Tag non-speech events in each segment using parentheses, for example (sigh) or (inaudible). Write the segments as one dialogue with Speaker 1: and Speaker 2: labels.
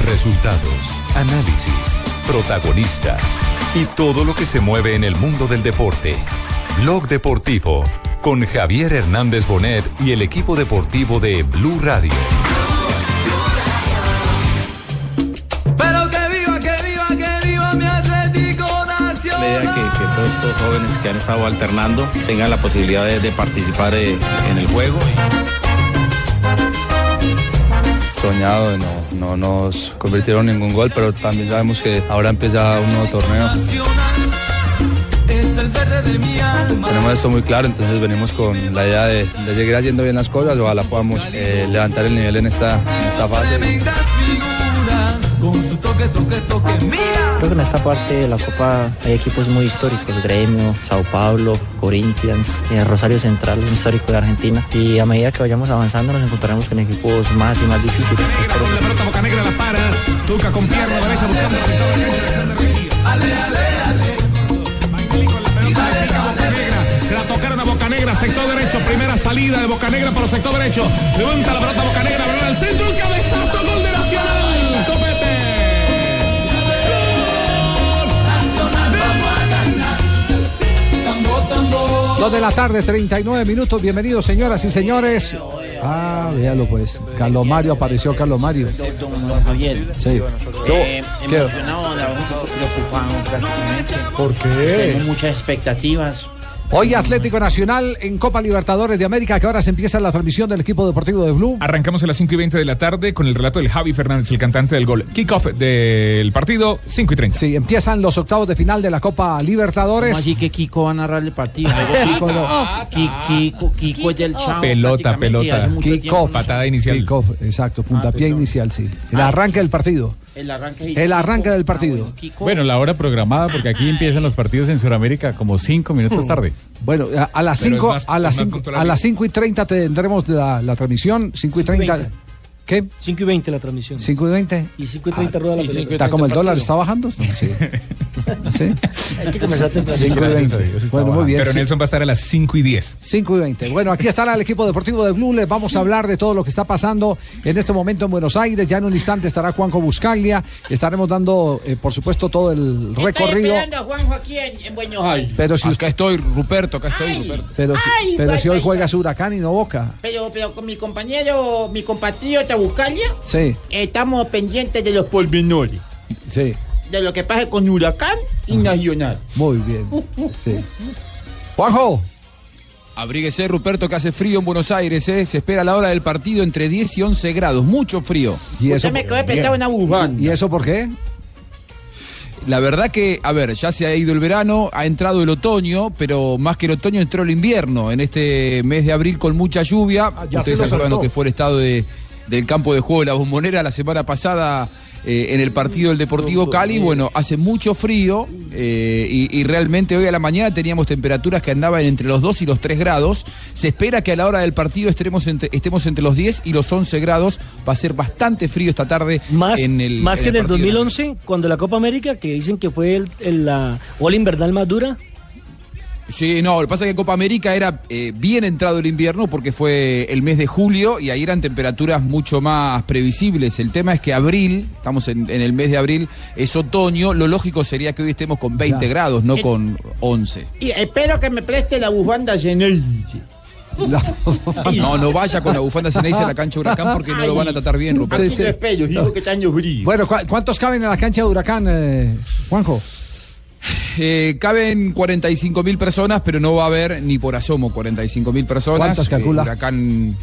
Speaker 1: Resultados, análisis, protagonistas y todo lo que se mueve en el mundo del deporte. Blog deportivo con Javier Hernández Bonet y el equipo deportivo de Blue Radio.
Speaker 2: Pero que viva, que viva, que viva mi Atlético
Speaker 3: La idea
Speaker 2: Nacional.
Speaker 3: es que, que todos estos jóvenes que han estado alternando tengan la posibilidad de, de participar eh, en el juego.
Speaker 4: soñado de no, no nos convirtieron en ningún gol, pero también sabemos que ahora empieza un nuevo torneo.
Speaker 2: Es el verde de mi alma.
Speaker 4: Tenemos esto muy claro, entonces venimos con la idea de, de seguir haciendo bien las cosas, ojalá podamos eh, levantar el nivel en esta, en esta fase.
Speaker 2: Las figuras con su toque, toque, toque. Mira.
Speaker 5: Creo que en esta parte de la Copa hay equipos muy históricos, Gremio, Sao Paulo, Corinthians, eh, Rosario Central, un histórico de Argentina. Y a medida que vayamos avanzando nos encontraremos con equipos más y más difíciles. Espero que-
Speaker 6: Boca Negra la para, toca con pierna, la derecha buscando la mitad de la cancha, Alexander Mejía. Magnelli con la pelota, le pica a Boca Negra, Se la tocaron a Boca Negra, sector derecho, primera salida de Boca Negra para el sector derecho. Levanta la pelota Boca Negra, balón al centro, un cabezazo, gol de Nacional. Copete.
Speaker 7: Dos de la tarde, 39 minutos. Bienvenidos, señoras y señores. Ah, véalo pues. Calomario apareció Calomario.
Speaker 8: Javier.
Speaker 7: Sí.
Speaker 8: Eh,
Speaker 7: ¿Qué?
Speaker 8: emocionado, la verdad, preocupado prácticamente.
Speaker 7: ¿Por qué?
Speaker 8: Tengo muchas expectativas.
Speaker 7: Hoy Atlético Nacional en Copa Libertadores de América, que ahora se empieza la transmisión del equipo deportivo de Blue.
Speaker 9: Arrancamos a las 5 y 20 de la tarde con el relato del Javi Fernández, el cantante del gol. Kickoff del partido, 5 y 30.
Speaker 7: Sí, empiezan los octavos de final de la Copa Libertadores.
Speaker 8: ¿Cómo así que Kiko va a narrar el partido?
Speaker 9: (laughs)
Speaker 8: Kiko, Ki- Kiko, Kiko es del Chavo.
Speaker 9: Pelota, pelota.
Speaker 7: Kickoff.
Speaker 9: Patada inicial.
Speaker 7: Kickoff, exacto,
Speaker 8: Ah,
Speaker 7: puntapié inicial, sí. El arranque del partido.
Speaker 8: El arranque.
Speaker 7: El arranque del partido.
Speaker 10: Bueno, la hora programada, porque aquí empiezan los partidos en Sudamérica como cinco minutos tarde.
Speaker 7: Bueno, a, a las
Speaker 10: Pero
Speaker 7: 5
Speaker 10: es más-
Speaker 7: a las
Speaker 10: es más
Speaker 7: cinco-
Speaker 10: cultural.
Speaker 7: a las 5 y 30 tendremos la, la transmisión. 5 y 30. ¿Qué?
Speaker 11: 5 y 20 la transmisión.
Speaker 7: 5 y 20.
Speaker 11: Y 5 y 30 rueda la
Speaker 7: Y
Speaker 11: pelota.
Speaker 7: cinco y Está como el dólar, está bajando. Sí. (laughs) Sí.
Speaker 11: Hay que comenzar temprano.
Speaker 7: Cinco y veinte. Bueno, muy bien.
Speaker 9: Pero
Speaker 7: sí.
Speaker 9: Nelson va a estar a las 5 y 10.
Speaker 7: 5 y 20. Bueno, aquí estará el equipo deportivo de Blue. Les vamos a hablar de todo lo que está pasando en este momento en Buenos Aires. Ya en un instante estará Juanjo Buscaglia. Estaremos dando, eh, por supuesto, todo el recorrido.
Speaker 8: Juanjo aquí en, en Buenos Aires.
Speaker 7: Pero si usted-
Speaker 12: estoy, Ruperto, acá estoy, Ruperto.
Speaker 7: Pero, si,
Speaker 8: Ay,
Speaker 7: pero
Speaker 8: vaya,
Speaker 7: si hoy
Speaker 8: vaya.
Speaker 7: juegas Huracán y no Boca.
Speaker 8: Pero, pero con mi compañero, mi compatriota Buscalia,
Speaker 7: Sí,
Speaker 8: estamos pendientes de los pormenores.
Speaker 7: sí.
Speaker 8: De lo que pase con Huracán y Nacional.
Speaker 7: Muy bien. Sí. Juanjo.
Speaker 12: Abríguese, Ruperto, que hace frío en Buenos Aires, ¿eh? Se espera la hora del partido entre 10 y 11 grados, mucho frío.
Speaker 7: Y eso- Bien. ¿Y eso por qué?
Speaker 12: La verdad que, a ver, ya se ha ido el verano, ha entrado el otoño, pero más que el otoño entró el invierno en este mes de abril con mucha lluvia.
Speaker 13: Ah, ya
Speaker 12: Ustedes
Speaker 13: se
Speaker 12: se
Speaker 13: lo
Speaker 12: acuerdan
Speaker 13: saltó.
Speaker 12: lo que fue el estado de- del campo de juego de la bombonera la semana pasada eh, en el partido del Deportivo Cali. Bueno, hace mucho frío eh, y, y realmente hoy a la mañana teníamos temperaturas que andaban entre los 2 y los 3 grados. Se espera que a la hora del partido estemos entre, estemos entre los 10 y los 11 grados. Va a ser bastante frío esta tarde
Speaker 11: Más,
Speaker 12: en el
Speaker 11: más que en el
Speaker 12: partido nacional.
Speaker 11: 2011, cuando la Copa América, que dicen que fue el, el- la ola invernal más dura.
Speaker 12: Sí, no, lo que pasa es que Copa América era eh, bien entrado el invierno porque fue el mes de julio y ahí eran temperaturas mucho más previsibles. El tema es que abril, estamos en, en el mes de abril, es otoño, lo lógico sería que hoy estemos con 20
Speaker 8: Ya.
Speaker 12: grados, no
Speaker 8: Eh,
Speaker 12: con 11.
Speaker 8: Y espero que me preste la bufanda Zenelli. (laughs)
Speaker 12: No, no vaya con la bufanda Ceneice a la cancha de Huracán porque no lo van a tratar bien, Rupert.
Speaker 8: Aquí lo espero, digo que está en los brillos.
Speaker 7: Bueno, ¿cu- ¿cuántos caben en la cancha de Huracán, eh, Juanjo?
Speaker 12: Eh, caben 45 mil personas, pero no va a haber ni por asomo 45 mil personas.
Speaker 7: ¿Cuántas calcula?
Speaker 12: Eh, Huracán,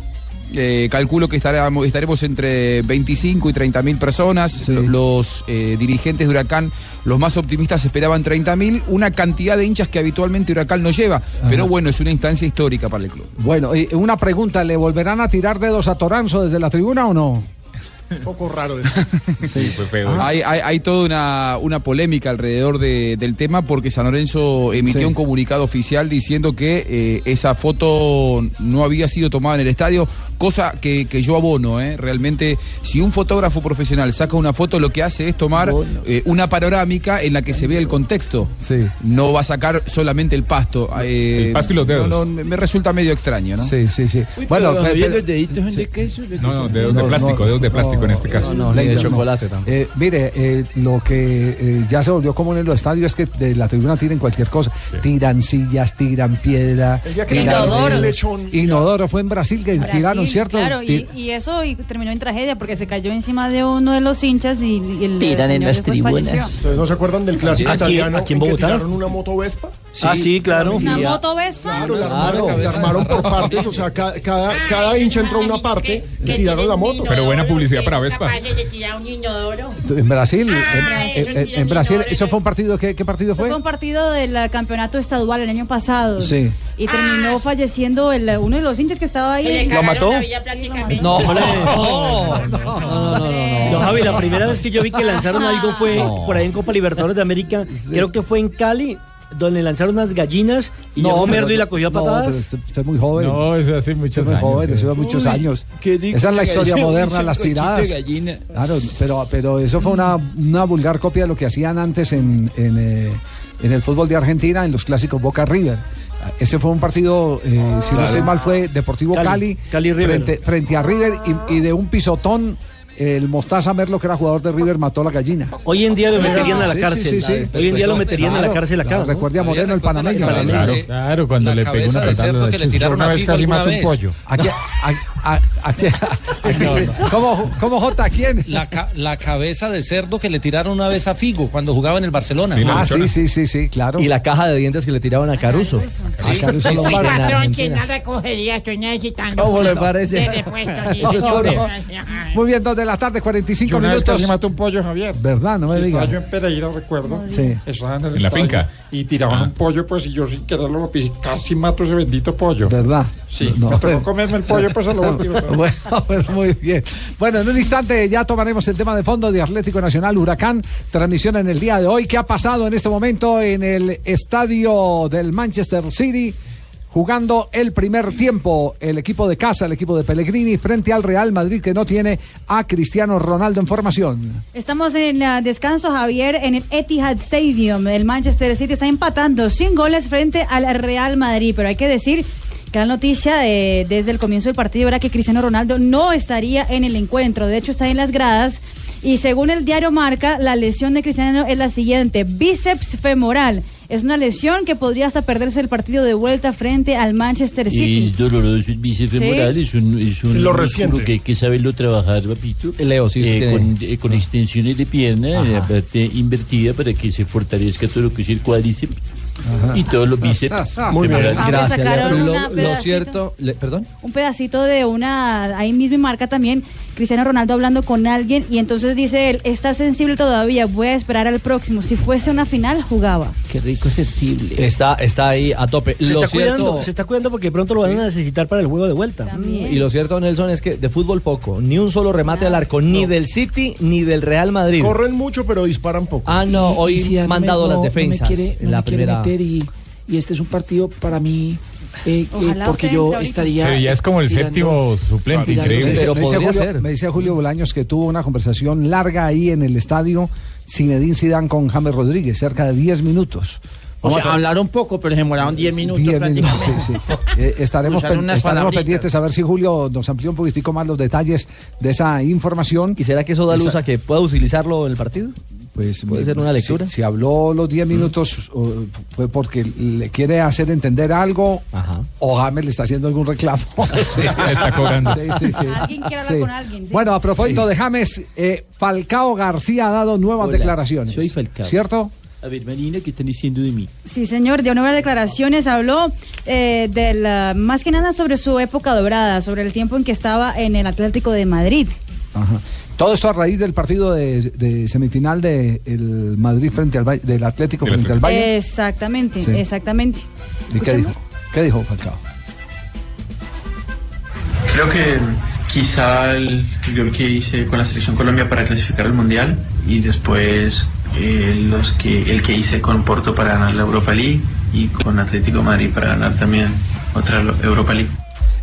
Speaker 12: eh, calculo que estaremos, estaremos entre 25 y 30 mil personas. Los, los, eh, dirigentes de Huracán, los más optimistas, esperaban 30 mil, una cantidad de hinchas que habitualmente Huracán no lleva. Pero bueno, es una instancia histórica para el club.
Speaker 7: Bueno, y una pregunta, ¿le volverán a tirar dedos a Toranzo desde la tribuna o no? Un poco raro eso.
Speaker 2: Sí, fue feo.
Speaker 12: Hay, hay- hay toda una, una polémica alrededor de- del tema porque San Lorenzo emitió
Speaker 7: Sí.
Speaker 12: un comunicado oficial diciendo que eh, esa foto no había sido tomada en el estadio, cosa que, que yo abono. ¿eh? Realmente, si un fotógrafo profesional saca una foto, lo que hace es tomar eh, una panorámica en la que se vea el contexto. No va a sacar solamente el pasto. eh,
Speaker 2: El pasto y los dedos.
Speaker 12: no, no, me me resulta medio extraño, ¿no?
Speaker 7: Sí, sí, sí.
Speaker 11: Uy,
Speaker 12: Bueno,
Speaker 11: bueno, pero,
Speaker 12: pe-
Speaker 11: oye,
Speaker 12: pe-
Speaker 11: los deditos son de queso. de
Speaker 2: No, no,
Speaker 11: queso.
Speaker 2: dedos de plástico, dedos de plástico en este caso.
Speaker 7: Leider, no. Eh, mire, eh, lo que eh, ya se volvió común en los estadios es que de la tribuna tiran cualquier cosa. Tiran sillas, tiran piedra.
Speaker 14: El día que
Speaker 7: tiran
Speaker 14: Inodoro.
Speaker 7: dedos.
Speaker 14: Lechón.
Speaker 7: Inodoro fue en Brasil que
Speaker 14: Brasil,
Speaker 7: tiraron, ¿cierto?
Speaker 14: Claro, y,
Speaker 7: Ti-
Speaker 14: y eso y terminó en tragedia porque se cayó encima de uno de los hinchas y, y el
Speaker 15: Tiran en
Speaker 14: señor
Speaker 15: las
Speaker 14: después falleció.
Speaker 15: tribunas. ¿No se acuerdan del clásico
Speaker 11: Aquí-
Speaker 15: italiano
Speaker 11: aquí en
Speaker 15: en que
Speaker 11: Bogotá.
Speaker 15: tiraron una moto Vespa?
Speaker 11: Ah, sí, claro.
Speaker 14: Una
Speaker 11: Y a-
Speaker 14: moto Vespa.
Speaker 15: Claro, la armaron, la armaron por partes, o sea, ca- cada,
Speaker 14: Ah,
Speaker 15: cada hincha entró a una parte y tiraron la moto.
Speaker 2: Pero buena publicidad para Vespa.
Speaker 8: de tirar un inodoro.
Speaker 7: En Brasil,
Speaker 14: Ah,
Speaker 7: en, en- en- en Brasil, eso fue un partido, ¿qué, qué partido
Speaker 14: Fue
Speaker 7: fue?
Speaker 14: un partido del eh, campeonato estadual el año pasado.
Speaker 7: Sí.
Speaker 14: Y
Speaker 8: Ah.
Speaker 14: terminó falleciendo el, eh, uno de los hinchas que estaba ahí.
Speaker 11: ¿Lo mató? No, hombre, no, no, no, no, no. No, Javi, la primera vez que yo vi que lanzaron algo fue por ahí en Copa Libertadores de América. Creo que fue en Cali, donde lanzaron unas gallinas y llegó
Speaker 7: pero-
Speaker 11: Merlo y la cogió a
Speaker 7: no, pero
Speaker 11: patadas.
Speaker 7: usted, usted es muy joven.
Speaker 3: No, eso hace muchos
Speaker 7: Usted es muy
Speaker 3: años,
Speaker 7: joven,
Speaker 3: sí.
Speaker 7: eso hace muchos
Speaker 3: Uy,
Speaker 7: años.
Speaker 3: qué
Speaker 7: Esa
Speaker 3: rico
Speaker 7: es la
Speaker 3: una
Speaker 7: historia
Speaker 3: gallina,
Speaker 7: moderna,
Speaker 3: un
Speaker 7: las
Speaker 3: sancochito
Speaker 7: tiradas.
Speaker 3: de gallina.
Speaker 7: Claro, pero, pero eso fue una, una vulgar copia de lo que hacían antes en, en, eh, en el fútbol de Argentina, en los clásicos Boca River. Ese fue un partido, eh, si no
Speaker 11: Claro.
Speaker 7: estoy mal, fue Deportivo
Speaker 11: Cali,
Speaker 7: Cali,
Speaker 11: Cali River.
Speaker 7: Frente, frente a River y, y de un pisotón. El Mostaza Merlo, que era jugador de River, mató a la gallina.
Speaker 11: Hoy en día lo
Speaker 7: Sí,
Speaker 11: meterían a la
Speaker 7: sí,
Speaker 11: cárcel.
Speaker 7: sí, sí, sí.
Speaker 11: Hoy en día lo meterían a la
Speaker 7: Claro,
Speaker 11: cárcel acá.
Speaker 7: claro, Recuerde a Moreno, el panameño.
Speaker 3: Claro, claro, cuando le pegó una patada. a la chucha. Una vez casi mató un pollo.
Speaker 7: Aquí, a- a- aquí- aquí- ¿Cómo, ¿Cómo Jota? ¿Quién?
Speaker 16: La, ca- la cabeza de cerdo que le tiraron una vez a Figo cuando jugaba en el Barcelona.
Speaker 17: ah, sí,
Speaker 7: sí, sí, sí, claro.
Speaker 17: Y la caja de dientes que le tiraron a Caruso.
Speaker 16: Sí. Caruso
Speaker 8: Soy
Speaker 17: Lombardo.
Speaker 8: patrón,
Speaker 17: Argentina.
Speaker 8: quien no recogería, estoy necesitando.
Speaker 17: ¿Cómo le
Speaker 8: uno
Speaker 17: parece?
Speaker 8: de repuesto,
Speaker 7: (laughs)
Speaker 8: sí,
Speaker 7: Eso es
Speaker 8: señor.
Speaker 7: oro. Muy bien, dos de la tarde, 45
Speaker 8: Yo una vez
Speaker 7: minutos.
Speaker 8: casi maté
Speaker 7: un pollo, Javier. ¿Verdad? No me
Speaker 18: Estaba
Speaker 7: digas.
Speaker 18: yo en Pereira, recuerdo.
Speaker 7: Sí.
Speaker 18: Estaba en, el
Speaker 7: En la
Speaker 18: estadio
Speaker 7: finca.
Speaker 18: Y tiraban
Speaker 7: Ah.
Speaker 18: un pollo, pues, y yo sin quererlo lo pisé. Casi mato ese bendito pollo.
Speaker 7: ¿Verdad?
Speaker 18: Sí,
Speaker 7: No.
Speaker 18: me tocó comerme el pollo, pues, a lo último.
Speaker 7: (laughs) Bueno, pues, muy bien. Bueno, en un instante ya tomaremos el tema de fondo de Atlético Nacional Huracán. Transmisión en el día de hoy. ¿Qué ha pasado en este momento en el estadio del Manchester City? Jugando el primer tiempo, el equipo de casa, el equipo de Pellegrini, frente al Real Madrid que no tiene a Cristiano Ronaldo en formación.
Speaker 14: Estamos en ah, descanso, Javier, en el Etihad Stadium. El Manchester City está empatando sin goles frente al Real Madrid. Pero hay que decir que la noticia de- desde el comienzo del partido era que Cristiano Ronaldo no estaría en el encuentro. De hecho, está en las gradas. Y según el diario Marca, la lesión de Cristiano es la siguiente: bíceps femoral. Es una lesión que podría hasta perderse el partido de vuelta frente al Manchester City.
Speaker 9: Es doloroso el bíceps
Speaker 14: Sí.
Speaker 9: femoral, es un, es un
Speaker 14: Lo
Speaker 9: músculo
Speaker 14: resiente.
Speaker 9: que hay que saberlo trabajar, papito.
Speaker 17: Leo, sí, sí tiene. Ah.
Speaker 9: con, eh, con extensiones de pierna,
Speaker 17: Ajá.
Speaker 9: eh, aparte invertida para que se fortalezca todo lo que es el cuádriceps y todos los bíceps.
Speaker 17: Muy bien.
Speaker 9: femorales.
Speaker 14: Gracias, sacaron Leo. una
Speaker 17: Lo, lo
Speaker 14: pedacito.
Speaker 17: cierto, le- perdón.
Speaker 14: un pedacito de una, ahí mismo en marca también, Cristiano Ronaldo hablando con alguien y entonces dice él, está sensible todavía, voy a esperar al próximo. Si fuese una final, jugaba.
Speaker 17: Qué rico sensible. Está, está ahí a tope.
Speaker 11: Se
Speaker 17: lo
Speaker 11: está
Speaker 17: cierto,
Speaker 11: cuidando, se está cuidando porque pronto lo van a necesitar para el juego de vuelta.
Speaker 17: Y lo cierto, Nelson, es que de fútbol poco, ni un solo remate al arco, ni del City ni del Real Madrid.
Speaker 15: Corren mucho, pero disparan poco.
Speaker 17: Ah, no, hoy
Speaker 15: han
Speaker 17: mandado las defensas en la primera.
Speaker 19: y, y este es un partido para mí eh, eh,
Speaker 17: Ojalá
Speaker 19: porque
Speaker 17: usted
Speaker 19: yo
Speaker 17: entre ahorita.
Speaker 19: estaría
Speaker 9: Pero ya es como el
Speaker 19: tirando-
Speaker 9: séptimo suplente,
Speaker 19: tirando-
Speaker 9: increíble.
Speaker 17: Pero
Speaker 7: me, dice
Speaker 17: podría
Speaker 7: Julio,
Speaker 17: ser.
Speaker 7: me dice Julio Bolaños que tuvo una conversación larga ahí en el estadio Zinedine Zidane con James Rodríguez, cerca de 10 minutos.
Speaker 11: O sea,
Speaker 7: hablaron poco, pero demoraron 10 minutos. sí, sí. (laughs)
Speaker 17: ah,
Speaker 7: Eh, estaremos
Speaker 11: Usaron
Speaker 7: pen-
Speaker 11: unas
Speaker 7: estaremos
Speaker 11: palabritas.
Speaker 7: pendientes a ver si Julio nos amplió un poquitico más los detalles de esa información. ¿Y será que
Speaker 17: ¿Eso da luz a que pueda utilizarlo en el partido?
Speaker 7: Pues,
Speaker 17: ¿Puede
Speaker 7: mi-
Speaker 17: ser una
Speaker 7: si-
Speaker 17: lectura?
Speaker 7: Si, habló los 10 minutos o, fue porque le quiere hacer entender algo o James le está haciendo algún reclamo.
Speaker 2: Está- está cobrando.
Speaker 7: Sí, sí, sí.
Speaker 14: Alguien quiere hablar
Speaker 7: Sí.
Speaker 14: con alguien. ¿sí?
Speaker 7: Bueno, a propósito de James, eh, Falcao García ha dado nuevas
Speaker 9: Hola,
Speaker 7: declaraciones.
Speaker 9: soy Falcao.
Speaker 7: ¿Cierto?
Speaker 9: A ver, Marina, ¿qué están diciendo de mí?
Speaker 14: Sí, señor, dio nuevas declaraciones, habló eh, de la- más que nada sobre su época dorada, sobre el tiempo en que estaba en el Atlético de Madrid.
Speaker 7: Ajá. Todo esto a raíz del partido de, de semifinal de el Madrid frente al Bay- del Atlético frente al Bayern.
Speaker 14: Exactamente,
Speaker 7: Sí.
Speaker 14: exactamente. Eh,
Speaker 7: ¿Y qué dijo? ¿Qué dijo Falcao?
Speaker 20: Creo que quizá el gol que hice con la selección Colombia para clasificar al mundial y después eh, los que el que hice con Porto para ganar la Europa League y con Atlético de Madrid para ganar también otra Europa League.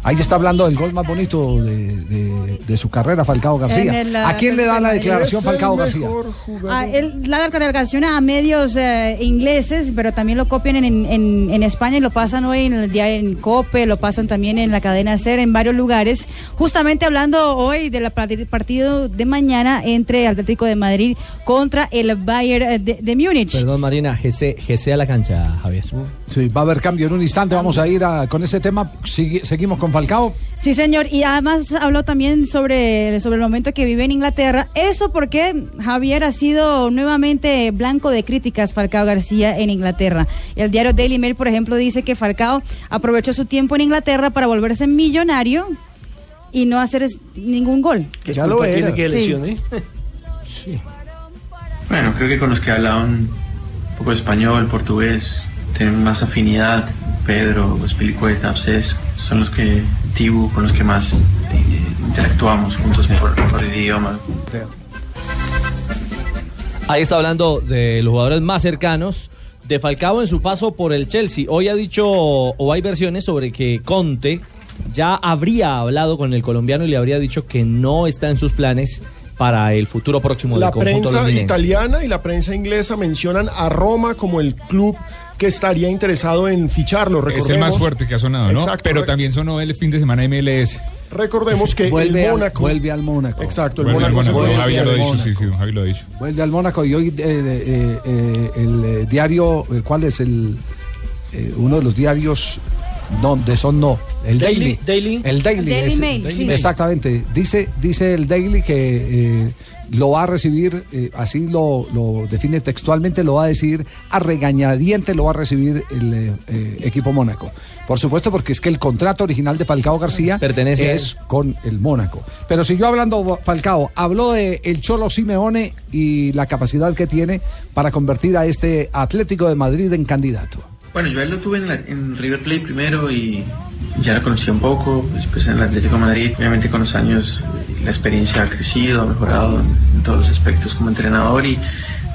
Speaker 7: Ahí está hablando del gol más bonito de, de- de su carrera, Falcao
Speaker 14: En
Speaker 7: García.
Speaker 14: el,
Speaker 7: ¿A quién le da la
Speaker 14: eh,
Speaker 7: declaración
Speaker 14: es el
Speaker 7: Falcao García?
Speaker 14: mejor Ah, él la declaración a medios eh, ingleses, pero también lo copian en, en- en España y lo pasan hoy en el diario en Cope, lo pasan también en la cadena SER, en varios lugares. Justamente hablando hoy del partido de mañana entre Atlético de Madrid contra el Bayern eh, de, de Múnich.
Speaker 17: Perdón, Marina, GC, GC a la cancha, Javier.
Speaker 7: Sí, va a haber cambio en un instante. Vamos a ir a- con ese tema. Sigui- seguimos con Falcao.
Speaker 14: Sí, señor. Y además habló también sobre, sobre el momento que vive en Inglaterra. Eso porque Javier ha sido nuevamente blanco de críticas Falcao García en Inglaterra. El diario Daily Mail, por ejemplo, dice que Falcao aprovechó su tiempo en Inglaterra para volverse millonario y no hacer es- ningún gol.
Speaker 15: Ya lo
Speaker 9: Culpa
Speaker 15: era.
Speaker 9: tiene que lesión,
Speaker 14: Sí.
Speaker 9: ¿eh?
Speaker 20: Bueno, creo que con los que hablaban un poco español, portugués, tienen más afinidad. Pedro, Spilicueta, Absés, son los que, Tibu, con los que más eh, interactuamos juntos por, por el idioma.
Speaker 17: Ahí está hablando de los jugadores más cercanos de Falcao en su paso por el Chelsea. Hoy ha dicho, o hay versiones sobre que Conte ya habría hablado con el colombiano y le habría dicho que no está en sus planes para el futuro próximo
Speaker 15: La
Speaker 17: del conjunto
Speaker 15: prensa
Speaker 17: londinense.
Speaker 15: italiana y la prensa inglesa mencionan a Roma como el club que estaría interesado en ficharlo.
Speaker 6: Es el
Speaker 15: Recordemos-
Speaker 6: más fuerte que ha sonado, ¿no?
Speaker 15: Exacto,
Speaker 6: Pero
Speaker 15: rec-
Speaker 6: también sonó el fin de semana MLS.
Speaker 15: Recordemos que
Speaker 7: vuelve
Speaker 15: el
Speaker 7: al-
Speaker 15: Mónaco.
Speaker 7: vuelve al Mónaco.
Speaker 15: Exacto, el
Speaker 6: Bueno,
Speaker 15: Mónaco.
Speaker 6: bueno,
Speaker 15: se puede
Speaker 6: Javi ya
Speaker 15: desviar.
Speaker 6: lo ha
Speaker 7: el
Speaker 6: dicho,
Speaker 7: Mónaco.
Speaker 6: sí, sí, don Javi lo ha dicho.
Speaker 7: Vuelve al Mónaco y hoy eh, eh, eh, el eh, diario, eh, ¿cuál es el eh, uno de los diarios donde son no? El Daily.
Speaker 9: Daily, Daily.
Speaker 7: El Daily.
Speaker 9: El Daily
Speaker 7: ese.
Speaker 9: Mail, Daily sí. Mail.
Speaker 7: Exactamente. Dice, dice el Daily que eh, lo va a recibir, eh, así lo, lo define textualmente, lo va a decir a regañadiente, lo va a recibir el eh, eh, equipo Mónaco. Por supuesto, porque es que el contrato original de Falcao García
Speaker 17: Pertenece a
Speaker 7: es
Speaker 17: él.
Speaker 7: con el Mónaco. Pero siguió hablando Falcao, habló de el Cholo Simeone y la capacidad que tiene para convertir a este Atlético de Madrid en candidato.
Speaker 20: Bueno, yo a él lo tuve en, la- en River Plate primero y ya lo conocí un poco, después en el Atlético de Madrid, obviamente con los años eh, la experiencia ha crecido, ha mejorado en todos los aspectos como entrenador y,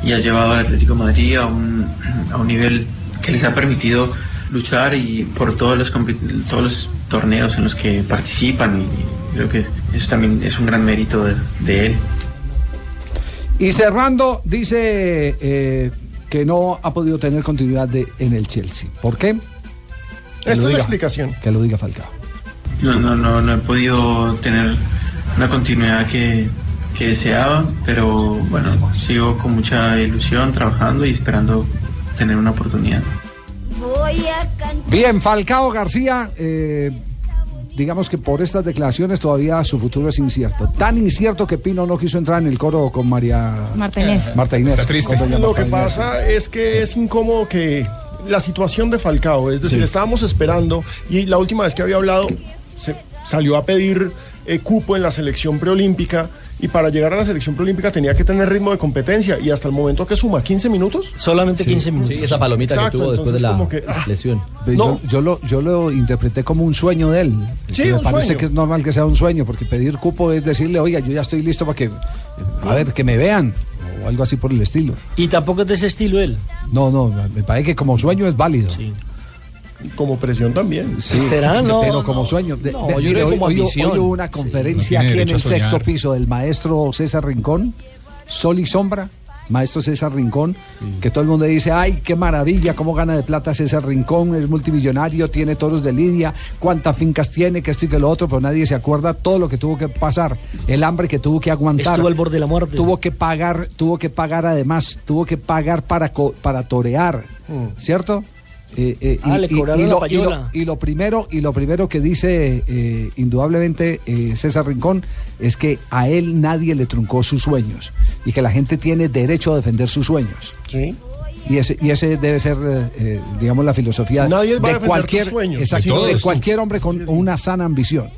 Speaker 20: y ha llevado al Atlético de Madrid a un, a un nivel que les ha permitido luchar y por todos los, compi- todos los torneos en los que participan y, y creo que eso también es un gran mérito de- de él.
Speaker 7: Y cerrando, dice eh, que no ha podido tener continuidad de, en el Chelsea. ¿Por qué?
Speaker 15: Esta es la explicación.
Speaker 7: Que lo diga Falcao.
Speaker 20: No, no, no, no he podido tener una continuidad que, que deseaba, pero bueno, sigo con mucha ilusión trabajando y esperando tener una oportunidad.
Speaker 21: Voy a cantar.
Speaker 7: Bien, Falcao García, eh, digamos que por estas declaraciones todavía su futuro es incierto. Tan incierto que Pino no quiso entrar en el coro con María
Speaker 14: Marta Inés.
Speaker 7: Eh, Marta Inés. con doña
Speaker 15: Lo
Speaker 7: Marta
Speaker 15: que
Speaker 7: Inés.
Speaker 15: pasa es que es incómodo que la situación de Falcao, es decir,
Speaker 7: Sí.
Speaker 15: estábamos esperando y la última vez que había hablado se salió a pedir eh, cupo en la selección preolímpica y para llegar a la selección preolímpica tenía que tener ritmo de competencia y hasta el momento que suma 15 minutos.
Speaker 17: Solamente 15 minutos. Sí, esa palomita
Speaker 15: Exacto,
Speaker 17: que tuvo después de
Speaker 15: entonces
Speaker 17: la
Speaker 15: como que, ah,
Speaker 17: lesión.
Speaker 7: Ve,
Speaker 15: No.
Speaker 7: Yo, yo lo, yo lo interpreté como un sueño de él.
Speaker 15: Sí,
Speaker 7: me
Speaker 15: un
Speaker 7: parece
Speaker 15: sueño.
Speaker 7: que es normal que sea un sueño, porque pedir cupo es decirle, oiga, yo ya estoy listo para que, a ver, que me vean, o algo así por el estilo.
Speaker 9: Y tampoco es de ese estilo él.
Speaker 7: No, no, me parece que como sueño es válido.
Speaker 15: Como presión también.
Speaker 7: Sí, pero como sueño. de-
Speaker 15: No,
Speaker 7: de-
Speaker 15: yo
Speaker 7: mire,
Speaker 15: creo
Speaker 7: hoy,
Speaker 15: como
Speaker 7: hoy-
Speaker 15: ambición.
Speaker 7: hoy hubo una
Speaker 15: Sí,
Speaker 7: conferencia
Speaker 15: no tiene
Speaker 7: aquí en
Speaker 15: derecho
Speaker 7: el
Speaker 15: a soñar.
Speaker 7: sexto piso del maestro César Rincón, Sol y Sombra. Maestro César Rincón, que todo el mundo dice, ay, qué maravilla, cómo gana de plata César Rincón, es multimillonario, tiene toros de lidia, cuántas fincas tiene, que esto y que lo otro, pero nadie se acuerda todo lo que tuvo que pasar, el hambre que tuvo que aguantar.
Speaker 9: Estuvo al borde de la muerte.
Speaker 7: Tuvo que pagar, tuvo que pagar además, tuvo que pagar para, co- para torear, ¿cierto? Eh, eh,
Speaker 9: Ah, le cobraron la
Speaker 7: lo, lo-
Speaker 9: payola.
Speaker 7: y lo primero y lo primero que dice eh, indudablemente eh, César Rincón es que a él nadie le truncó sus sueños y que la gente tiene derecho a defender sus sueños.
Speaker 15: Sí.
Speaker 7: Y ese, y ese debe ser, eh, eh, digamos, la filosofía
Speaker 15: Nadie va a
Speaker 7: de
Speaker 15: defender
Speaker 7: cualquier,
Speaker 15: tus sueños. De
Speaker 7: exacto,
Speaker 15: todos.
Speaker 7: de cualquier hombre con una sana ambición.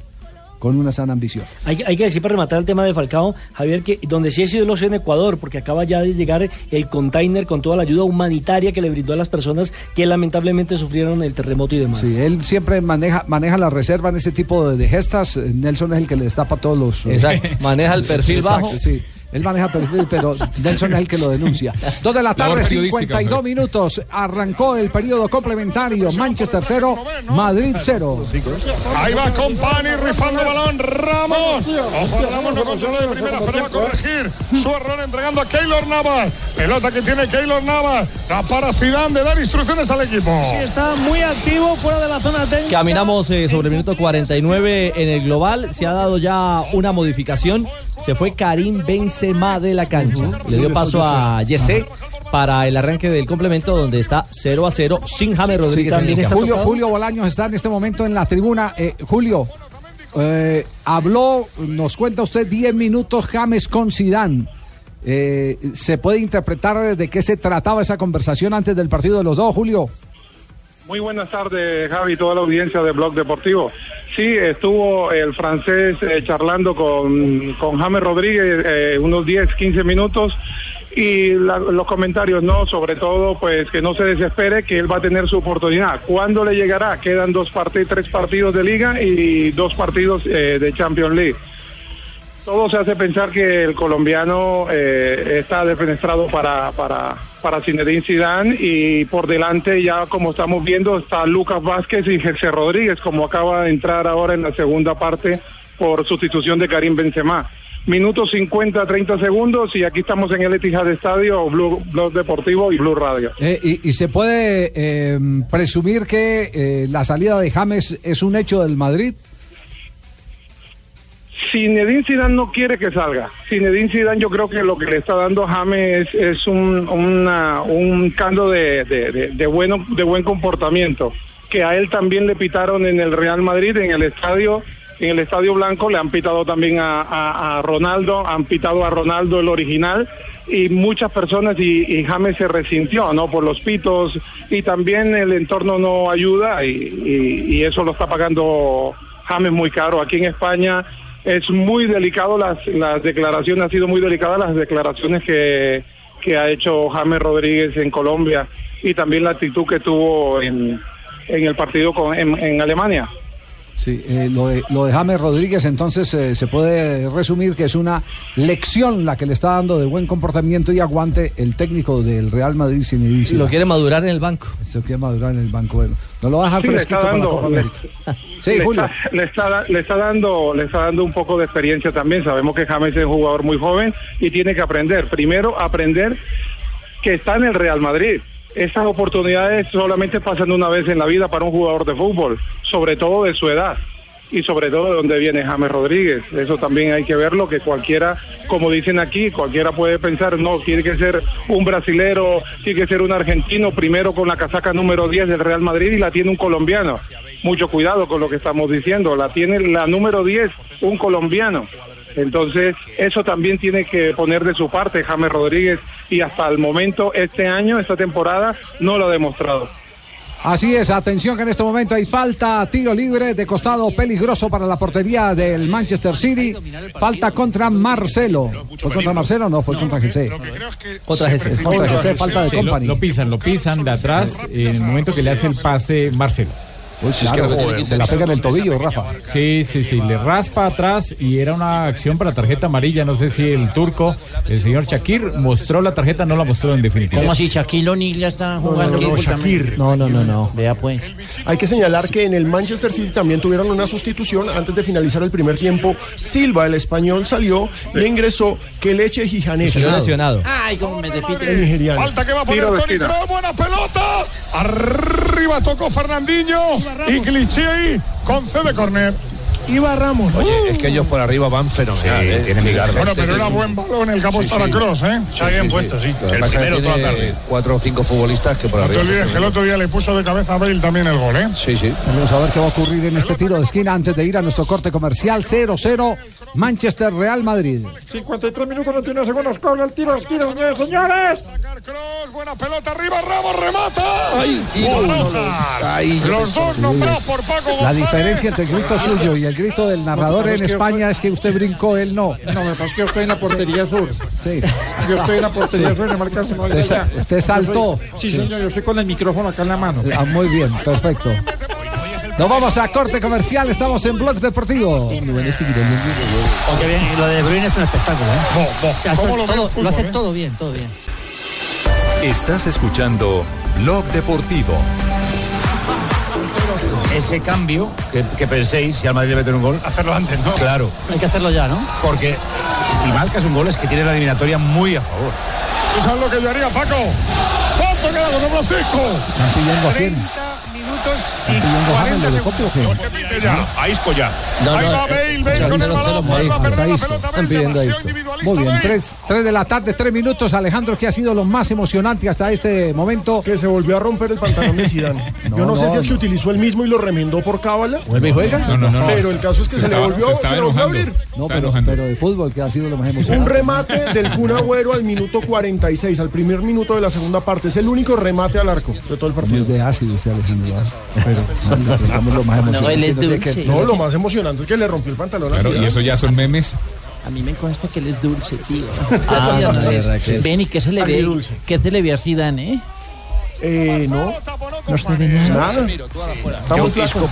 Speaker 7: con una sana ambición.
Speaker 11: Hay, hay que decir para rematar el tema de Falcao, Javier, que donde sí ha sido es en Ecuador, porque acaba ya de llegar el container con toda la ayuda humanitaria que le brindó a las personas que lamentablemente sufrieron el terremoto y demás.
Speaker 7: Sí, él siempre maneja, maneja la reserva en ese tipo de, de gestas. Nelson es el que le destapa todos los. eh, (laughs)
Speaker 17: Exacto, maneja el
Speaker 7: sí,
Speaker 17: perfil
Speaker 7: exacto,
Speaker 17: bajo.
Speaker 7: Sí. Él maneja perfil, pero Nelson es el que lo denuncia. Dos de la
Speaker 17: Labor
Speaker 7: tarde,
Speaker 17: periodística,
Speaker 7: 52 minutos. Arrancó el periodo complementario. Manchester 0, Madrid 0.
Speaker 18: Ahí va Compani rifando balón. Ramos. Ojo, Ramos no controló de primera, pero va a corregir su error entregando a Keylor Navas. Pelota que tiene Keylor Navas. La para Zidane de dar instrucciones al equipo. Sí, está muy activo fuera de la zona técnica.
Speaker 17: Caminamos eh, sobre el minuto 49 en el global. Se ha dado ya una modificación. Se fue Karim Benzema de la cancha. Le dio paso a Yese para el arranque del complemento donde está 0 a 0 sin James Rodríguez. en el
Speaker 7: también
Speaker 17: campo.
Speaker 7: Julio, Julio Bolaños está en este momento en la tribuna. Eh, Julio, eh, habló, nos cuenta usted 10 minutos James con Sidán. ¿Se puede interpretar de qué se trataba esa conversación antes del partido de los dos, Julio?
Speaker 18: Muy buenas tardes, Javi, toda la audiencia de Blog Deportivo. Sí, estuvo el francés eh, charlando con, con James Rodríguez eh, unos 10, 15 minutos y la- los comentarios, no, sobre todo, pues que no se desespere, que él va a tener su oportunidad. ¿Cuándo le llegará? Quedan dos partidos, tres partidos de liga y dos partidos eh, de Champions League. Todo se hace pensar que el colombiano eh, está defenestrado para, para, para Zinedine Zidane y por delante ya como estamos viendo está Lucas Vázquez y Jesse Rodríguez como acaba de entrar ahora en la segunda parte por sustitución de Karim Benzema. Minutos 50, 30 segundos y aquí estamos en el Etihad Estadio, Blue, Blog Deportivo y Blue Radio.
Speaker 7: Eh, y, y se puede eh, presumir que eh, la salida de James es un hecho del Madrid?
Speaker 18: Zinedine Zidane no quiere que salga. Zinedine Zidane yo creo que lo que le está dando a James es, es un, una- un caldo de, de- de- de bueno, de buen comportamiento, que a él también le pitaron en el Real Madrid, en el estadio, en el Estadio Blanco, le han pitado también a, a- a Ronaldo, han pitado a Ronaldo el original, y muchas personas y, y James se resintió, ¿no? Por los pitos, y también el entorno no ayuda, y- y- y eso lo está pagando James muy caro. Aquí en España es muy delicado las, las declaraciones, han sido muy delicadas las declaraciones que, que ha hecho James Rodríguez en Colombia y también la actitud que tuvo en, en el partido con, en, en Alemania.
Speaker 7: Sí, eh, lo, de, lo de James Rodríguez entonces eh, se puede resumir que es una lección la que le está dando de buen comportamiento y aguante el técnico del Real Madrid sin
Speaker 17: Lo quiere madurar en el banco.
Speaker 7: Se quiere madurar en el banco. Bueno, no lo va a dejar
Speaker 18: Sí, le
Speaker 7: fresquito
Speaker 18: está
Speaker 7: para la
Speaker 18: dando,
Speaker 7: Copa
Speaker 18: le-
Speaker 7: América. Sí,
Speaker 18: le,
Speaker 7: Julio.
Speaker 18: Está, le, está, da- le está dando, le está dando un poco de experiencia también. Sabemos que James es un jugador muy joven y tiene que aprender. Primero, aprender que está en el Real Madrid. Estas oportunidades solamente pasan una vez en la vida para un jugador de fútbol, sobre todo de su edad y sobre todo de dónde viene James Rodríguez. Eso también hay que verlo, que cualquiera, como dicen aquí, cualquiera puede pensar, no, tiene que ser un brasilero, tiene que ser un argentino, primero con la casaca número 10 del Real Madrid y la tiene un colombiano. Mucho cuidado con lo que estamos diciendo, la tiene la número 10 un colombiano. Entonces, eso también tiene que poner de su parte James Rodríguez y hasta el momento, este año, esta temporada, no lo ha demostrado.
Speaker 7: Así es, atención que en este momento hay falta, tiro libre de costado peligroso para la portería del Manchester City. Falta contra Marcelo. ¿Fue contra Marcelo o no? Fue contra José.
Speaker 3: Contra José.
Speaker 7: Contra José, falta de
Speaker 3: lo,
Speaker 7: company.
Speaker 3: lo pisan, lo pisan de atrás en el momento que le hace el pase Marcelo.
Speaker 7: claro, joder, se la pega en el tobillo, Rafa.
Speaker 3: Sí, sí, sí, le raspa atrás y era una acción para tarjeta amarilla. No sé si el turco, el señor Shakir, mostró la tarjeta, no la mostró en definitiva.
Speaker 22: Como si Shaquille O'Neal ya está jugando
Speaker 3: no, no,
Speaker 22: fútbol también.
Speaker 16: No, no, no, no. Vea pues.
Speaker 15: Hay que señalar que en el Manchester City también tuvieron una sustitución antes de finalizar el primer tiempo. Silva, el español, salió y ingresó Keleche Gijanés.
Speaker 22: Ay, cómo me repite.
Speaker 15: El nigeriano.
Speaker 18: Falta que va a poner
Speaker 15: Tiro de
Speaker 18: Toni
Speaker 15: esquina.
Speaker 18: Kroos, buena pelota. Arriba tocó Fernandinho y Cliché ahí concede corner. Iba Ramos.
Speaker 23: Oye, es que ellos por arriba van fenomenal. ¿eh? Sí,
Speaker 18: Bueno,
Speaker 23: sí,
Speaker 18: pero
Speaker 23: sí,
Speaker 18: era
Speaker 23: sí.
Speaker 18: buen balón el que ha
Speaker 23: Sí,
Speaker 18: puesto
Speaker 23: sí.
Speaker 18: ahora Cross, ¿eh? Está bien puesto, sí.
Speaker 23: Lo que pasa es que tiene Cuatro o cinco futbolistas que por
Speaker 18: No te
Speaker 23: arriba.
Speaker 18: olvides que el otro día le puso de cabeza a Bale también el gol, ¿eh?
Speaker 23: Sí, sí.
Speaker 7: Vamos a ver qué va a ocurrir en este tiro de esquina antes de ir a nuestro corte comercial 0-0 Manchester Real Madrid.
Speaker 8: 53 minutos, 21 segundos, cobra el tiro, esquina, señores, señores.
Speaker 24: Buena pelota arriba, Ramos remata.
Speaker 8: Ay,
Speaker 24: Y
Speaker 8: no, no,
Speaker 24: Barajas.
Speaker 8: Ay,
Speaker 24: Los
Speaker 8: yo-
Speaker 24: dos nombrados por Paco
Speaker 7: La
Speaker 24: González.
Speaker 7: diferencia entre el grito suyo y el grito del narrador en España es que usted brincó, él no.
Speaker 8: No, me pasa que yo estoy en la portería sur.
Speaker 7: Sí.
Speaker 8: Yo estoy en la portería
Speaker 7: Sí.
Speaker 8: sur, me marca se me
Speaker 7: Usted sa-
Speaker 8: allá.
Speaker 7: usted
Speaker 8: Yo soy-
Speaker 7: saltó.
Speaker 8: Sí,
Speaker 7: Sí.
Speaker 8: señor, yo estoy con el micrófono acá en la mano.
Speaker 7: Ah, muy bien, perfecto. Nos vamos a corte comercial, estamos en Blog Deportivo.
Speaker 1: Aunque bien, y lo de De Bruyne es un espectáculo, ¿eh? Se hace
Speaker 25: ¿Cómo lo ve
Speaker 1: todo-
Speaker 25: el fútbol,
Speaker 1: lo hace
Speaker 25: eh?
Speaker 1: todo bien, todo bien.
Speaker 25: Estás escuchando Blog Deportivo.
Speaker 1: Ese cambio que, penséis, si al Madrid le meten un gol, hacerlo antes, ¿no? Claro. Hay que hacerlo ya, ¿no? Porque si marcas un gol es que tienes la eliminatoria muy a favor.
Speaker 24: ¿Tú sabes Pues lo que yo haría, Paco? ¿Cuánto queda con número 5?
Speaker 7: ¿Están pidiendo a quién?
Speaker 24: Minutos
Speaker 7: ¿Están pidiendo a James, lo de Copio o qué?
Speaker 24: y ya. A Isco ya. Ahí
Speaker 7: eh,
Speaker 24: va Bale, Bale con el balón.
Speaker 7: Ahí
Speaker 24: vuelve a
Speaker 7: está,
Speaker 24: perder la
Speaker 7: listo.
Speaker 24: pelota.
Speaker 7: Están pidiendo ahí. Muy bien, tres, tres de la tarde, tres minutos. Alejandro, que ha sido lo más emocionante hasta este momento?
Speaker 15: Que se volvió a romper el pantalón de
Speaker 7: (laughs)
Speaker 15: Zidane. Yo no, sé si es que utilizó el mismo y lo remendó por cábala.
Speaker 7: ¿Vuelve y juega?
Speaker 15: No, no, no, no. Pero el caso es que se,
Speaker 7: estaba-
Speaker 15: le volvió,
Speaker 7: se
Speaker 15: se
Speaker 7: estaba
Speaker 15: le volvió a
Speaker 7: enojando.
Speaker 15: abrir.
Speaker 7: No, pero, pero de fútbol, que ha sido lo más emocionante.
Speaker 15: Un remate del Kun Agüero al minuto 46, al primer minuto de la segunda parte. Es el único remate al arco de todo el partido.
Speaker 7: de ácido este Alejandro. Pero, no, pero digamos lo más
Speaker 15: No,
Speaker 7: emocionante. No tiene que-
Speaker 15: lo más emocionante es que le rompió el pantalón a
Speaker 26: Claro,
Speaker 15: Zidane.
Speaker 26: y eso ya son memes.
Speaker 9: A mí me consta que él es dulce, tío.
Speaker 6: Ah,
Speaker 9: Ya no
Speaker 6: madre,
Speaker 9: es.
Speaker 6: Raquel.
Speaker 9: Ven y que se le
Speaker 6: Ari
Speaker 9: ve.
Speaker 6: dulce.
Speaker 9: Que se le ve a Zidane, ¿eh?
Speaker 15: Eh, no.
Speaker 9: No se ve nada.
Speaker 15: Nada.
Speaker 9: Está muy flaco. Este chico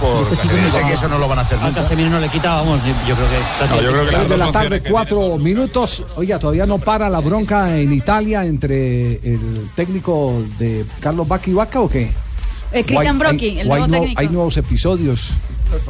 Speaker 9: no va-
Speaker 1: A Casemiro no le quita, vamos, yo creo que...
Speaker 24: No, yo creo que
Speaker 7: Tres de la tarde, cuatro minutos. Oiga, todavía no para la bronca en Italia entre el técnico de Carlos Bacchi y Vaca o qué?
Speaker 14: Eh,
Speaker 7: Hay-
Speaker 14: Cristian Brocchi,
Speaker 7: hay-
Speaker 14: el
Speaker 7: o hay
Speaker 14: nuevo
Speaker 7: nuevo-
Speaker 14: técnico.
Speaker 7: Hay nuevos episodios.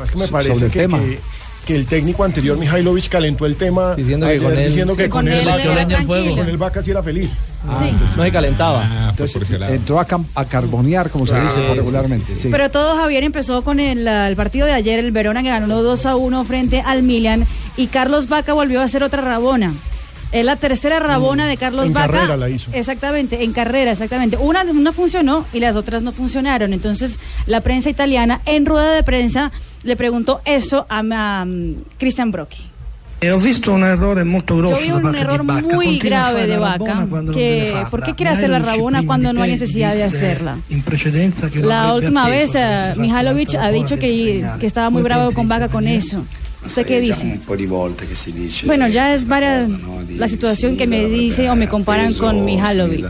Speaker 15: Es que me
Speaker 7: so-
Speaker 15: parece
Speaker 7: sobre el
Speaker 15: que,
Speaker 7: tema.
Speaker 15: que, que el técnico anterior, Mihailovic, calentó el tema
Speaker 7: Diciendo
Speaker 15: ayer,
Speaker 7: que con él-
Speaker 15: diciendo que
Speaker 7: Sí,
Speaker 15: con
Speaker 7: con
Speaker 15: él
Speaker 7: él
Speaker 15: Vaca-
Speaker 7: era
Speaker 15: con él
Speaker 7: tranquilo.
Speaker 15: Vaca sí era feliz.
Speaker 7: Ah, no se calentaba.
Speaker 24: Ah, pues,
Speaker 7: entró a, cam- a carbonear, como se
Speaker 15: Ah,
Speaker 7: dice
Speaker 15: sí, sí,
Speaker 7: regularmente. sí.
Speaker 14: Pero todo Javier empezó con el, ah, el partido de ayer, el Verona que ganó 2 a 1 frente al Milan y Carlos Vaca volvió a hacer otra rabona. Es la tercera rabona de Carlos
Speaker 15: En
Speaker 14: Vaca.
Speaker 15: carrera la hizo.
Speaker 14: Exactamente, en carrera, exactamente. Una no funcionó y las otras no funcionaron. Entonces, la prensa italiana en rueda de prensa le preguntó eso a, a, mm, Christian Brocchi.
Speaker 27: E ho visto un errore molto
Speaker 14: Yo
Speaker 27: grosso
Speaker 14: vi
Speaker 27: da
Speaker 14: un
Speaker 27: parte
Speaker 14: error
Speaker 27: di Bacca.
Speaker 14: muy
Speaker 27: Continua a
Speaker 14: grave
Speaker 27: fare
Speaker 14: de
Speaker 27: la rabona
Speaker 14: Vaca,
Speaker 27: quando non deve
Speaker 14: que
Speaker 27: farla.
Speaker 14: ¿por qué quiere hacer la
Speaker 27: Mihailovic
Speaker 14: rabona
Speaker 27: prima
Speaker 14: cuando
Speaker 27: di
Speaker 14: no hay
Speaker 27: te
Speaker 14: necesidad de
Speaker 27: disse
Speaker 14: hacerla?
Speaker 27: In precedenza che lo
Speaker 14: La
Speaker 27: avrebbe
Speaker 14: última
Speaker 27: atteso,
Speaker 14: vez eh, Mihailovic ha dicho que, que estaba muy bravo con Vaca con eso. ¿Usted qué dice?
Speaker 4: un po' di volte che si dice
Speaker 14: Bueno, ya es para la situación que me dice o me comparan con Mihailovic.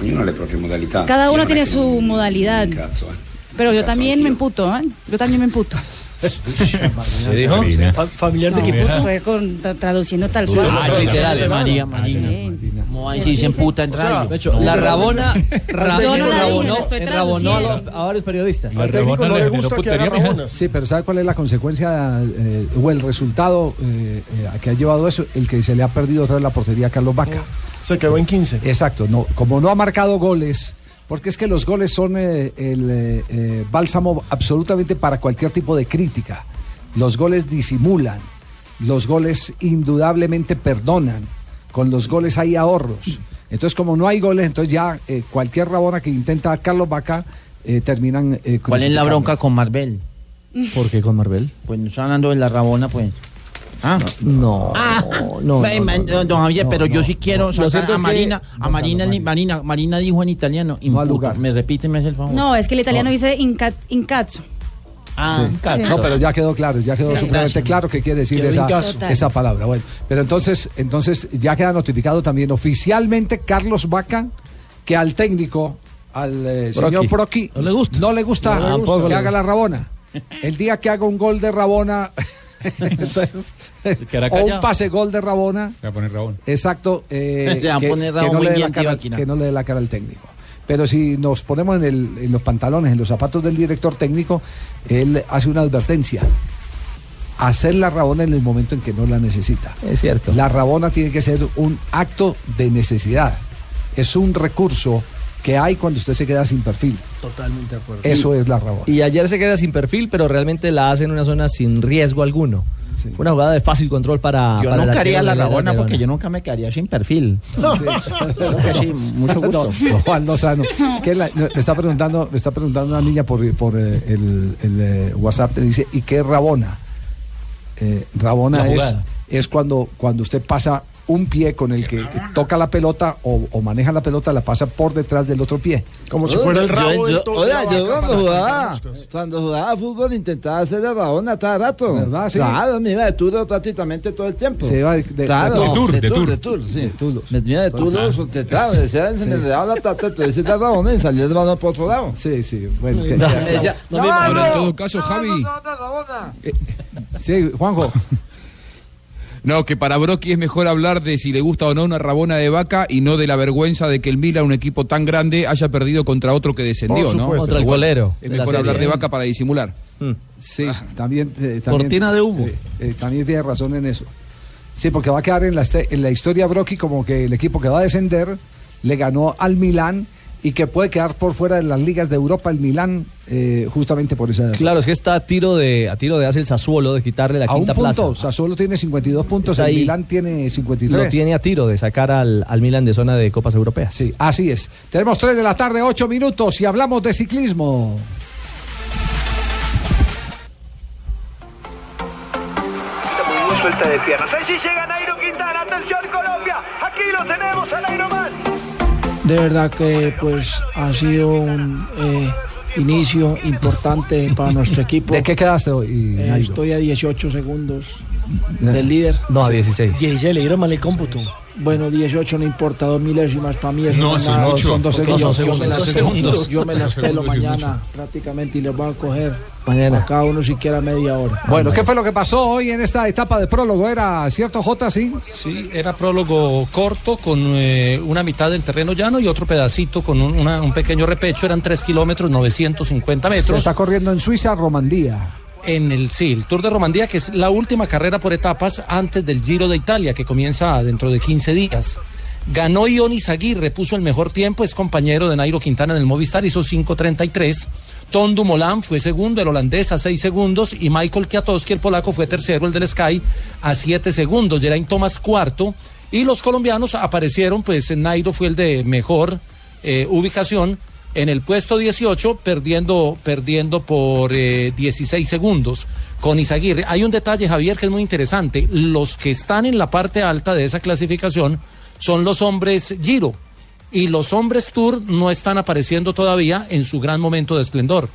Speaker 4: ognuno ha le proprie modalità
Speaker 14: Cada
Speaker 4: Io
Speaker 14: uno
Speaker 4: non è
Speaker 14: tiene
Speaker 4: che
Speaker 14: su modalidad,
Speaker 4: mi incazzo, eh.
Speaker 14: pero yo también me emputo, ¿eh? Yo también me emputo.
Speaker 27: ¿Se dijo?
Speaker 11: Fa- Familiar
Speaker 14: No,
Speaker 11: de equipo.
Speaker 14: estoy con- tra- traduciendo tal cual.
Speaker 27: Ah,
Speaker 9: literal, María,
Speaker 11: Como
Speaker 9: ahí sí se emputa en radio.
Speaker 17: De hecho, la rabona ra-
Speaker 9: Yo no la dije,
Speaker 17: rabonó-
Speaker 9: la estoy
Speaker 17: enrabonó a, los-
Speaker 9: traduciendo.
Speaker 17: a varios periodistas. Al técnico no le gusta que haga rabonas.
Speaker 7: Sí, pero ¿sabe cuál es la consecuencia eh, o el resultado eh, eh, a que ha llevado eso? El que se le ha perdido otra vez la portería a Carlos Vaca.
Speaker 17: Mm.
Speaker 15: Se quedó en 15.
Speaker 7: Exacto, no, como no ha marcado goles, porque es que los goles son eh, el eh, eh, bálsamo absolutamente para cualquier tipo de crítica. Los goles disimulan, los goles indudablemente perdonan, con los goles hay ahorros. Entonces, como no hay goles, entonces ya eh, cualquier rabona que intenta Carlos Vaca eh, terminan... eh,
Speaker 9: ¿Cuál es la
Speaker 7: crucificando.
Speaker 9: bronca con Marvel?
Speaker 7: ¿Por qué con Marvel?
Speaker 9: Pues no están hablando de la rabona, pues. Ah, no. no, Ve, no, ma- no, don Javier, no, pero yo no, sí quiero no. Lo sacar cierto a es que- Marina. A Marina, li- Marina, Marina dijo en italiano. imputo. Me repite, me hace el favor.
Speaker 14: No, es que el italiano dice inca- incazzo.
Speaker 9: Ah,
Speaker 7: Sí.
Speaker 9: cacho.
Speaker 7: No, pero ya quedó claro, ya quedó
Speaker 9: Sí.
Speaker 7: supremamente
Speaker 9: Gracias.
Speaker 7: claro que quiere decir
Speaker 9: Quedó
Speaker 7: esa,
Speaker 9: en caso.
Speaker 7: esa palabra. Bueno, pero entonces, entonces ya queda notificado también oficialmente Carlos Vaca que al técnico, al eh, señor Proqui, no le gusta, no le gusta,
Speaker 9: No le gusta.
Speaker 7: que haga la rabona. El día que haga un gol de rabona, (laughs) entonces,
Speaker 26: quedará
Speaker 7: o un
Speaker 26: callado.
Speaker 7: pase gol de rabona,
Speaker 26: Se va a poner Rabón.
Speaker 7: Exacto,
Speaker 12: (laughs)
Speaker 7: (laughs) eh,
Speaker 26: Se va a
Speaker 7: que,
Speaker 26: poner
Speaker 7: que
Speaker 26: Ramón
Speaker 7: no le dé la
Speaker 26: Guillén, tío
Speaker 7: cara,
Speaker 26: Aquina.
Speaker 7: que no le dé la cara al técnico. Pero si nos ponemos en, el- en los pantalones, en los zapatos del director técnico, él hace una advertencia. Hacer la rabona en el momento en que no la necesita. Es cierto. La rabona tiene que ser un acto de necesidad. Es un recurso que hay cuando usted se queda sin perfil.
Speaker 22: Totalmente de acuerdo.
Speaker 7: Eso es la rabona.
Speaker 17: Y ayer se queda sin perfil, pero realmente la hace en una zona sin riesgo alguno. Fue Una jugada de fácil control para.
Speaker 9: Yo
Speaker 17: para el
Speaker 9: nunca haría
Speaker 17: arquero
Speaker 9: la
Speaker 17: del Real
Speaker 9: rabona
Speaker 17: Verona.
Speaker 9: porque yo nunca me quedaría sin perfil.
Speaker 7: Sí.
Speaker 9: Creo que sí, mucho gusto.
Speaker 7: (laughs) No, no, Juan Lozano. Que la- no, me está preguntando, me está preguntando una niña por, por eh, el, el, eh, WhatsApp, te dice, ¿y qué es Rabona? Eh, Rabona
Speaker 9: La
Speaker 7: es
Speaker 9: jugada.
Speaker 7: es cuando, cuando usted pasa un pie con el que toca la pelota o, o maneja la pelota, la pasa por detrás del otro pie.
Speaker 28: Como
Speaker 29: Yo- yo- yo- Oiga, yo cuando jugaba, cuando jugaba fútbol intentaba hacer el rabón a cada rato.
Speaker 7: ¿Verdad? Sí.
Speaker 29: Claro, me iba de turno prácticamente todo el tiempo.
Speaker 7: Se iba de- de-
Speaker 29: Claro,
Speaker 7: de tour, de tour.
Speaker 29: de sí. Me tenía de turno,
Speaker 7: Claro.
Speaker 29: sustentado, decía, se me
Speaker 7: Sí.
Speaker 29: daba la plata, entonces el rabón y salía el rabón por otro lado.
Speaker 7: Sí, sí, bueno. que-
Speaker 29: No,
Speaker 7: que-
Speaker 29: me decía,
Speaker 7: No,
Speaker 29: "No,
Speaker 7: pero en
Speaker 29: no,
Speaker 7: todo caso,
Speaker 29: no,
Speaker 7: Javi-
Speaker 29: no, no, no, no, no".
Speaker 7: Eh, Sí, Juanjo.
Speaker 12: No, que para Brocky es mejor hablar de si le gusta o no una rabona de vaca y no de la vergüenza de que el Milan, un equipo tan grande, haya perdido contra otro que descendió,
Speaker 7: Por
Speaker 12: ¿no?
Speaker 7: supuesto. Contra el golero
Speaker 12: Es
Speaker 7: de la
Speaker 12: mejor hablar de
Speaker 7: serie.
Speaker 12: vaca para disimular.
Speaker 17: Mm.
Speaker 12: Ah.
Speaker 7: Sí, también, eh, también-
Speaker 12: Cortina de humo.
Speaker 7: eh, eh, también tiene razón en eso. Sí, porque va a quedar en la, este- en la historia Brocky como que el equipo que va a descender le ganó al Milán y que puede quedar por fuera de las ligas de Europa el Milán eh, justamente por esa derrota.
Speaker 17: Claro, es que está a tiro de a tiro de hace el Sassuolo de quitarle la
Speaker 7: a un
Speaker 17: quinta plaza.
Speaker 7: punto, Sassuolo tiene 52 puntos,
Speaker 17: Está
Speaker 7: el
Speaker 17: ahí.
Speaker 7: Milán tiene 53.
Speaker 17: Lo tiene a tiro de sacar al, al Milan de zona de Copas Europeas.
Speaker 7: Sí, así es. Tenemos 3 de la tarde, 8 minutos y hablamos de ciclismo.
Speaker 30: Suelta de piernas. Ahí sí llega Nairo Quintana. Atención Colombia. Aquí lo tenemos a Nairo Man.
Speaker 9: De verdad que pues ha sido un eh, inicio importante para nuestro equipo.
Speaker 7: ¿De qué quedaste hoy?
Speaker 9: Eh,
Speaker 7: Nairo?
Speaker 9: estoy a 18 segundos del líder.
Speaker 17: No, a 16.
Speaker 9: 16 le dieron mal el cómputo. Bueno, 18 no importa, dos milésimas para mí. eso
Speaker 7: No, eso es
Speaker 9: nada,
Speaker 7: mucho.
Speaker 9: Son dos
Speaker 7: Porque
Speaker 9: segundos.
Speaker 7: son
Speaker 9: yo me las-
Speaker 7: segundos, segundos.
Speaker 9: Yo me las
Speaker 7: Dos
Speaker 9: pelo
Speaker 7: segundos y es
Speaker 9: mañana
Speaker 7: mucho.
Speaker 9: prácticamente y les van a coger
Speaker 7: Mañana.
Speaker 9: a cada uno siquiera media hora.
Speaker 7: Bueno, ¿qué fue lo que pasó hoy en esta etapa de prólogo? ¿Era cierto, J? Sí.
Speaker 16: Sí, era prólogo corto con eh, una mitad del terreno llano y otro pedacito con un, una- un pequeño repecho. Eran 3 kilómetros 950
Speaker 7: Se
Speaker 16: metros.
Speaker 7: está corriendo en Suiza, Romandía.
Speaker 16: En el, sí, el Tour de Romandía, que es la última carrera por etapas antes del Giro de Italia, que comienza dentro de 15 días. Ganó Ionis Aguirre, puso el mejor tiempo, es compañero de Nairo Quintana en el Movistar, hizo 5.33. Tom Dumoulin fue segundo, el holandés a 6 segundos, y Michael Kwiatkowski, el polaco, fue tercero, el del Sky, a 7 segundos. Geraint Thomas cuarto, y los colombianos aparecieron, pues Nairo fue el de mejor eh, ubicación en el puesto 18, perdiendo, perdiendo por eh, 16 segundos con Izaguirre. Hay un detalle, Javier, que es muy interesante. Los que están en la parte alta de esa clasificación son los hombres Giro y los hombres Tour no están apareciendo todavía en su gran momento de esplendor.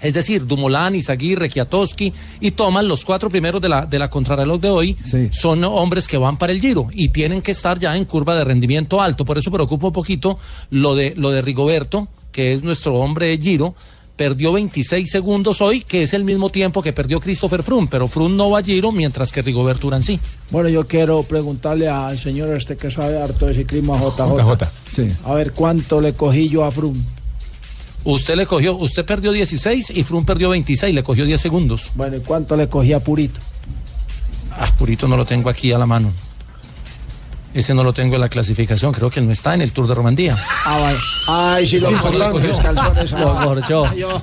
Speaker 16: Es decir, Dumolán, Izaguirre, Kiatowski y Thomas, los cuatro primeros de la, de la contrarreloj de hoy, son hombres que van para el giro y tienen que estar ya en curva de rendimiento alto. Por eso preocupa un poquito lo de, lo de Rigoberto, que es nuestro hombre de giro. Perdió 26 segundos hoy, que es el mismo tiempo que perdió Christopher Froome, pero Froome no va a giro, mientras que Rigoberto Urán sí.
Speaker 9: Bueno, yo quiero preguntarle al señor este que sabe harto de ciclismo a JJ. A ver, ¿cuánto le cogí yo a Frum?
Speaker 16: Usted le cogió, usted perdió 16 y Froome perdió 26, le cogió 10 segundos.
Speaker 9: Bueno, ¿y cuánto le cogí a Purito?
Speaker 16: Ah, Purito no lo tengo aquí a la mano. Ese no lo tengo en la clasificación, creo que no está en el Tour de Romandía.
Speaker 9: Ah, vale. Ay, sí, lo
Speaker 16: Sí,
Speaker 9: cogí
Speaker 16: lo
Speaker 9: con
Speaker 16: cogió.
Speaker 9: los calzones. ah.
Speaker 16: Lo corchó.
Speaker 9: Yo-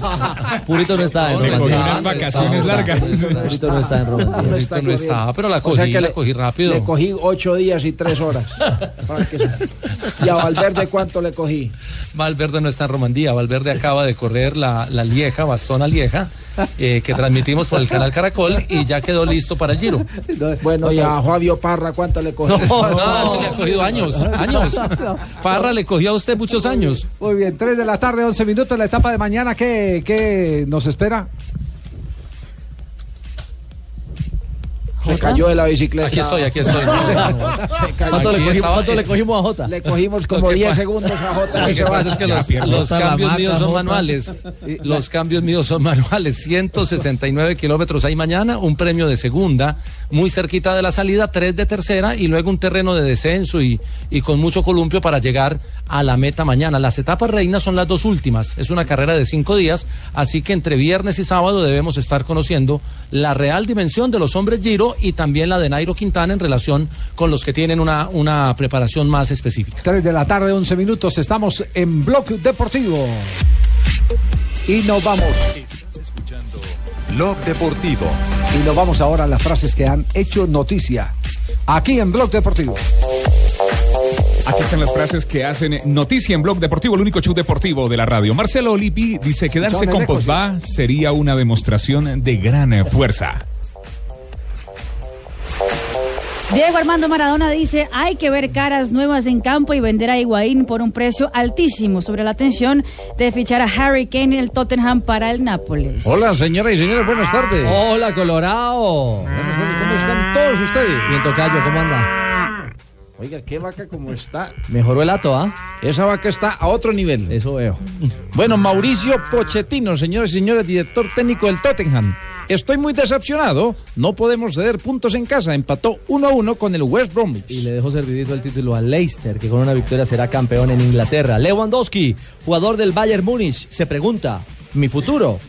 Speaker 17: Purito no está en
Speaker 16: Le
Speaker 17: Romandía.
Speaker 16: cogió unas vacaciones largas.
Speaker 17: Purito no está en Romandía.
Speaker 9: No
Speaker 16: Purito no está, pero la
Speaker 9: O
Speaker 16: cogí,
Speaker 9: sea que
Speaker 16: la
Speaker 9: le-
Speaker 16: cogí rápido.
Speaker 9: Le cogí ocho días y tres horas. Para que- ¿Y a Valverde cuánto le cogí?
Speaker 16: Valverde no está en Romandía, Valverde acaba de correr la, la Lieja, Bastona Lieja, eh, que transmitimos por el canal Caracol y ya quedó listo para el Giro.
Speaker 9: Bueno, y a Fabio Parra cuánto le cogí.
Speaker 16: No, no, se le ha cogido años, años. Parra le cogió a usted muchos años.
Speaker 7: Muy bien, 3 de la tarde, 11 minutos. La etapa de mañana, ¿qué, qué nos espera?
Speaker 9: Se cayó de la bicicleta.
Speaker 16: Aquí estoy, aquí estoy.
Speaker 9: Se cayó.
Speaker 16: ¿Cuánto le Aquí cogimos- estaba- cuánto le
Speaker 9: cogimos a Jota? Le cogimos como
Speaker 16: Lo que
Speaker 9: 10
Speaker 16: pasa-
Speaker 9: segundos a Jota.
Speaker 16: Lo que pasa es que los, los cambios míos son manuales. Los cambios míos son (laughs) manuales. 169 kilómetros hay mañana, un premio de segunda, muy cerquita de la salida, tres de tercera y luego un terreno de descenso y, y con mucho columpio para llegar a la meta mañana. Las etapas reinas son las dos últimas. Es una carrera de cinco días, así que entre viernes y sábado debemos estar conociendo la real dimensión de los hombres Giro y también la de Nairo Quintana en relación con los que tienen una, una preparación más específica.
Speaker 7: 3 de la tarde, 11 minutos. Estamos en Bloque Deportivo. Y nos vamos.
Speaker 31: Blog Deportivo.
Speaker 7: Y nos vamos ahora a las frases que han hecho noticia. Aquí en Bloque Deportivo.
Speaker 6: Aquí están las frases que hacen noticia en Blog Deportivo, el único show deportivo de la radio. Marcelo Olipi dice, quedarse
Speaker 7: Escuchaban
Speaker 6: con
Speaker 7: el eco,
Speaker 6: Pogba sería una demostración de gran eh, fuerza.
Speaker 14: Diego Armando Maradona dice, hay que ver caras nuevas en campo y vender a Higuaín por un precio altísimo sobre la atención de fichar a Harry Kane en el Tottenham para el Nápoles.
Speaker 17: Hola, señoras y señores, buenas tardes. Hola, Colorado. Buenas tardes, ¿cómo están todos ustedes? Bien, Tocayo, ¿cómo anda?
Speaker 9: Oiga, qué vaca como está.
Speaker 17: Mejoró el ato, ¿ah?
Speaker 9: Esa vaca está a otro nivel.
Speaker 17: Eso veo.
Speaker 9: Bueno, Mauricio Pochettino, señores y señores, director técnico del Tottenham. Estoy muy decepcionado. No podemos ceder puntos en casa. Empató 1 a 1 con el West Bromwich.
Speaker 17: Y le dejó servidito el título a Leicester, que con una victoria será campeón en Inglaterra. Lewandowski, jugador del Bayern Múnich, se pregunta, ¿mi futuro?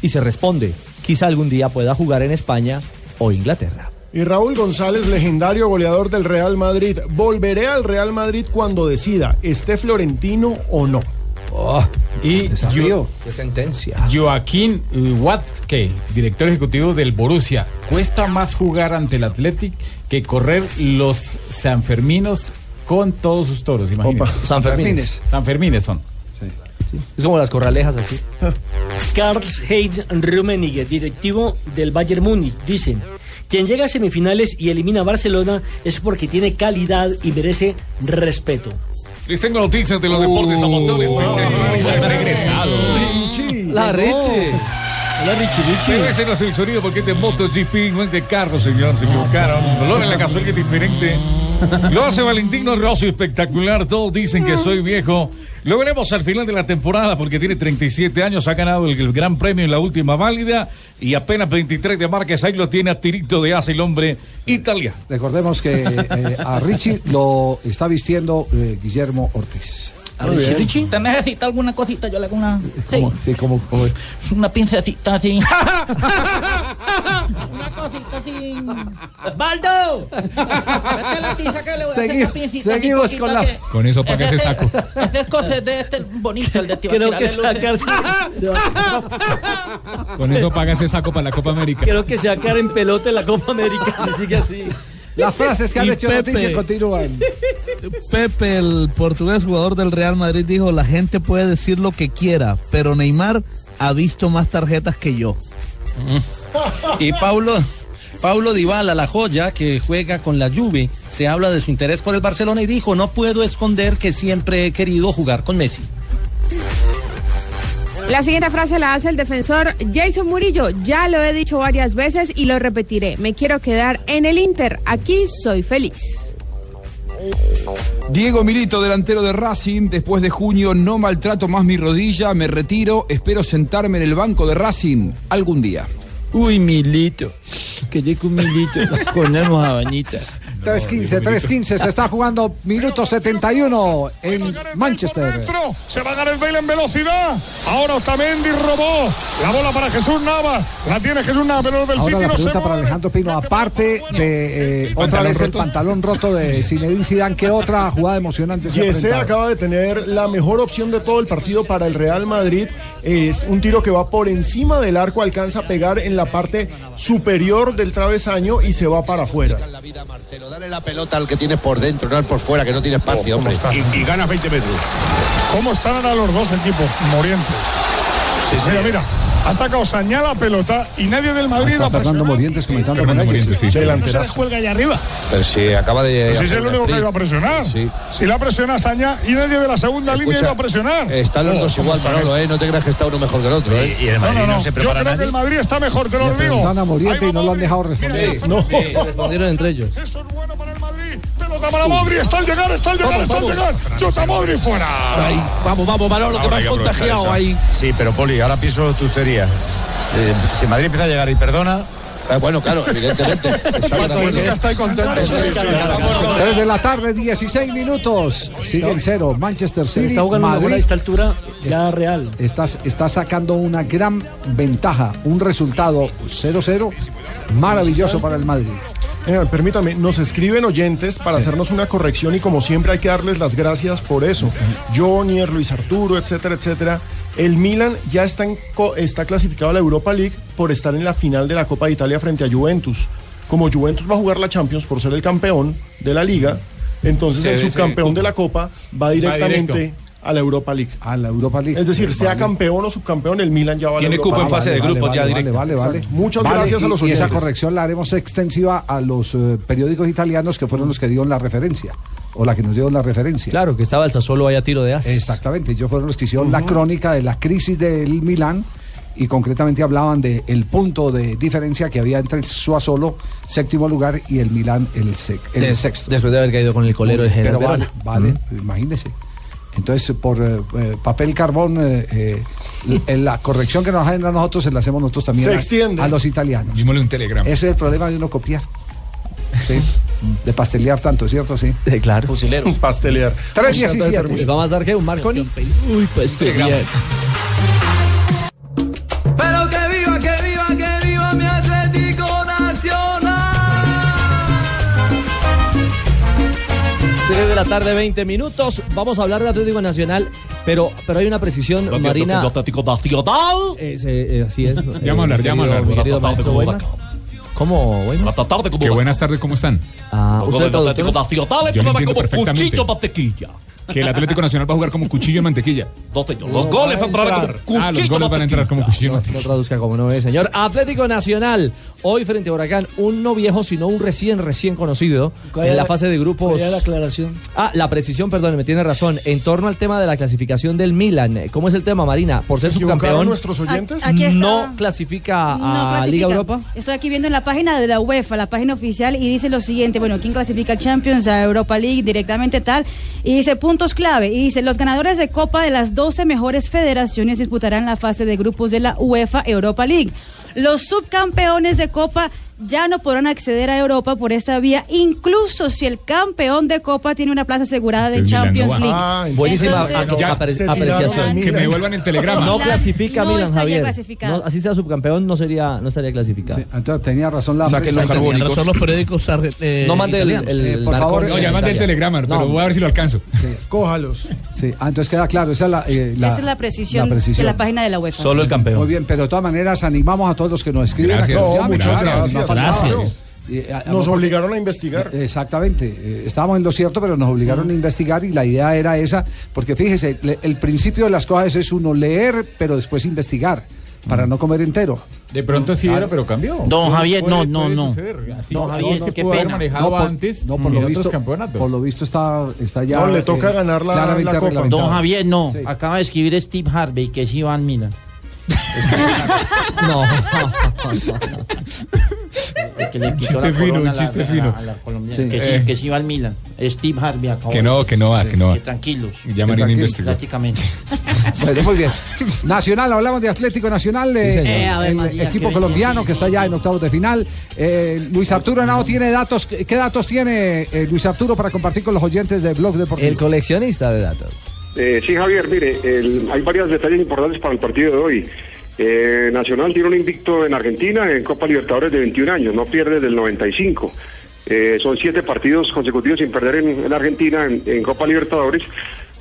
Speaker 17: Y se responde, quizá algún día pueda jugar en España o Inglaterra.
Speaker 15: Y Raúl González, legendario goleador del Real Madrid. Volveré al Real Madrid cuando decida, esté Florentino o no.
Speaker 7: Oh,
Speaker 3: y
Speaker 17: Desafío,
Speaker 3: yo,
Speaker 17: qué sentencia.
Speaker 3: Joaquín Watzke, director ejecutivo del Borussia. Cuesta más jugar ante el Athletic que correr los Sanferminos con todos sus toros, imagínate.
Speaker 17: Opa. Sanfermines.
Speaker 3: Sanfermines son.
Speaker 17: Es como las corralejas aquí.
Speaker 11: (laughs) Karl Heinz Rummenigge, directivo del Bayern Múnich, dice: Quien llega a semifinales y elimina a Barcelona es porque tiene calidad y merece respeto.
Speaker 32: Les tengo noticias de los deportes a montones. regresado.
Speaker 17: La Richie.
Speaker 11: La Richie,
Speaker 32: Regresen a su sonido porque este MotoGP no es de carro, señor. Se equivocaron. El Dolor en la gasolina es (laughs) diferente. Lo hace Valentino Rossi espectacular. Todos dicen que soy viejo. Lo veremos al final de la temporada porque tiene 37 años. Ha ganado el, el Gran Premio en la última válida y apenas 23 de Márquez. Ahí lo tiene a tirito de asa el hombre italiano.
Speaker 31: (laughs)
Speaker 7: Recordemos que eh, a Richie lo está vistiendo eh, Guillermo Ortiz. Ah, Muy bien.
Speaker 33: ¿Te necesita alguna cosita? Yo le hago una.
Speaker 7: ¿Cómo? Sí, como, como-
Speaker 33: Sí, Una pincecita
Speaker 9: (laughs)
Speaker 33: así. una cosita así. ¡Baldo! Vete la tiza que le voy a hacer una
Speaker 7: Seguimos-
Speaker 33: pincita así
Speaker 7: seguimos
Speaker 33: poquita
Speaker 7: con la-
Speaker 33: que-
Speaker 32: Con eso paga ese saco.
Speaker 33: Ese es cosa de este bonito,
Speaker 9: (laughs)
Speaker 33: el de ti.
Speaker 11: Creo que sacarse.
Speaker 33: (laughs)
Speaker 32: Con eso paga ese saco para la Copa América.
Speaker 11: Creo que se va a quedar en pelota en la Copa América si sigue así.
Speaker 7: Las frases que han
Speaker 25: Y
Speaker 7: hecho
Speaker 25: Pepe.
Speaker 7: noticia continúan.
Speaker 25: Pepe, el portugués jugador del Real Madrid, dijo, la gente puede decir lo que quiera, pero Neymar ha visto más tarjetas que yo.
Speaker 16: Y Paulo, Paulo Dybala, la joya que juega con la Juve, se habla de su interés por el Barcelona y dijo, no puedo esconder que siempre he querido jugar con Messi.
Speaker 34: La siguiente frase la hace el defensor Jason Murillo. Ya lo he dicho varias veces y lo repetiré. Me quiero quedar en el Inter. Aquí soy feliz.
Speaker 12: Diego Milito, delantero de Racing, después de junio no maltrato más mi rodilla, me retiro, espero sentarme en el banco de Racing algún día.
Speaker 33: Uy, Milito. Quedé con Milito. (laughs) Con la mojabanita.
Speaker 7: 3.15, 3.15, se está jugando minuto 71 en Manchester.
Speaker 24: Se va a ganar el Bale en velocidad. Ahora Otamendi robó la bola para Jesús Nava. La tiene Jesús Nava, pero el del
Speaker 7: Ahora
Speaker 24: City
Speaker 7: la
Speaker 24: no se
Speaker 7: pregunta para Alejandro Pino, aparte de eh, otra
Speaker 15: pantalón
Speaker 7: vez el
Speaker 15: roto.
Speaker 7: pantalón roto de Zinedine Zidane, ¿qué
Speaker 24: (laughs)
Speaker 7: otra jugada emocionante se ha
Speaker 15: Yese
Speaker 7: presentado?
Speaker 15: acaba de tener la mejor opción de todo el partido para el Real Madrid. Es un tiro que va por encima del arco, alcanza a pegar en la parte superior del travesaño y se va para afuera.
Speaker 18: la pelota al que tienes por dentro, no al por fuera, que no tiene
Speaker 24: Oh,
Speaker 18: espacio, hombre. Y, ganas 20 metros.
Speaker 24: ¿Cómo están ahora los dos equipos? Morientes. mira, mira. Ha sacado Sañá la pelota y nadie del Madrid
Speaker 7: Está
Speaker 24: ha
Speaker 7: Fernando Morientes comentando con ellos.
Speaker 24: No se la cuelga allá arriba.
Speaker 18: Pero si acaba de.
Speaker 24: Pues si es el único que iba a presionar.
Speaker 18: Sí.
Speaker 24: Si la presiona Sañá y nadie de la segunda línea iba a presionar.
Speaker 18: Están los
Speaker 24: Oh,
Speaker 18: dos
Speaker 24: ¿cómo
Speaker 18: igual,
Speaker 24: están
Speaker 18: Manolo, ¿eh? No te creas que está uno mejor que el otro, ¿eh?
Speaker 24: No, no, no. Yo creo que el Madrid está mejor, te lo
Speaker 7: Le
Speaker 24: digo.
Speaker 7: preguntaron a Morientes y no lo han dejado responder.
Speaker 24: Sí, sí, se respondieron
Speaker 7: entre ellos.
Speaker 24: Pelota para Modri, está al llegar, está al llegar, está al llegar. Chuta Modri fuera.
Speaker 6: vamos,
Speaker 24: Pues,
Speaker 6: vamos, Manolo,
Speaker 24: que me has contagiado ahí.
Speaker 6: Sí, pero Poli, ahora pienso tu teoría. Eh, si Madrid empieza a llegar y perdona.
Speaker 18: bueno, claro, evidentemente.
Speaker 6: estoy contento.
Speaker 7: Tres de la tarde, 16 minutos. Sigue en cero. Manchester
Speaker 11: Se
Speaker 7: City,
Speaker 11: está jugando una bola a
Speaker 7: Madrid.
Speaker 11: esta altura ya real.
Speaker 7: Estás, está sacando una gran ventaja, un resultado 0-0 maravilloso para el Madrid.
Speaker 15: Eh, permítame, nos escriben oyentes para hacernos una corrección y como siempre hay que darles las gracias por eso. Jonier, Luis Arturo, etcétera, etcétera. El Milan ya está, en co- está clasificado a la Europa League por estar en la final de la Copa de Italia frente a Juventus. Como Juventus va a jugar la Champions por ser el campeón de la liga, entonces
Speaker 32: Se
Speaker 15: el
Speaker 32: ve, se ve.
Speaker 15: subcampeón de la Copa va directamente
Speaker 32: directo.
Speaker 15: a la Europa League. A la Europa League. Es decir, sea
Speaker 26: Vale.
Speaker 15: campeón o subcampeón, el Milan ya va a la
Speaker 26: Tiene
Speaker 15: Europa
Speaker 26: cupo en
Speaker 15: League.
Speaker 26: fase de
Speaker 7: Vale,
Speaker 26: grupos
Speaker 7: vale,
Speaker 26: ya
Speaker 7: vale,
Speaker 26: directo.
Speaker 7: Vale, vale.
Speaker 26: Exacto.
Speaker 15: Muchas
Speaker 7: Vale,
Speaker 15: gracias a
Speaker 7: y-
Speaker 15: los
Speaker 7: Y esa
Speaker 15: oyentes.
Speaker 7: corrección la haremos extensiva a los eh, periódicos italianos que fueron los que dieron la referencia. O la que nos dio la referencia.
Speaker 17: Claro, que estaba el Sassuolo ahí a tiro de as.
Speaker 7: Exactamente. Ellos fueron los que hicieron la crónica de la crisis del Milán y concretamente hablaban de el punto de diferencia que había entre el Sassuolo, séptimo lugar, y el Milán, el, sec- el
Speaker 17: Des-
Speaker 7: sexto.
Speaker 17: Después de haber caído con el colero del general.
Speaker 7: Pero vale,
Speaker 17: Verona.
Speaker 7: vale, imagínese. Entonces, por eh, eh, papel carbón, eh, eh, l- eh, la corrección que nos hacen a nosotros se la hacemos nosotros también
Speaker 26: Se
Speaker 7: a-
Speaker 26: extiende.
Speaker 7: A, los italianos.
Speaker 26: Dímosle un telegrama.
Speaker 7: Ese es el problema de uno copiar. Sí. De pastelear tanto, ¿cierto? Sí.
Speaker 17: claro. Fusilero.
Speaker 15: Pastelear.
Speaker 7: 317.
Speaker 17: ¿Vamos a dar qué? ¿Un Marconi? Uy, pues
Speaker 27: Pero que viva, que viva, que viva mi Atlético Nacional.
Speaker 17: 3 de la tarde, 20 minutos. Vamos a hablar de Atlético Nacional, pero, pero hay una precisión, Marina.
Speaker 16: Atlético
Speaker 17: Es, eh, eh, así
Speaker 4: (laughs)
Speaker 17: es.
Speaker 16: Ya vamos a hablar, ya vamos a hablar.
Speaker 17: Mi querido
Speaker 16: Buenas tardes,
Speaker 17: maestro
Speaker 16: ¿cómo
Speaker 17: Buena. ¿Cómo, bueno?
Speaker 16: Qué
Speaker 4: buenas tardes, ¿cómo están?
Speaker 17: Ah,
Speaker 16: usted, traductor.
Speaker 4: Yo lo entiendo
Speaker 16: como
Speaker 4: perfectamente.
Speaker 16: cuchillo mantequilla.
Speaker 4: Que el Atlético Nacional va a jugar como cuchillo en mantequilla.
Speaker 16: Dos, señor. Los goles van a entrar como cuchillo
Speaker 4: Ah, los goles van a entrar como cuchillo en
Speaker 17: No, no
Speaker 4: mantequilla.
Speaker 17: traduzca como no es, señor. Atlético Nacional, hoy frente a Huracán, un no viejo, sino un recién, recién conocido
Speaker 11: ¿Cuál
Speaker 17: en
Speaker 11: era-
Speaker 17: la fase de grupos.
Speaker 11: cuál era la aclaración?
Speaker 17: Ah, la precisión, perdón, me tiene razón. En torno al tema de la clasificación del Milan, ¿cómo es el tema, Marina? Por ser
Speaker 15: equivocaron
Speaker 17: subcampeón,
Speaker 15: nuestros oyentes?
Speaker 17: Aquí está. no clasifica a
Speaker 14: No clasifica.
Speaker 17: Liga Europa.
Speaker 14: Estoy aquí viendo en la página de la UEFA, la página oficial, y dice lo siguiente, bueno, ¿quién clasifica a Champions, a Europa League, directamente tal? Y dice puntos clave, y dice, los ganadores de Copa de las 12 mejores federaciones disputarán la fase de grupos de la UEFA Europa League. Los subcampeones de Copa ya no podrán acceder a Europa por esta vía, incluso si el campeón de Copa tiene una plaza asegurada de
Speaker 4: El Milan no
Speaker 14: Champions
Speaker 4: va.
Speaker 14: League.
Speaker 17: Ah, Buenísima
Speaker 14: Entonces-
Speaker 17: aso-
Speaker 4: Ya,
Speaker 17: apre-
Speaker 4: se tiraron al
Speaker 17: apreciación.
Speaker 4: Milan. Que me devuelvan el telegrama.
Speaker 17: No
Speaker 14: Milan
Speaker 17: clasifica a
Speaker 14: no
Speaker 17: Milan,
Speaker 14: está ya
Speaker 17: Javier.
Speaker 14: clasificado.
Speaker 17: No, así sea subcampeón, no sería, no estaría clasificado.
Speaker 7: entonces tenía razón la
Speaker 17: Saquen los
Speaker 7: Tenía
Speaker 17: carbónicos.
Speaker 7: razón
Speaker 23: los periódicos arge- eh,
Speaker 17: No mande el-
Speaker 23: italianos.
Speaker 17: el-
Speaker 7: Eh, por favor,
Speaker 4: No, ya mandé el telegrama, pero voy a ver si lo alcanzo. (laughs)
Speaker 15: Cójalos.
Speaker 7: Sí, ah, entonces queda claro, esa es la, eh,
Speaker 14: Esa es la precisión,
Speaker 7: la precisión.
Speaker 14: de la página de la UEFA.
Speaker 17: campeón.
Speaker 7: Muy bien, pero de todas maneras animamos a todos los que nos escriben.
Speaker 15: Gracias.
Speaker 7: a que nos
Speaker 15: No,
Speaker 7: llamen,
Speaker 15: muchas
Speaker 7: claro,
Speaker 15: gracias.
Speaker 7: no faltaba,
Speaker 15: Gracias.
Speaker 7: claro. Y, a- a-
Speaker 15: Nos obligaron a investigar.
Speaker 7: Exactamente, eh, estábamos en lo cierto, pero nos obligaron a investigar y la idea era esa, porque fíjese, le- el principio de las cosas es uno leer, pero después investigar, para no comer entero.
Speaker 18: Mm.
Speaker 7: Ah.
Speaker 18: De pronto así
Speaker 7: Claro.
Speaker 18: era, pero cambió.
Speaker 7: Don Javier, no,
Speaker 18: puede-
Speaker 7: no,
Speaker 18: puede
Speaker 7: no.
Speaker 18: suceder. Así-
Speaker 7: No,
Speaker 18: así
Speaker 7: Javier,
Speaker 18: se
Speaker 7: qué
Speaker 18: pudo haber
Speaker 7: pena.
Speaker 18: manejado
Speaker 7: No, por-
Speaker 18: antes
Speaker 7: no, por
Speaker 18: en
Speaker 7: lo
Speaker 18: otros
Speaker 7: visto-
Speaker 18: campeonatos.
Speaker 7: Por lo visto está, está ya...
Speaker 15: No, le
Speaker 7: eh,
Speaker 15: toca ganar la-
Speaker 7: claramente
Speaker 15: la Copa.
Speaker 7: reglamentado.
Speaker 15: Don
Speaker 9: Javier, no.
Speaker 7: Sí.
Speaker 9: Acaba de escribir Steve Harvey que es Iván Milan. (laughs)
Speaker 17: no.
Speaker 9: que le quitó
Speaker 4: Chiste
Speaker 9: la
Speaker 4: fino,
Speaker 9: corona
Speaker 4: un
Speaker 9: a la-
Speaker 4: chiste
Speaker 9: a la-
Speaker 4: fino.
Speaker 9: a la colombiana.
Speaker 4: Sí.
Speaker 9: Que,
Speaker 4: Eh.
Speaker 9: sí, que sí va al Milan. Steve Harvey acabó.
Speaker 4: Que no, que no va, que no va.
Speaker 9: Que tranquilos.
Speaker 4: Ya Marina investigó.
Speaker 9: Prácticamente.
Speaker 7: (laughs) Bueno, muy
Speaker 9: (laughs)
Speaker 7: bien. Nacional, hablamos de Atlético Nacional, eh,
Speaker 9: señor.
Speaker 7: eh,
Speaker 9: Eh, Ave
Speaker 7: el
Speaker 9: María, qué
Speaker 7: equipo
Speaker 9: belleza.
Speaker 7: colombiano que está ya en octavos de final. Eh, Luis Arturo Henao tiene datos. ¿Qué qué datos tiene eh, Luis Arturo para compartir con los oyentes de Blog Deportivo?
Speaker 17: El coleccionista de datos.
Speaker 22: Eh, sí, Javier, mire, el- hay varios detalles importantes para el partido de hoy. Eh, Nacional tiene un invicto en Argentina en Copa Libertadores de 21 años, no pierde desde el 95. Eh, son siete partidos consecutivos sin perder en, en Argentina en, en Copa Libertadores,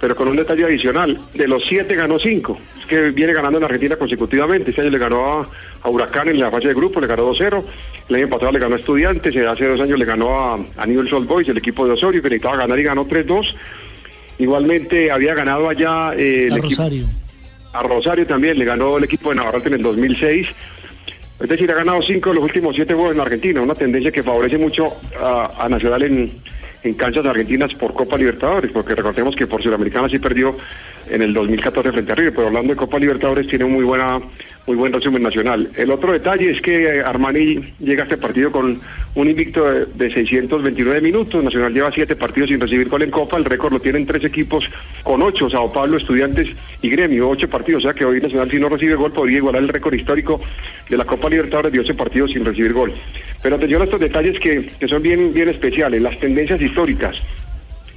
Speaker 22: pero con un detalle adicional, de los siete ganó cinco. Es que viene ganando en Argentina consecutivamente. Este año le ganó a, a Huracán en la fase de grupo, le ganó 2-0. El año pasado le ganó a Estudiantes, y hace dos años le ganó a, a Newell's Old Boys, el equipo de Osorio, que necesitaba ganar y ganó 3-2. Igualmente había ganado allá eh, el
Speaker 11: A
Speaker 22: equipo-
Speaker 11: Rosario.
Speaker 22: a Rosario también, le ganó el equipo de Navarrete en el 2006. Es decir, ha ganado cinco de los últimos siete juegos en Argentina, una tendencia que favorece mucho a, a Nacional en, en canchas argentinas por Copa Libertadores, porque recordemos que por Sudamericana sí perdió en el 2014 frente a River, pero hablando de Copa Libertadores tiene un muy buena muy buen resumen nacional. El otro detalle es que eh, Armani llega a este partido con un invicto de, de 629 minutos, Nacional lleva siete partidos sin recibir gol en Copa, el récord lo tienen tres equipos con ocho, Sao Paulo, Estudiantes y Gremio, ocho partidos, o sea que hoy Nacional si no recibe gol podría igualar el récord histórico de la Copa Libertadores de 11 partidos sin recibir gol. Pero atención a estos detalles que, que son bien, bien especiales, las tendencias históricas.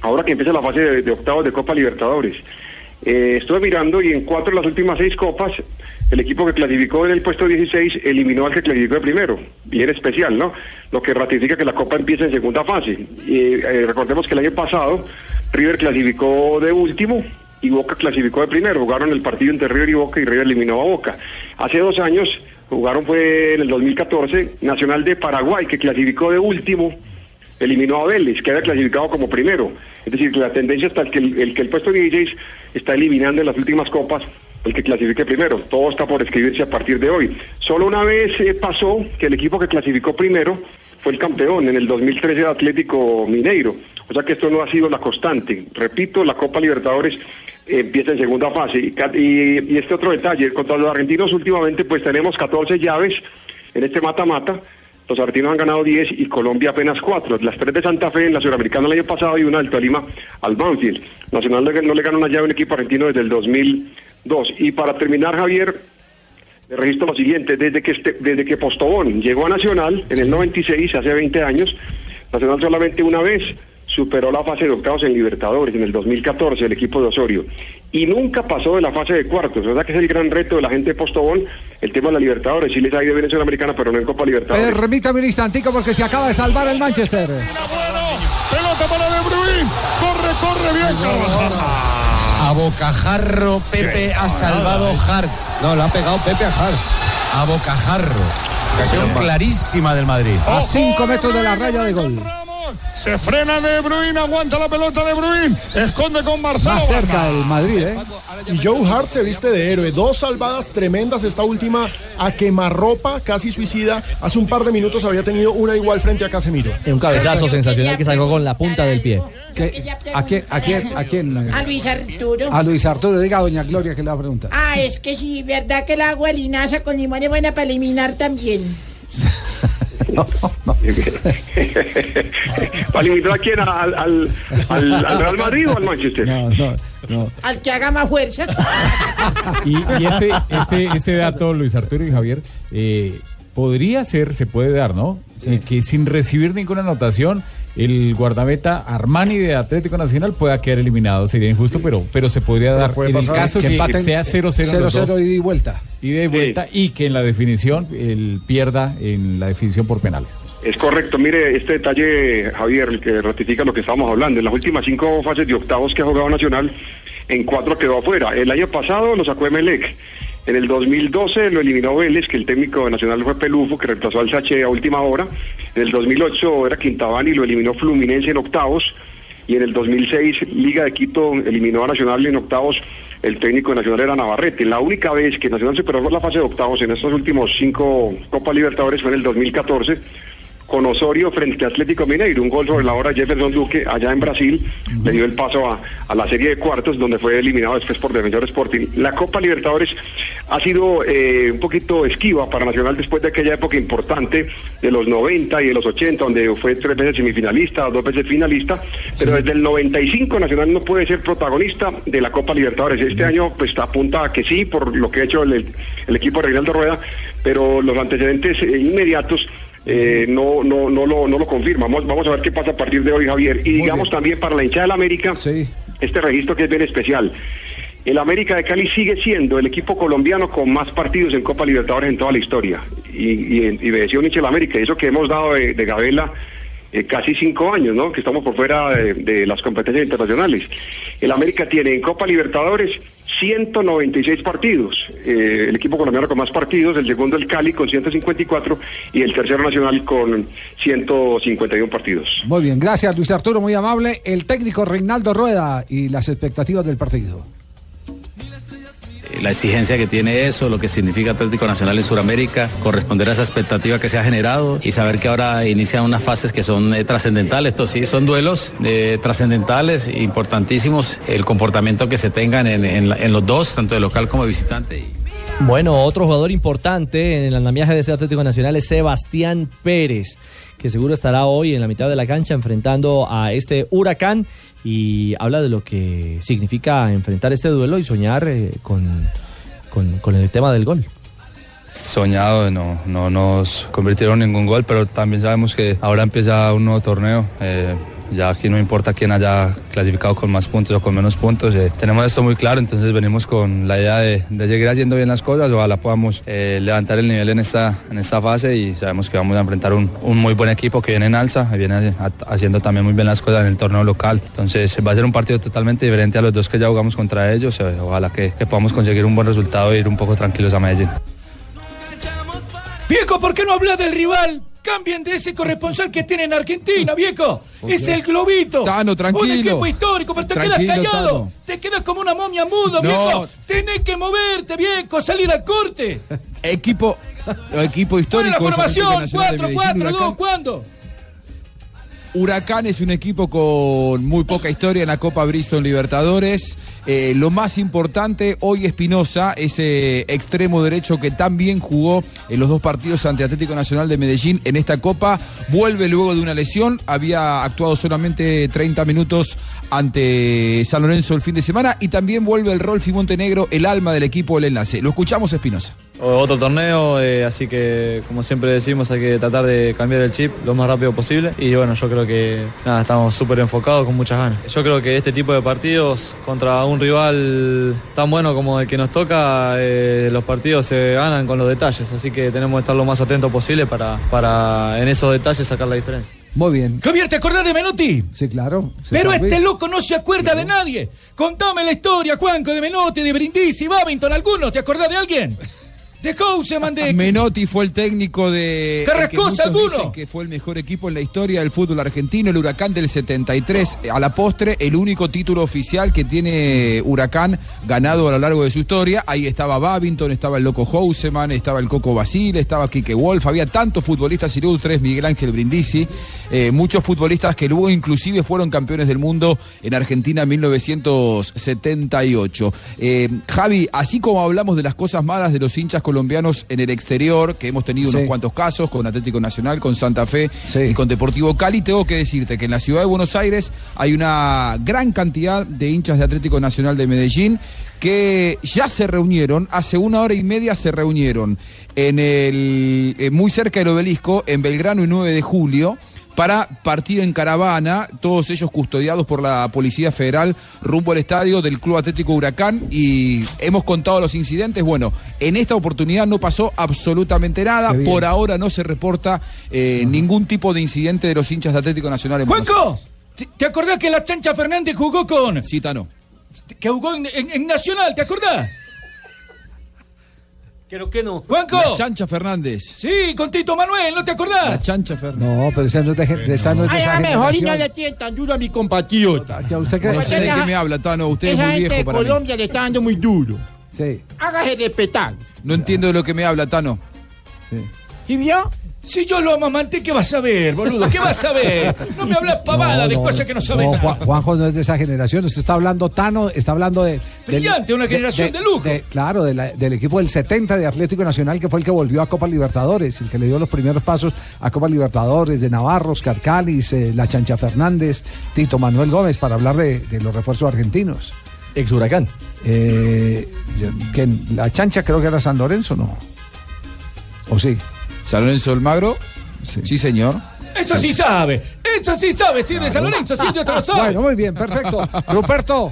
Speaker 22: Ahora que empieza la fase de, de octavos de Copa Libertadores. Eh, estuve mirando y en cuatro de las últimas seis copas, el equipo que clasificó en el puesto 16 eliminó al que clasificó de primero. Bien especial, ¿no? Lo que ratifica que la copa empieza en segunda fase. Eh, eh, recordemos que el año pasado River clasificó de último y Boca clasificó de primero. Jugaron el partido entre River y Boca y River eliminó a Boca. Hace dos años jugaron fue en el 2014 Nacional de Paraguay que clasificó de último eliminó a Vélez, que había clasificado como primero. Es decir, la tendencia está el que el, el que el puesto 16 está eliminando en las últimas copas el que clasifique primero. Todo está por escribirse a partir de hoy. Solo una vez eh, pasó que el equipo que clasificó primero fue el campeón en el 2013 el Atlético Mineiro. O sea que esto no ha sido la constante. Repito, la Copa Libertadores eh, empieza en segunda fase. Y, ca- y- y este otro detalle, contra los argentinos últimamente pues tenemos 14 llaves en este mata-mata. Los argentinos han ganado 10 y Colombia apenas 4. Las tres de Santa Fe en la Sudamericana el año pasado y una del Tolima al Banfield. Nacional no le- no le gana una llave a un equipo argentino desde el 2002. Y para terminar, Javier, le registro lo siguiente, desde que, este- desde que Postobón llegó a Nacional en el 96, hace 20 años, Nacional solamente una vez superó la fase de octavos en Libertadores en el 2014, el equipo de Osorio, y nunca pasó de la fase de cuartos, ¿verdad? Que es el gran reto de la gente de Postobón, el tema de la Libertadores, sí les ha ido bien en Sudamericana, pero no en Copa Libertadores.
Speaker 7: Eh, Permítame un instantico porque se acaba de salvar el Manchester.
Speaker 24: Pelota para De Bruyne. Corre, corre bien.
Speaker 9: A bocajarro Pepe ha salvado Hart. No, la ha pegado Pepe a Hart. A bocajarro. Ocasión clarísima del Madrid.
Speaker 7: A 5 metros de la raya de gol.
Speaker 24: Se frena De Bruyne, aguanta la pelota De Bruyne. Esconde con Marcelo.
Speaker 15: Más cerca
Speaker 24: Vaca.
Speaker 15: del Madrid, ¿eh? Y Joe Hart se viste de héroe. Dos salvadas tremendas. Esta última a quemarropa, casi suicida. Hace un par de minutos había tenido una igual frente a Casemiro.
Speaker 17: Es un cabezazo sensacional que sacó con la punta del pie.
Speaker 7: ¿A quién? ¿A quién? ¿A quién?
Speaker 8: A Luis Arturo.
Speaker 7: A Luis Arturo, diga a doña Gloria que le va a preguntar.
Speaker 8: Ah, es que sí, verdad que el agua linaza con limón es buena para eliminar también.
Speaker 22: (laughs) ¿Para limitar a quién? ¿Al, al, al- al Real Madrid o al Manchester?
Speaker 8: Al que haga más fuerza.
Speaker 3: Y, y este, este, este dato, Luis Arturo y Javier, eh, podría ser, se puede dar, ¿no? Eh, que sin recibir ninguna anotación, el guardameta Armani de Atlético Nacional pueda quedar eliminado. Sería injusto, pero, pero se podría dar.
Speaker 7: puede
Speaker 3: en el
Speaker 7: pasar.
Speaker 3: caso
Speaker 7: Que
Speaker 3: que,
Speaker 7: empaten
Speaker 3: sea 0-0 en los
Speaker 7: 0-0
Speaker 3: dos,
Speaker 7: ida y vuelta.
Speaker 3: ida y vuelta, y que en la definición él pierda en la definición por penales.
Speaker 22: Es correcto, mire este detalle, Javier, el que ratifica lo que estábamos hablando. En las últimas cinco fases de octavos que ha jugado Nacional, en cuatro quedó afuera. El año pasado lo sacó Emelec. En el 2012 lo eliminó Vélez, que el técnico de Nacional fue Pelufo, que reemplazó al Sache a última hora. En el 2008 era Quintabani, lo eliminó Fluminense en octavos. Y en el 2006, Liga de Quito eliminó a Nacional en octavos. El técnico de Nacional era Navarrete. La única vez que Nacional superó la fase de octavos en estos últimos cinco Copa Libertadores fue en el 2014 con Osorio frente a Atlético Mineiro, un gol sobre la hora Jefferson Duque allá en Brasil, le dio el paso a, a la serie de cuartos donde fue eliminado después por Defensor Sporting. La Copa Libertadores ha sido eh, un poquito esquiva para Nacional después de aquella época importante de los 90 y de los 80, donde fue tres veces semifinalista, dos veces finalista, pero desde el 95 Nacional no puede ser protagonista de la Copa Libertadores. Este año pues apunta a que sí, por lo que ha hecho el, el equipo de Reinaldo Rueda, pero los antecedentes eh, inmediatos eh, no, no, no, lo, no lo confirma. Vamos, vamos a ver qué pasa a partir de hoy, Javier. Y digamos también para la hinchada del América, este registro que es bien especial. El América de Cali sigue siendo el equipo colombiano con más partidos en Copa Libertadores en toda la historia. Y, y, y me decía un hincha del América, y eso que hemos dado de, de Gabela eh, casi cinco años, ¿no? Que estamos por fuera de, de las competencias internacionales. El América tiene en Copa Libertadores 196 partidos. Eh, el equipo colombiano con más partidos, el segundo el Cali con 154 y el tercero Nacional con 151 partidos.
Speaker 7: Muy bien, gracias Luis Arturo, muy amable. El técnico Reinaldo Rueda y las expectativas del partido.
Speaker 29: la exigencia que tiene eso, lo que significa Atlético Nacional en Sudamérica, corresponder a esa expectativa que se ha generado y saber que ahora inician unas fases que son eh, trascendentales. Esto sí, son duelos eh, trascendentales, importantísimos, el comportamiento que se tengan en, en la- en los dos, tanto de local como de visitante.
Speaker 17: Bueno, otro jugador importante en el andamiaje de este Atlético Nacional es Sebastián Pérez, que seguro estará hoy en la mitad de la cancha enfrentando a este huracán y habla de lo que significa enfrentar este duelo y soñar eh, con, con- con el tema del gol.
Speaker 4: soñado, no, no nos convirtieron en ningún gol, pero también sabemos que ahora empieza un nuevo torneo. eh, ya aquí no importa quién haya clasificado con más puntos o con menos puntos. eh, tenemos esto muy claro, entonces venimos con la idea de, de seguir haciendo bien las cosas. Ojalá podamos eh, levantar el nivel en esta, en esta fase y sabemos que vamos a enfrentar un, un muy buen equipo que viene en alza, y viene ha- haciendo también muy bien las cosas en el torneo local. Entonces va a ser un partido totalmente diferente a los dos que ya jugamos contra ellos. eh, ojalá que, que podamos conseguir un buen resultado e ir un poco tranquilos a Medellín.
Speaker 29: Viejo, ¿por qué no habla del rival? Cambien de ese corresponsal que tienen en Argentina, viejo. Es el globito.
Speaker 12: Tano,
Speaker 29: Un
Speaker 12: tranquilo.
Speaker 29: equipo histórico, pero te
Speaker 12: Tranquilo,
Speaker 29: quedas callado.
Speaker 12: Tano.
Speaker 29: Te quedas como una momia muda,
Speaker 12: No.
Speaker 29: viejo. Tenés que moverte, viejo, salir al corte.
Speaker 12: Equipo, equipo
Speaker 29: ¿Cuál es la
Speaker 12: histórico. es Atlético
Speaker 29: formación?
Speaker 12: Nacional de
Speaker 29: 4,
Speaker 12: Medellín,
Speaker 29: 4, 2,
Speaker 12: Huracán.
Speaker 29: ¿cuándo?
Speaker 12: Huracán es un equipo con muy poca historia en la Copa Bristol Libertadores. Eh, lo más importante, hoy Espinosa, ese extremo derecho que tan bien jugó en los dos partidos ante Atlético Nacional de Medellín en esta Copa, vuelve luego de una lesión. Había actuado solamente 30 minutos ante San Lorenzo el fin de semana y también vuelve el Rolfi Montenegro, el alma del equipo del enlace. Lo escuchamos, Espinosa.
Speaker 25: Otro torneo, eh, así que como siempre decimos hay que tratar de cambiar el chip lo más rápido posible y bueno, yo creo que nada, estamos súper enfocados con muchas ganas. Yo creo que este tipo de partidos contra un rival tan bueno como el que nos toca, eh, los partidos se ganan con los detalles, así que tenemos que estar lo más atentos posible para, para en esos detalles sacar la diferencia.
Speaker 7: Muy bien.
Speaker 29: Javier, ¿te acordás de Menotti?
Speaker 7: Sí, claro.
Speaker 29: Pero
Speaker 7: César Ruiz.
Speaker 29: este loco no se acuerda de nadie. Contame la historia, Juanco, de Menotti, de Brindisi, Babington, alguno. ¿Te acordás de alguien? De Houseman, de...
Speaker 12: Menotti fue el técnico de Eh, el que
Speaker 29: Carrascosa,
Speaker 12: muchos
Speaker 29: alguno.
Speaker 12: dicen que fue el mejor equipo en la historia del fútbol argentino, el Huracán del 73, eh, a la postre el único título oficial que tiene Huracán ganado a lo largo de su historia. Ahí estaba Babington, estaba el Loco Houseman, estaba el Coco Basile, estaba Quique Wolf, había tantos futbolistas ilustres, Miguel Ángel Brindisi, eh, muchos futbolistas que luego inclusive fueron campeones del mundo en Argentina en 1978. Eh, Javi, así como hablamos de las cosas malas de los hinchas colombianos en el exterior, que hemos tenido
Speaker 7: Sí.
Speaker 12: unos cuantos casos con Atlético Nacional, con Santa Fe y con Deportivo Cali, tengo que decirte que en la ciudad de Buenos Aires hay una gran cantidad de hinchas de Atlético Nacional de Medellín que ya se reunieron, hace una hora y media se reunieron en el, eh, muy cerca del obelisco, en Belgrano y 9 de julio para partir en caravana, todos ellos custodiados por la Policía Federal rumbo al estadio del Club Atlético Huracán y hemos contado los incidentes. Bueno, en esta oportunidad no pasó absolutamente nada,
Speaker 3: Qué bien.
Speaker 12: por ahora no se reporta eh, ningún tipo de incidente de los hinchas de Atlético Nacional en Buenos
Speaker 29: ¡Juanco! ¿Te- ¿Te acordás que la chancha Fernández jugó con...
Speaker 12: Citano.
Speaker 29: Que jugó en, en- en Nacional, ¿te acordás? Creo que no. ¡Juanco!
Speaker 12: La Chancha Fernández.
Speaker 29: Sí, con Tito Manuel, ¿no te acordás? La
Speaker 12: Chancha Fernández.
Speaker 7: No, pero esa no es de, gen- esa no es de
Speaker 29: Ay,
Speaker 7: esa
Speaker 29: a mejor y no
Speaker 7: generación.
Speaker 29: le
Speaker 9: tienen tan duro a mi compatriota.
Speaker 7: ¿Usted cree?
Speaker 12: No sé de qué me habla, Tano, usted es
Speaker 9: Esa
Speaker 12: muy
Speaker 9: gente de
Speaker 12: viejo para mí.
Speaker 9: Colombia le está dando muy duro.
Speaker 7: Sí.
Speaker 9: Hágase respetar.
Speaker 12: No entiendo de lo que me habla, Tano.
Speaker 29: ¿Y vio? Si yo lo amamanté, ¿qué vas a ver, boludo? ¿Qué vas a ver? No me hablas pavada de
Speaker 7: No, no,
Speaker 29: cosas que no sabes
Speaker 7: no,
Speaker 29: nada.
Speaker 7: Juan- Juanjo no es de esa generación. Usted está hablando Tano, está hablando de. del-
Speaker 29: Brillante, una generación de lujo.
Speaker 7: claro, de la- del equipo del 70 de Atlético Nacional, que fue el que volvió a Copa Libertadores, el que le dio los primeros pasos a Copa Libertadores, de Navarro, Oscar Cáliz, eh, La Chancha Fernández, Tito Manuel Gómez, para hablar de, de los refuerzos argentinos. Eh,
Speaker 8: Ex Huracán.
Speaker 7: que en la Chancha creo que era San Lorenzo, ¿no? ¿O sí?
Speaker 12: San Lorenzo del Magro. Sí, señor.
Speaker 29: Eso sí sabe. Eso sí sabe. Si es de San Lorenzo, si es de otro sabe.
Speaker 7: Ah, Bueno, muy bien, perfecto. Ruperto,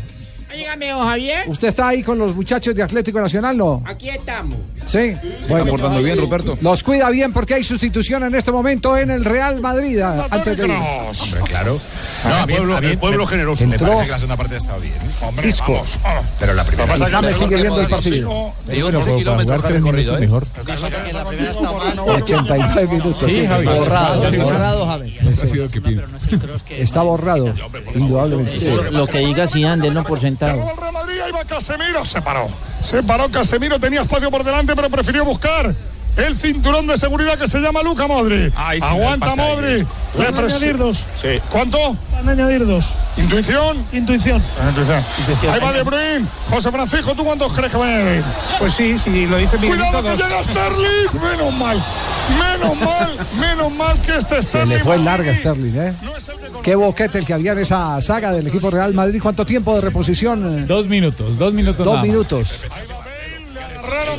Speaker 9: Óigame, don Javier.
Speaker 7: ¿usted está ahí con los muchachos de Atlético Nacional, no?
Speaker 9: Aquí estamos.
Speaker 7: Sí.
Speaker 9: está portando bien, Ruperto.
Speaker 7: Los cuida bien porque hay sustitución en este momento en el Real Madrid. a- antes de ir.
Speaker 9: Hombre, (laughs) claro. No, a mí-
Speaker 7: pueblo-
Speaker 9: a mí
Speaker 7: el pueblo
Speaker 9: me-
Speaker 7: generoso.
Speaker 9: Me
Speaker 7: Entró-
Speaker 9: parece que la segunda parte ha estado bien. ¿eh? Hombre,
Speaker 7: Isco.
Speaker 9: vamos. Pero la primera.
Speaker 25: Lo que pasa es que Ya me sigue
Speaker 9: Rodrigo
Speaker 25: viendo el
Speaker 9: Rodrigo,
Speaker 25: partido.
Speaker 9: sí, De 11 kilómetros ha recorrido, ¿eh?
Speaker 7: minutos.
Speaker 25: Sí,
Speaker 7: sí,
Speaker 25: Javi.
Speaker 7: borrado,
Speaker 25: Borrado,
Speaker 7: borrado,
Speaker 25: James.
Speaker 7: Sí. Está borrado, indudablemente.
Speaker 9: Lo que diga Zidane, no por sentado.
Speaker 24: Madrid, ahí va Casemiro, se paró. Se paró Casemiro, tenía espacio por delante, pero prefirió buscar el cinturón de seguridad que se llama Luca Modri.
Speaker 30: Ahí sí,
Speaker 24: Aguanta
Speaker 30: pasa ahí.
Speaker 24: Modri.
Speaker 30: Pueden añadir dos.
Speaker 24: Sí. ¿Cuánto? Van a añadir dos. ¿Intuición? Intuición. Intuición. Ahí va De Bruyne. José Francisco, ¿tú cuántos crees que va a añadir? Pues sí, sí, lo dice
Speaker 30: Miguelito,
Speaker 24: Cuidado que
Speaker 30: dos.
Speaker 24: llega Sterling. Menos mal. Menos mal. Menos mal que este
Speaker 7: Se
Speaker 24: Sterling.
Speaker 7: le fue larga Sterling, ¿eh? Qué boquete el que había en esa saga del equipo Real Madrid. ¿Cuánto tiempo de reposición? Dos minutos, dos minutos. Dos
Speaker 18: nada más.
Speaker 7: minutos.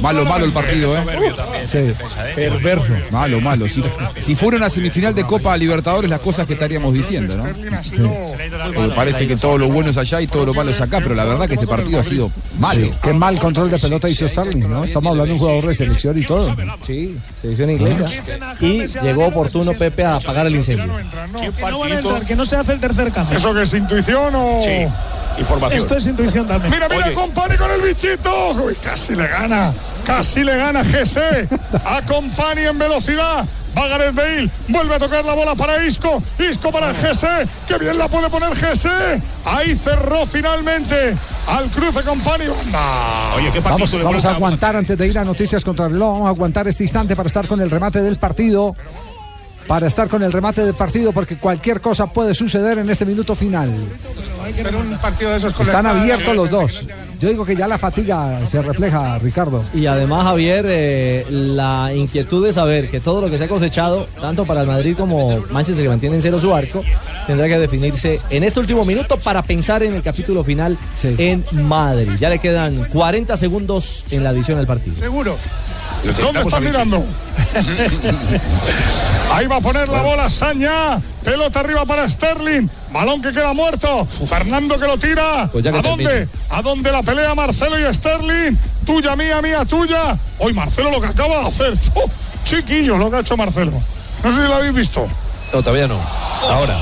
Speaker 12: Malo, malo el partido, ¿eh?
Speaker 7: Sí.
Speaker 29: ¿eh?
Speaker 12: Perverso. Malo, malo. Si, si fuera una semifinal de Copa Libertadores, las cosas que estaríamos diciendo, ¿no? Porque parece que todo lo bueno es allá y todo lo malo es acá, pero la verdad que este partido ha sido malo.
Speaker 7: Sí, Qué mal control de pelota hizo Starling, ¿no? Estamos hablando de un jugador de selección y todo. Sí, selección
Speaker 8: inglesa. Y llegó oportuno Pepe a apagar el incendio.
Speaker 24: Que no van a entrar, que no se hace el tercer cambio. ¿Eso que es intuición o...? Sí,
Speaker 8: información.
Speaker 24: Esto es intuición también. Mira, mira,
Speaker 8: Oye.
Speaker 24: compare con el bichito. (laughs) Uy, casi le gana. Casi le gana GC. Acompañe en velocidad. Va Gareth Bale. Vuelve a tocar la bola para Isco. Isco para Gese. Que bien la puede poner Gese. Ahí cerró finalmente al cruce con Pani. Banda. Oye, qué
Speaker 7: Vamos, vamos a aguantar antes de ir a noticias contra el reloj. Vamos a aguantar este instante para estar con el remate del partido. Para estar con el remate del partido, porque cualquier cosa puede suceder en este minuto final.
Speaker 25: Pero un partido de esos con
Speaker 7: Están
Speaker 25: la espada,
Speaker 7: abiertos
Speaker 25: sí.
Speaker 7: los dos. Yo digo que ya la fatiga se refleja, Ricardo.
Speaker 35: Y además, Javier, eh, la inquietud de saber que todo lo que se ha cosechado, tanto para el Madrid como Manchester, que mantiene en cero su arco, tendrá que definirse en este último minuto para pensar en el capítulo final en Madrid. Ya le quedan 40 segundos en la adición al partido.
Speaker 24: Seguro. ¿Dónde está mirando?
Speaker 35: (laughs)
Speaker 24: Ahí va a poner la bola Saña. Pelota arriba para Sterling. Balón que queda muerto. Fernando que lo tira.
Speaker 36: Pues ya que
Speaker 24: ¿A dónde?
Speaker 36: termine.
Speaker 24: ¿A dónde la pelea Marcelo y Sterling? Tuya, mía, mía, tuya. Hoy Marcelo lo que acaba de hacer. ¡Oh! Chiquillo lo que ha hecho Marcelo. No sé si lo habéis visto.
Speaker 9: No, todavía no. Ahora.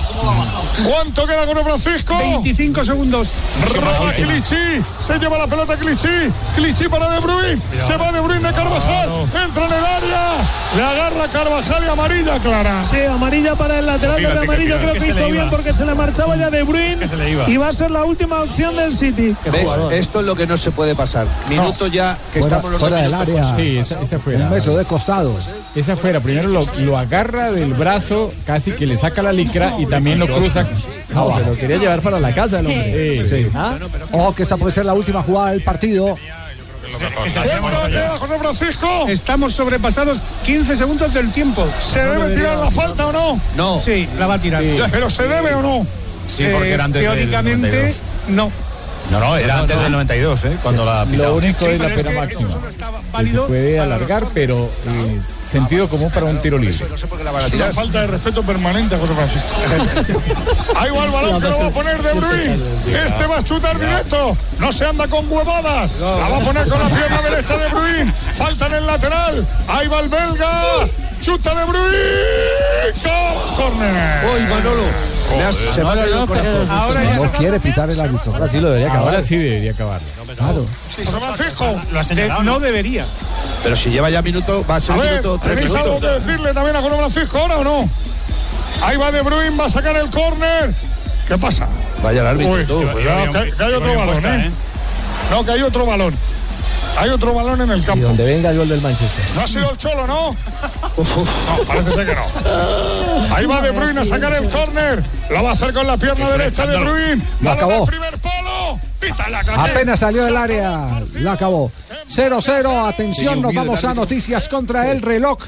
Speaker 24: ¿Cuánto queda con Francisco? 25 segundos. Roba Clichy. Se lleva la pelota Clichy. Clichy para De Bruyne. Se va De Bruyne de Carvajal. Entra en el área. Le agarra Carvajal y amarilla clara.
Speaker 37: Sí, amarilla para el lateral
Speaker 24: Fíjate
Speaker 37: de la
Speaker 24: que
Speaker 37: amarilla.
Speaker 24: fíjate
Speaker 37: Creo
Speaker 24: que
Speaker 37: que
Speaker 24: se
Speaker 37: hizo
Speaker 24: le iba.
Speaker 37: bien porque se le marchaba ya de Bruin.
Speaker 9: Que se le iba.
Speaker 37: Y va a ser la última opción del City.
Speaker 9: ¿Ves? Esto es lo que no se puede pasar. Minuto ya que
Speaker 7: Fuera-
Speaker 9: estamos los
Speaker 7: fuera
Speaker 9: dos
Speaker 7: del
Speaker 9: minutos
Speaker 7: área.
Speaker 9: pasados.
Speaker 3: Sí, esa, esa fue
Speaker 7: Un
Speaker 3: la-
Speaker 7: beso de costado.
Speaker 3: Esa fuera, primero lo, lo agarra del brazo, casi que le saca la licra y también lo cruza.
Speaker 35: No, se lo quería llevar para la casa el hombre.
Speaker 3: Sí, sí.
Speaker 35: ¿Ah?
Speaker 7: Ojo que esta puede ser la última jugada del partido.
Speaker 25: Estamos sobrepasados 15 segundos del tiempo.
Speaker 24: ¿Se debe tirar la falta o no?
Speaker 25: No. Sí, la va a tirar.
Speaker 24: Sí. ¿Pero se debe o no?
Speaker 25: Sí, porque era antes del
Speaker 24: Teóricamente,
Speaker 25: 92.
Speaker 24: no.
Speaker 25: No, no, era antes del 92, ¿eh? Cuando la
Speaker 3: Lo
Speaker 25: pitaron.
Speaker 3: único
Speaker 25: Sí,
Speaker 3: es
Speaker 25: pero
Speaker 3: la
Speaker 25: es
Speaker 3: pena
Speaker 25: que
Speaker 3: máxima. que se puede alargar, pero eh, sentido común para un tiro libre.
Speaker 24: Es una falta de respeto permanente a José Francisco. Ahí va el balón que lo va a poner De Bruyne. Este va a chutar directo. No se anda con huevadas. La va a poner con la pierna derecha De Bruyne. Falta en el lateral. Ahí va el belga. Chuta De Bruyne. ¡Gol! Corner.
Speaker 9: Hoy Manolo. Me has- se me ha caído el corazón.
Speaker 24: Ahora ya
Speaker 7: No quiere pitar el árbitro. Ahora
Speaker 35: sí lo debería
Speaker 7: acabar.
Speaker 3: Ahora sí debería acabar.
Speaker 7: Claro.
Speaker 24: José Francisco.
Speaker 9: señalado, ¿no?
Speaker 24: debería.
Speaker 9: Pero si lleva ya minuto, va a ser
Speaker 24: A ver,
Speaker 9: minuto tres
Speaker 24: ¿tenéis algo
Speaker 9: minutos.
Speaker 24: que decirle también a José Francisco ahora o no? Ahí va De Bruyne, va a sacar el córner. ¿Qué pasa?
Speaker 9: Vaya el árbitro,
Speaker 24: Uy,
Speaker 9: tú.
Speaker 24: cuidado,
Speaker 9: Iba bien,
Speaker 24: que, que hay
Speaker 9: iba
Speaker 24: otro
Speaker 9: bien
Speaker 24: balón,
Speaker 9: puesta,
Speaker 24: ¿eh? No, que hay otro balón. Hay otro balón en el campo.
Speaker 35: Donde venga el gol del Manchester.
Speaker 24: No ha sido el Cholo, ¿no? (laughs) No, parece ser que no. Ahí va De Bruyne a sacar el córner. Lo va a hacer con la pierna derecha De Bruyne.
Speaker 7: Lo
Speaker 24: Balón
Speaker 7: acabó.
Speaker 24: al primer palo. Pita la cadena.
Speaker 7: Apenas salió del área, la acabó. 0-0, atención,
Speaker 24: Señor
Speaker 7: nos
Speaker 24: Guido,
Speaker 7: vamos
Speaker 24: el
Speaker 7: a
Speaker 24: árbitro.
Speaker 7: noticias contra el reloj.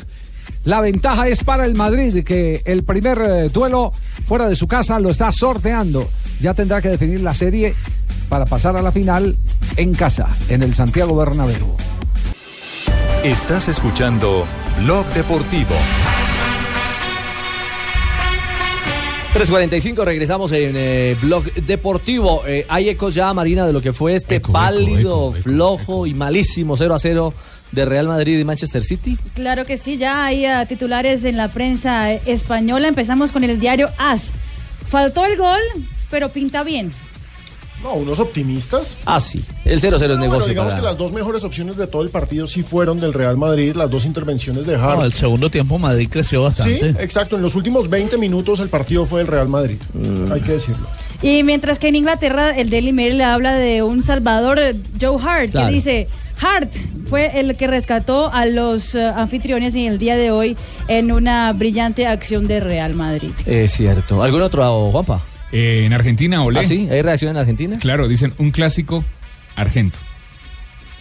Speaker 7: La ventaja es para el Madrid, que el primer eh, duelo fuera de su casa lo está sorteando. Ya tendrá que definir la serie para pasar a la final en casa, en el Santiago Bernabéu.
Speaker 1: Estás escuchando Blog Deportivo.
Speaker 17: 3.45, regresamos en eh, Blog Deportivo. Eh, hay ecos ya, Marina, de lo que fue este pálido, flojo y malísimo 0 a 0 de Real Madrid y Manchester City.
Speaker 14: Claro que sí, ya hay ah, titulares en la prensa eh, española. Empezamos con el diario AS. Faltó el gol, pero pinta bien.
Speaker 15: No, unos optimistas.
Speaker 17: Ah, sí. El 0-0 es
Speaker 15: No, bueno,
Speaker 17: negocio.
Speaker 15: digamos
Speaker 17: para-
Speaker 15: que las dos mejores opciones de todo el partido sí fueron del Real Madrid, las dos intervenciones de Hart.
Speaker 38: No, el segundo tiempo Madrid creció
Speaker 15: sí,
Speaker 38: bastante.
Speaker 15: exacto. En los últimos 20 minutos el partido fue del Real Madrid. Hay que decirlo.
Speaker 14: Y mientras que en Inglaterra el Daily Mail le habla de un salvador, eh, Joe Hart,
Speaker 39: Claro.
Speaker 14: que dice, Hart fue el que rescató a los eh, anfitriones en el día de hoy en una brillante acción de Real Madrid.
Speaker 17: Es cierto. ¿Algún otro, Juanpa?
Speaker 6: Eh, en Argentina, Olé.
Speaker 17: ¿Ah, sí? ¿Hay reacción en Argentina?
Speaker 6: Claro, dicen un clásico argento.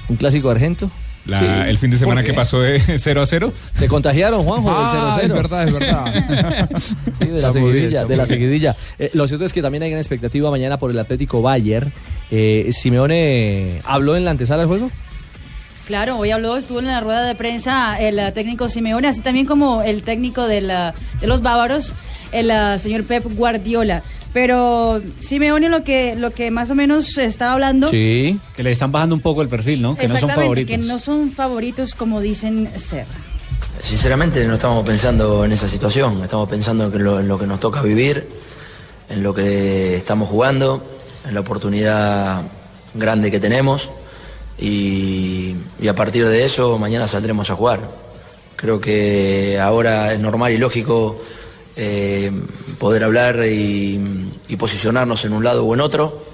Speaker 17: ¿Un clásico argento?
Speaker 6: La-
Speaker 17: Sí.
Speaker 6: El fin de
Speaker 17: ¿Por
Speaker 6: semana
Speaker 17: qué?
Speaker 6: que pasó
Speaker 4: (laughs)
Speaker 6: de 0 a 0.
Speaker 17: ¿Se contagiaron, Juanjo, del
Speaker 6: Ah,
Speaker 17: 0-0?
Speaker 6: es
Speaker 17: verdad, es (laughs) verdad. sí, de la
Speaker 6: Está muy bien,
Speaker 17: seguidilla,
Speaker 6: está
Speaker 17: de
Speaker 6: muy
Speaker 17: la
Speaker 6: bien.
Speaker 17: seguidilla. Eh, lo cierto es que también hay gran expectativa mañana por el Atlético Bayern. Eh, ¿Simeone habló en la antesala del juego?
Speaker 14: Claro, hoy habló, estuvo en la rueda de prensa el eh, técnico Simeone, así también como el técnico de, la- de los bávaros, el eh, señor Pep Guardiola. Pero Simeone lo que, lo que más o menos estaba hablando...
Speaker 35: Sí. Que le están bajando un poco el perfil, ¿no? Que no son
Speaker 14: Exactamente,
Speaker 35: favoritos.
Speaker 14: que no son favoritos como dicen ser.
Speaker 5: Sinceramente no estamos pensando en esa situación, estamos pensando en que lo, en lo que nos toca vivir, en lo que estamos jugando, en la oportunidad grande que tenemos y, y a partir de eso mañana saldremos a jugar.
Speaker 40: Creo que ahora es normal y lógico eh, poder hablar y, y posicionarnos en un lado o en otro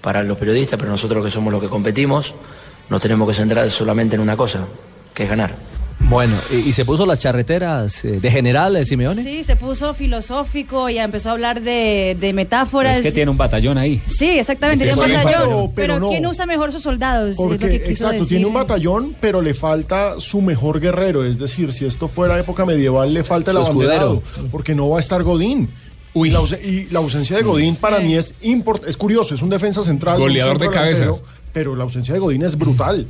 Speaker 40: para los periodistas, pero nosotros que somos los que competimos, nos tenemos que centrar solamente en una cosa, que es ganar.
Speaker 17: Bueno, Eh, ¿y, y se puso las charreteras eh, de general de Simeone?
Speaker 14: Sí, se puso filosófico y empezó a hablar de, de metáforas.
Speaker 17: Es que tiene
Speaker 5: un batallón ahí.
Speaker 14: Sí, exactamente,
Speaker 15: Sí,
Speaker 14: tiene un
Speaker 15: sí,
Speaker 14: batallón.
Speaker 15: pero-
Speaker 14: Pero,
Speaker 15: pero no.
Speaker 14: ¿quién usa mejor sus soldados? es
Speaker 15: Porque,
Speaker 14: lo que quiso
Speaker 15: exacto,
Speaker 14: decir.
Speaker 15: tiene un batallón, pero le falta su mejor guerrero. Es decir, si esto fuera época medieval, le falta el
Speaker 17: Su
Speaker 15: abanderado. Porque no va a estar Godín. Y, la, aus- y la ausencia de Godín para mí es import- es curioso, es un defensa central. un
Speaker 5: Goleador de
Speaker 15: centro delantero,
Speaker 5: cabezas.
Speaker 15: Pero la ausencia de Godín es brutal.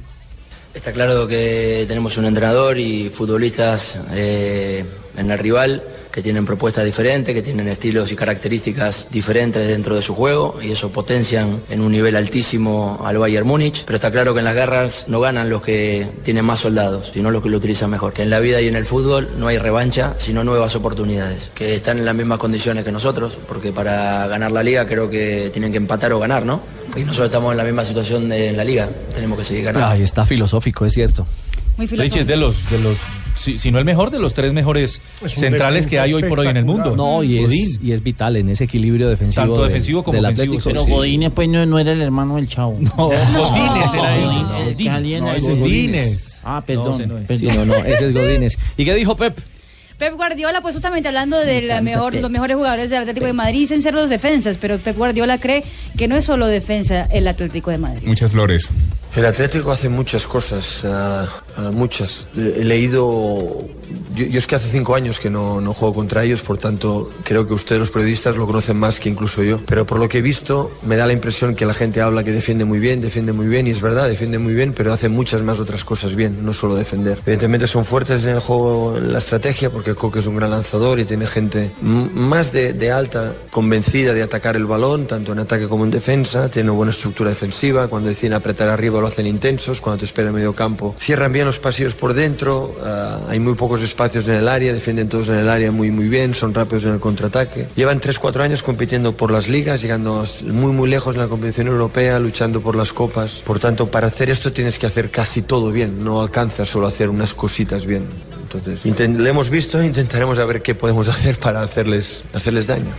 Speaker 40: Está claro que tenemos un entrenador y futbolistas eh, en el rival que tienen propuestas diferentes, que tienen estilos y características diferentes dentro de su juego y eso potencian en un nivel altísimo al Bayern Múnich, pero está claro que en las guerras no ganan los que tienen más soldados, sino los que lo utilizan mejor. Que en la vida y en el fútbol no hay revancha, sino nuevas oportunidades, que están en las mismas condiciones que nosotros, porque para ganar la liga creo que tienen que empatar o ganar, ¿no? Y nosotros estamos en la misma situación de en la liga, tenemos que seguir ganando.
Speaker 17: Ay, está filosófico, es cierto.
Speaker 14: Muy
Speaker 35: Richie es de los, de los si, si no el mejor, de los tres mejores centrales que hay hoy por hoy en el mundo.
Speaker 17: No, y es,
Speaker 35: Godín.
Speaker 17: y es vital en ese equilibrio defensivo.
Speaker 35: Tanto
Speaker 17: del-
Speaker 35: defensivo como
Speaker 17: del
Speaker 35: ofensivo,
Speaker 17: Atlético.
Speaker 35: sí,
Speaker 9: Pero
Speaker 35: sí.
Speaker 9: Godínez, pues no, no era el hermano del chavo. (laughs) No,
Speaker 17: Godínez era el-
Speaker 9: el que alguien-
Speaker 17: No, ese es Godínez.
Speaker 9: Ah, perdón. perdón.
Speaker 17: Sí, pues, no, no, ese es Godínez. ¿Y qué dijo Pep?
Speaker 14: Pep Guardiola, pues justamente hablando de la mejor, los mejores jugadores del Atlético de Madrid, son ser los defensas, pero Pep Guardiola cree que no es solo defensa el Atlético de Madrid.
Speaker 5: Muchas flores.
Speaker 40: El Atlético hace muchas cosas, ah, ah, muchas. Le- He leído, yo, yo es que hace cinco años que no, no juego contra ellos, por tanto creo que ustedes los periodistas lo conocen más que incluso yo. Pero por lo que he visto, me da la impresión que la gente habla que defiende muy bien, defiende muy bien, y es verdad, defiende muy bien, pero hace muchas más otras cosas bien, no solo defender. Evidentemente son fuertes en el juego, en la estrategia, porque Coque es un gran lanzador y tiene gente m- más de, de alta convencida de atacar el balón, tanto en ataque como en defensa, tiene una buena estructura defensiva, cuando deciden apretar arriba lo hacen intensos, cuando te espera en medio campo cierran bien los pasillos por dentro, ah, hay muy pocos espacios en el área, defienden todos en el área muy muy bien, son rápidos en el contraataque. Llevan 3-4 años compitiendo por las ligas, llegando as- muy muy lejos en la competición europea, luchando por las copas. Por tanto, para hacer esto tienes que hacer casi todo bien, no alcanza solo hacer unas cositas bien. Entonces, intent- le hemos visto e intentaremos a ver qué podemos (laughs) hacer para hacerles, hacerles daño.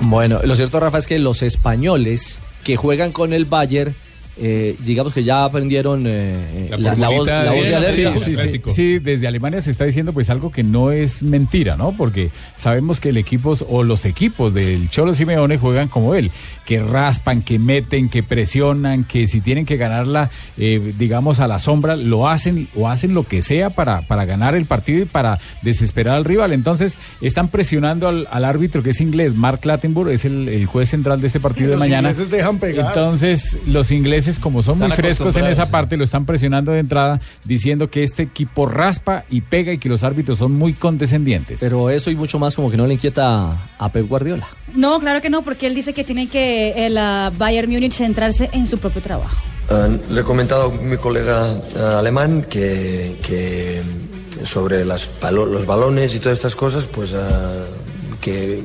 Speaker 17: Bueno, lo cierto, Rafa, es que los españoles que juegan con el Bayern, eh, digamos que ya aprendieron eh, la, la voz, la voz de alerta.
Speaker 3: Sí, sí, sí. Sí, desde Alemania se está diciendo pues algo que no es mentira, ¿no? Porque sabemos que el equipo o los equipos del Cholo Simeone juegan como él, que raspan, que meten, que presionan, que si tienen que ganarla, eh, digamos, a la sombra, lo hacen o hacen lo que sea para, para ganar el partido y para desesperar al rival. Entonces, están presionando al, al árbitro que es inglés, Mark Lattenburg, es el, el juez central de este partido
Speaker 15: Los
Speaker 3: de mañana.
Speaker 15: ingleses dejan pegar.
Speaker 3: Entonces, los ingleses, como son
Speaker 15: Están
Speaker 3: muy frescos en
Speaker 15: acostumbrados,
Speaker 3: esa
Speaker 15: sí.
Speaker 3: parte, lo están presionando de entrada, diciendo que este equipo raspa y pega y que los árbitros son muy condescendientes.
Speaker 17: Pero eso y mucho más como que no le inquieta a Pep Guardiola.
Speaker 14: No, claro que no, porque él dice que tiene que el ah, Bayern Múnich centrarse en su propio trabajo.
Speaker 40: Ah, le he comentado a mi colega ah, alemán que, que sobre las palo- los balones y todas estas cosas, pues ah, que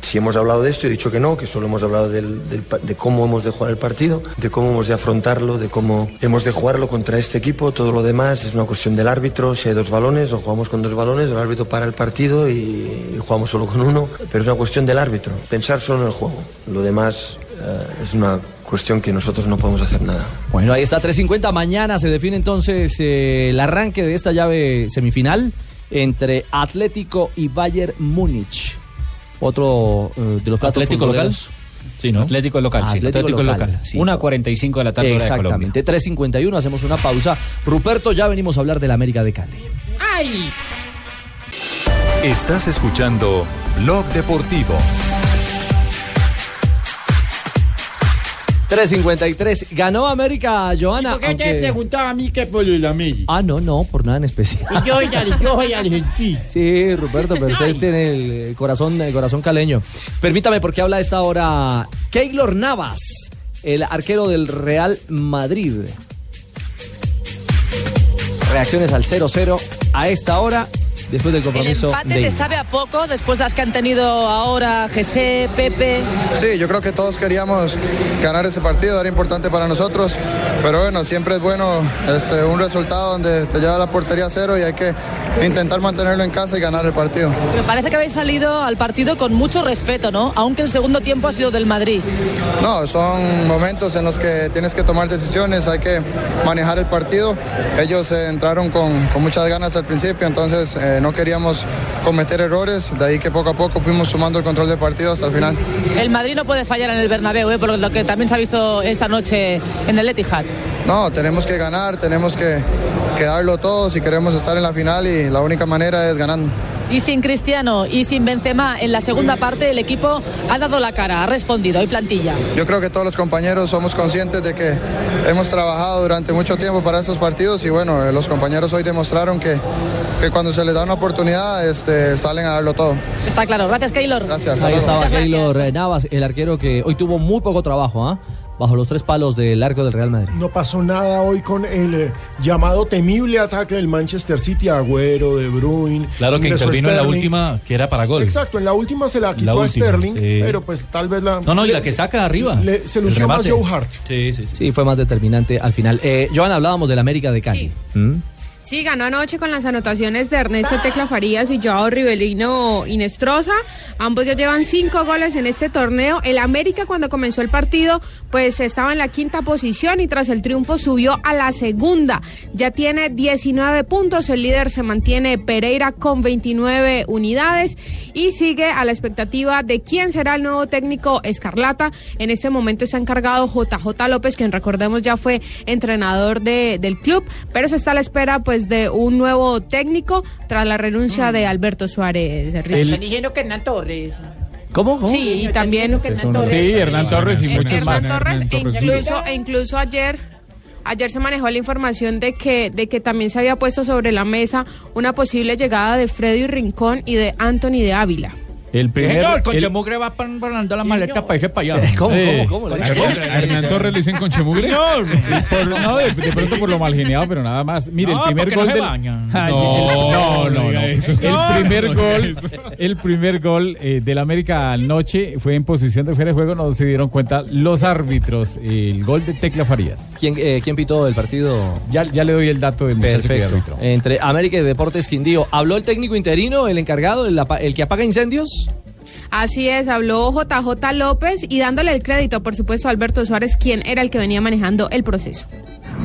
Speaker 40: si hemos hablado de esto, he dicho que no, que solo hemos hablado del- del pa- de cómo hemos de jugar el partido, de cómo hemos de afrontarlo, de cómo hemos de jugarlo contra este equipo, todo lo demás es una cuestión del árbitro, si hay dos balones o jugamos con dos balones, el árbitro para el partido y jugamos solo con uno, pero es una cuestión del árbitro, pensar solo en el juego, lo demás ah, es una cuestión que nosotros no podemos hacer nada.
Speaker 17: Bueno, ahí está 3.50. Mañana se define entonces eh, el arranque de esta llave semifinal entre Atlético y Bayern Múnich. Otro eh, de los cuatro
Speaker 35: Atlético local.
Speaker 17: futboleros.
Speaker 35: Sí, ¿no? Atlético local, sí.
Speaker 17: Atlético
Speaker 35: Atlético
Speaker 17: local,
Speaker 35: local.
Speaker 17: sí.
Speaker 35: 1 a 45 de la tarde hora de Colombia.
Speaker 17: Exactamente, 3.51, hacemos una pausa. Ruperto, ya venimos a hablar de la América de Cali.
Speaker 1: ¡Ay! Estás escuchando Blog Deportivo.
Speaker 17: 3.53, ganó América, Joana.
Speaker 9: ¿Por qué te preguntaba a mí que por el América?
Speaker 17: Ah, no, no, por nada en especial.
Speaker 9: Y yo soy, al- yo soy argentino.
Speaker 17: Sí, Ruperto, pero usted tiene el eh, corazón, el corazón caleño. Permítame, porque habla a esta hora Keylor Navas, el arquero del Real Madrid. Reacciones al 0-0 a esta hora, después del compromiso.
Speaker 33: empate
Speaker 17: de
Speaker 33: te
Speaker 17: ida.
Speaker 33: sabe a poco después de las que han tenido ahora Jesse, Pepe.
Speaker 41: Sí, yo creo que todos queríamos ganar ese partido, era importante para nosotros. Pero bueno, siempre es bueno este, un resultado donde te lleva la portería a cero y hay que intentar mantenerlo en casa y ganar el partido.
Speaker 33: Me parece que habéis salido al partido con mucho respeto, ¿no? Aunque el segundo tiempo ha sido del Madrid.
Speaker 41: No, son momentos en los que tienes que tomar decisiones, hay que manejar el partido. Ellos eh, entraron con, con muchas ganas al principio, entonces eh, no queríamos cometer errores, de ahí que poco a poco fuimos sumando el control del partido hasta el final.
Speaker 33: El Madrid no puede fallar en el Bernabéu, ¿eh? por lo que también se ha visto esta noche en el Etihad.
Speaker 41: No, tenemos que ganar, tenemos que, que darlo todo si queremos estar en la final y la única manera es ganando.
Speaker 33: Y sin Cristiano y sin Benzema en la segunda parte el equipo ha dado la cara, ha respondido, hay plantilla.
Speaker 41: Yo creo que todos los compañeros somos conscientes de que hemos trabajado durante mucho tiempo para estos partidos y bueno, eh, los compañeros hoy demostraron que, que cuando se les da una oportunidad este, salen a darlo todo.
Speaker 33: Está claro, gracias Keylor.
Speaker 41: Gracias. hasta
Speaker 17: Ahí
Speaker 41: luego.
Speaker 17: estaba Keylor eh, Navas, el arquero que hoy tuvo muy poco trabajo, ¿ah? Bajo los tres palos del arco del Real Madrid.
Speaker 15: No pasó nada hoy con el eh, llamado temible ataque del Manchester City, Agüero, De Bruyne.
Speaker 32: Claro que
Speaker 15: ingresó
Speaker 32: intervino en la
Speaker 15: Sterling.
Speaker 32: última, que era para gol.
Speaker 15: Exacto, en la última se la quitó a
Speaker 32: última,
Speaker 15: Sterling,
Speaker 32: sí.
Speaker 15: pero pues tal vez la.
Speaker 17: No, no, y la que saca arriba.
Speaker 15: le- se
Speaker 17: El
Speaker 15: lució más
Speaker 17: remate.
Speaker 15: Joe Hart.
Speaker 17: Sí, sí, sí. fue más determinante al final. Eh, Joan, hablábamos del América de Cali. ¿Mm?
Speaker 34: Sí, ganó anoche con las anotaciones de Ernesto Tecla Farías y Joao Rivelino Inestrosa. Ambos ya llevan cinco goles en este torneo. El América cuando comenzó el partido pues estaba en la quinta posición y tras el triunfo subió a la segunda. Ya tiene 19 puntos. El líder se mantiene Pereira con 29 unidades y sigue a la expectativa de quién será el nuevo técnico Escarlata. En este momento se ha encargado JJ López, quien recordemos ya fue entrenador de- del club, pero se está a la espera pues de un nuevo técnico tras la renuncia de Alberto Suárez. Ricky.
Speaker 35: Están diciendo que Hernán Torres.
Speaker 17: ¿Cómo?
Speaker 34: Sí, y también
Speaker 35: Sí,
Speaker 34: Hernán
Speaker 35: Torres.
Speaker 3: Sí, Hernán Torres y
Speaker 34: Eh,
Speaker 3: muchos
Speaker 34: Hernán
Speaker 3: más.
Speaker 34: Torres,
Speaker 3: Hernán
Speaker 34: e
Speaker 3: Torres.
Speaker 34: incluso, e incluso ayer, ayer se manejó la información de que, de que también se había puesto sobre la mesa una posible llegada de Freddy Rincón y de Anthony de Ávila.
Speaker 3: El primer.
Speaker 35: Señor, con
Speaker 3: el-
Speaker 35: Chemugre va pan- parando la maleta para ese para
Speaker 17: (laughs)
Speaker 35: allá.
Speaker 3: Eh,
Speaker 35: Con
Speaker 3: a-
Speaker 35: Chemugre.
Speaker 3: a Hernán Torres le dicen con
Speaker 35: (laughs)
Speaker 3: chemugre.
Speaker 35: Señor.
Speaker 3: Por- no, de, de pronto por lo mal geniado, pero nada más. Mire,
Speaker 35: No,
Speaker 3: el primer
Speaker 35: porque no
Speaker 3: gol
Speaker 35: se
Speaker 3: del-
Speaker 35: bañan.
Speaker 3: Ay,
Speaker 35: No,
Speaker 3: el- no, no, no.
Speaker 35: diga eso. No,
Speaker 3: El
Speaker 35: no
Speaker 3: primer
Speaker 35: diga
Speaker 3: gol, el primer gol eh, del América anoche fue en posición de fuera de juego, no se dieron cuenta los árbitros. El gol de Tecla Farías.
Speaker 17: ¿Quién, eh, quién pitó el partido?
Speaker 3: Ya, ya le doy el dato de muchacho que
Speaker 17: Perfecto.
Speaker 3: árbitro.
Speaker 17: Entre América y Deportes Quindío. ¿Habló el técnico interino, el encargado, el, apa- el que apaga incendios?
Speaker 34: Así es, habló JJ López y dándole el crédito, por supuesto, a Alberto Suárez, quien era el que venía manejando el proceso.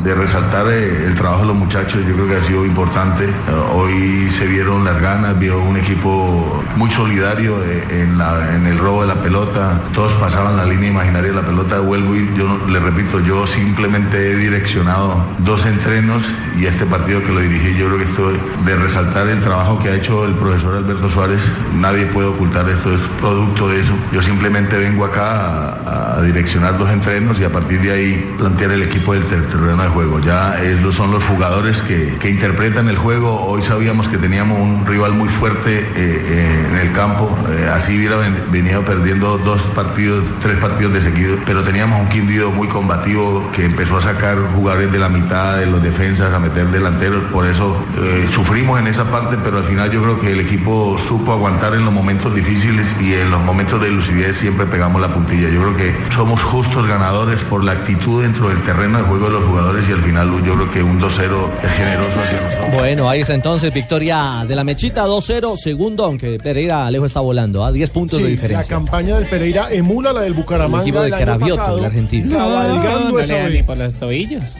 Speaker 38: de resaltar eh, el trabajo de los muchachos, yo creo que ha sido importante. Eh, Hoy se vieron las ganas, vio un equipo muy solidario eh, en, la- en el robo de la pelota. Todos pasaban la línea imaginaria de la pelota de vuelvo y yo no- le repito, yo simplemente he direccionado dos entrenos y este partido que lo dirigí, yo creo que esto de resaltar el trabajo que ha hecho el profesor Alberto Suárez, nadie puede ocultar esto, es producto de eso. Yo simplemente vengo acá a, a direccionar dos entrenos y a partir de ahí plantear el equipo del ter- terreno de juego. Ya es- lo- son los jugadores que, que interpretan el juego. Hoy sabíamos que teníamos un rival muy fuerte eh, eh, en el campo. Eh, así hubiera ven- venido perdiendo dos partidos, tres partidos de seguido, pero teníamos un Quindío muy combativo que empezó a sacar jugadores de la mitad, de los defensas, a meter delanteros. Por eso eh, sufrimos en esa parte, pero al final yo creo que el equipo supo aguantar en los momentos difíciles y en los momentos de lucidez siempre pegamos la puntilla. Yo creo que somos justos ganadores por la actitud dentro del terreno de juego de los jugadores y al final yo creo que un 2-0 es generoso hacia nosotros.
Speaker 17: Bueno, ahí está entonces victoria de la Mechita 2-0, segundo, aunque Pereira Alejo está volando a 10 puntos
Speaker 15: Sí,
Speaker 17: de
Speaker 15: la
Speaker 17: diferencia.
Speaker 15: campaña del Pereira emula la del Bucaramanga
Speaker 17: El equipo de
Speaker 15: del año
Speaker 17: Cravioto,
Speaker 15: pasado,
Speaker 17: el argentino.
Speaker 15: Cabalgando
Speaker 35: No, no
Speaker 15: esa
Speaker 35: le dan
Speaker 15: vez.
Speaker 35: ni por las tobillas.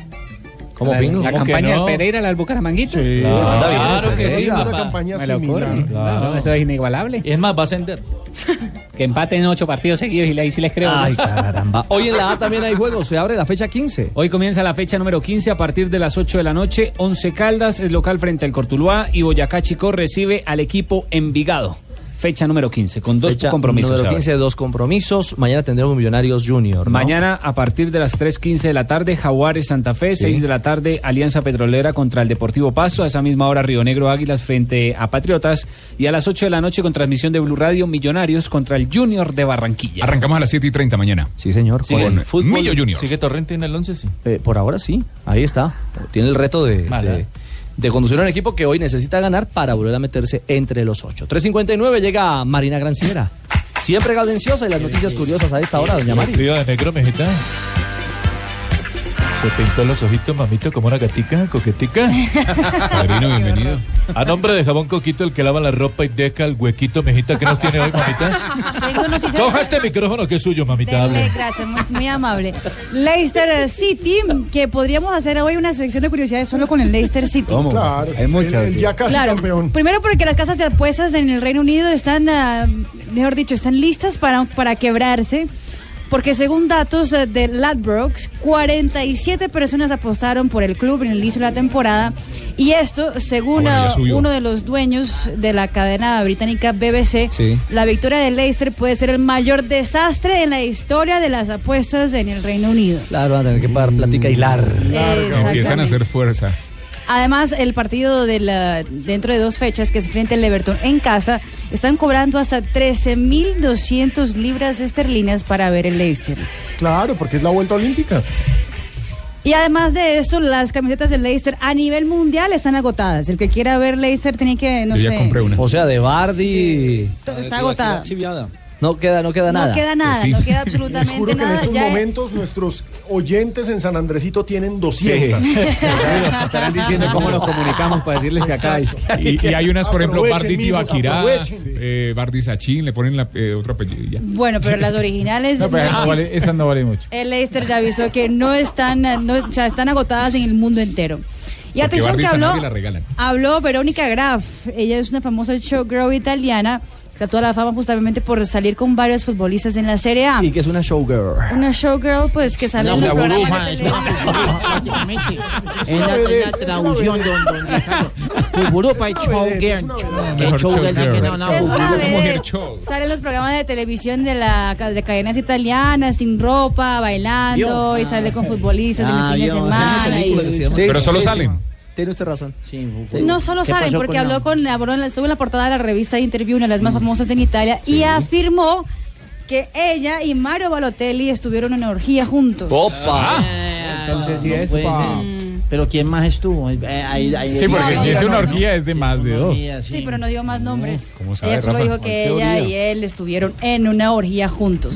Speaker 17: ¿Cómo,
Speaker 35: la,
Speaker 17: Pingo?
Speaker 35: la
Speaker 17: ¿Cómo que
Speaker 35: campaña
Speaker 17: no?
Speaker 35: del Pereira, la del Bucaramanguita.
Speaker 17: Sí. Claro,
Speaker 35: Claro,
Speaker 17: está bien, pues,
Speaker 35: que
Speaker 17: está
Speaker 35: sí,
Speaker 17: bien.
Speaker 35: papá.
Speaker 17: Una
Speaker 35: campaña Me lo ocurre.
Speaker 17: similar.
Speaker 35: No, eso es inigualable. Es más, va a ascender. (laughs) que empaten ocho partidos seguidos y ahí sí les creo.
Speaker 17: Ay, caramba. Hoy en la A también hay juegos, se abre la fecha 15.
Speaker 35: Hoy comienza la fecha número 15 a partir de las 8 de la noche. Once Caldas es local frente al Cortuluá y Boyacá Chico recibe al equipo Envigado. Fecha número 15, con dos
Speaker 17: Fecha
Speaker 35: compromisos.
Speaker 17: Número
Speaker 35: ahora.
Speaker 17: 15, dos compromisos. Mañana tendremos Millonarios Junior. ¿no?
Speaker 35: Mañana a partir de las 3.15 de la tarde, Jaguares Santa Fe, 6 de la tarde, Alianza Petrolera contra el Deportivo Paso, a esa misma hora Río Negro Águilas frente a Patriotas y a las 8 de la noche con transmisión de Blue Radio Millonarios contra el Junior de Barranquilla.
Speaker 17: Arrancamos a las 7 y 30 mañana. Sí, señor.
Speaker 35: Sigue
Speaker 17: con
Speaker 35: el fútbol.
Speaker 17: Millo Junior.
Speaker 32: ¿Sigue Torrente en el 11? Sí.
Speaker 17: Eh, por ahora sí, ahí está. Tiene el reto de,
Speaker 32: Mala.
Speaker 17: de, de conducir a un equipo que hoy necesita ganar para volver a meterse entre los ocho. 3.59 llega Marina Granciera. Siempre gaudenciosa y las noticias curiosas a esta hora, doña María.
Speaker 32: Viva de negro, mejita. Te pintó los ojitos, mamito, como una gatica, coquetica.
Speaker 6: Padrino, bienvenido.
Speaker 32: A nombre de Jabón Coquito, el que lava la ropa y deja el huequito, mijita, que nos tiene hoy, mamita.
Speaker 14: Tengo noticias.
Speaker 32: Coja este micrófono que es suyo, mamita. hable.
Speaker 14: Dele, gracias, muy, muy amable. Leicester City, que podríamos hacer hoy una selección de curiosidades solo con el Leicester City.
Speaker 35: ¿Cómo?
Speaker 15: Claro,
Speaker 35: Hay muchas.
Speaker 15: el ya casi
Speaker 14: Claro.
Speaker 15: campeón.
Speaker 14: Primero porque las casas de apuestas en el Reino Unido están, ah, mejor dicho, están listas para, para quebrarse. Porque según datos eh, de Ladbrokes, 47 personas apostaron por el club en el inicio de la temporada. Y esto, según
Speaker 33: Ah, bueno, ya
Speaker 14: ah,
Speaker 33: subió.
Speaker 14: uno de los dueños de la cadena británica BBC,
Speaker 33: Sí.
Speaker 14: la victoria de Leicester puede ser el mayor desastre en la historia de las apuestas en el Reino Unido.
Speaker 17: Claro, van a tener que pagar plática y larga.
Speaker 14: Exactamente.
Speaker 6: Empiezan a hacer fuerza.
Speaker 14: Además, el partido de la- dentro de dos fechas que se enfrenta el Everton en casa, están cobrando hasta 13.200 libras esterlinas para ver el Leicester.
Speaker 15: Claro, porque es la vuelta olímpica.
Speaker 14: Y además de esto, las camisetas del Leicester a nivel mundial están agotadas. El que quiera ver Leicester tiene que, no sé,
Speaker 17: O sea, de Bardi.
Speaker 14: está agotada.
Speaker 17: No queda, no queda
Speaker 14: No
Speaker 17: nada.
Speaker 14: queda
Speaker 17: Pues
Speaker 14: nada, no queda absolutamente
Speaker 15: Les juro que en
Speaker 14: nada.
Speaker 15: estos
Speaker 14: ya-
Speaker 15: momentos nuestros oyentes en San Andresito tienen
Speaker 35: (laughs)
Speaker 15: 200. (laughs)
Speaker 42: Sí.
Speaker 35: Estarán diciendo cómo nos comunicamos para decirles que acá hay.
Speaker 6: Y, y hay unas, por ejemplo,
Speaker 35: Aprovechen,
Speaker 6: Bardi
Speaker 35: mijos,
Speaker 6: Tibaquirá,
Speaker 35: aprovechen.
Speaker 6: eh, Bardi Sachin, le ponen la, eh, otro apellido y ya.
Speaker 14: Bueno, pero las originales...
Speaker 6: No,
Speaker 14: no
Speaker 6: pero
Speaker 14: existen.
Speaker 3: Esa no vale mucho.
Speaker 14: El Leicester ya avisó que no están, eh, no, o sea, están agotadas en el mundo entero.
Speaker 6: Porque
Speaker 14: Y atención
Speaker 6: Bardi
Speaker 14: que
Speaker 6: Zanardi
Speaker 14: habló,
Speaker 6: la regalan.
Speaker 14: habló Verónica Graf. Ella es una famosa showgirl italiana. Está toda la fama justamente por salir con varios futbolistas en la Serie A.
Speaker 17: Y que es una showgirl.
Speaker 14: Una showgirl, pues, que sale en los programas de televisión.
Speaker 43: Es la, es la traducción, don, don Ricardo. Fugurupa y Chowgirl. Que
Speaker 6: Mejor
Speaker 43: Chowgirl
Speaker 6: showgirl.
Speaker 43: tiene una
Speaker 14: Es una
Speaker 43: fugurupa.
Speaker 14: vedette. Sale en los programas de televisión de, la, de cadenas italianas, sin ropa, bailando, y sale con futbolistas
Speaker 17: Ah,
Speaker 14: en Este el fin de
Speaker 17: vio.
Speaker 14: semana. y-
Speaker 6: Pero solo salen.
Speaker 17: Tiene usted razón.
Speaker 14: No solo
Speaker 17: ¿Qué
Speaker 14: salen,
Speaker 17: pasó
Speaker 14: porque
Speaker 17: con
Speaker 14: habló
Speaker 17: la-
Speaker 14: con la, habló en la- estuvo en la portada de la revista Interview, una de las más famosas en Italia, y afirmó que ella y Mario Balotelli estuvieron en orgía juntos.
Speaker 9: Eh,
Speaker 43: Entonces sí es. Pero ¿quién más estuvo? Eh, ahí- ahí-
Speaker 3: Sí, porque
Speaker 43: ahí-
Speaker 3: si es
Speaker 43: ahí-
Speaker 3: una orgía es de más de dos.
Speaker 14: Sí, pero no dio más nombres.
Speaker 3: ¿cómo sabe,
Speaker 14: Ella solo
Speaker 3: Rafa?
Speaker 14: dijo que
Speaker 3: ¿Cuál
Speaker 14: ella y
Speaker 3: teoría?
Speaker 14: él estuvieron en una orgía juntos.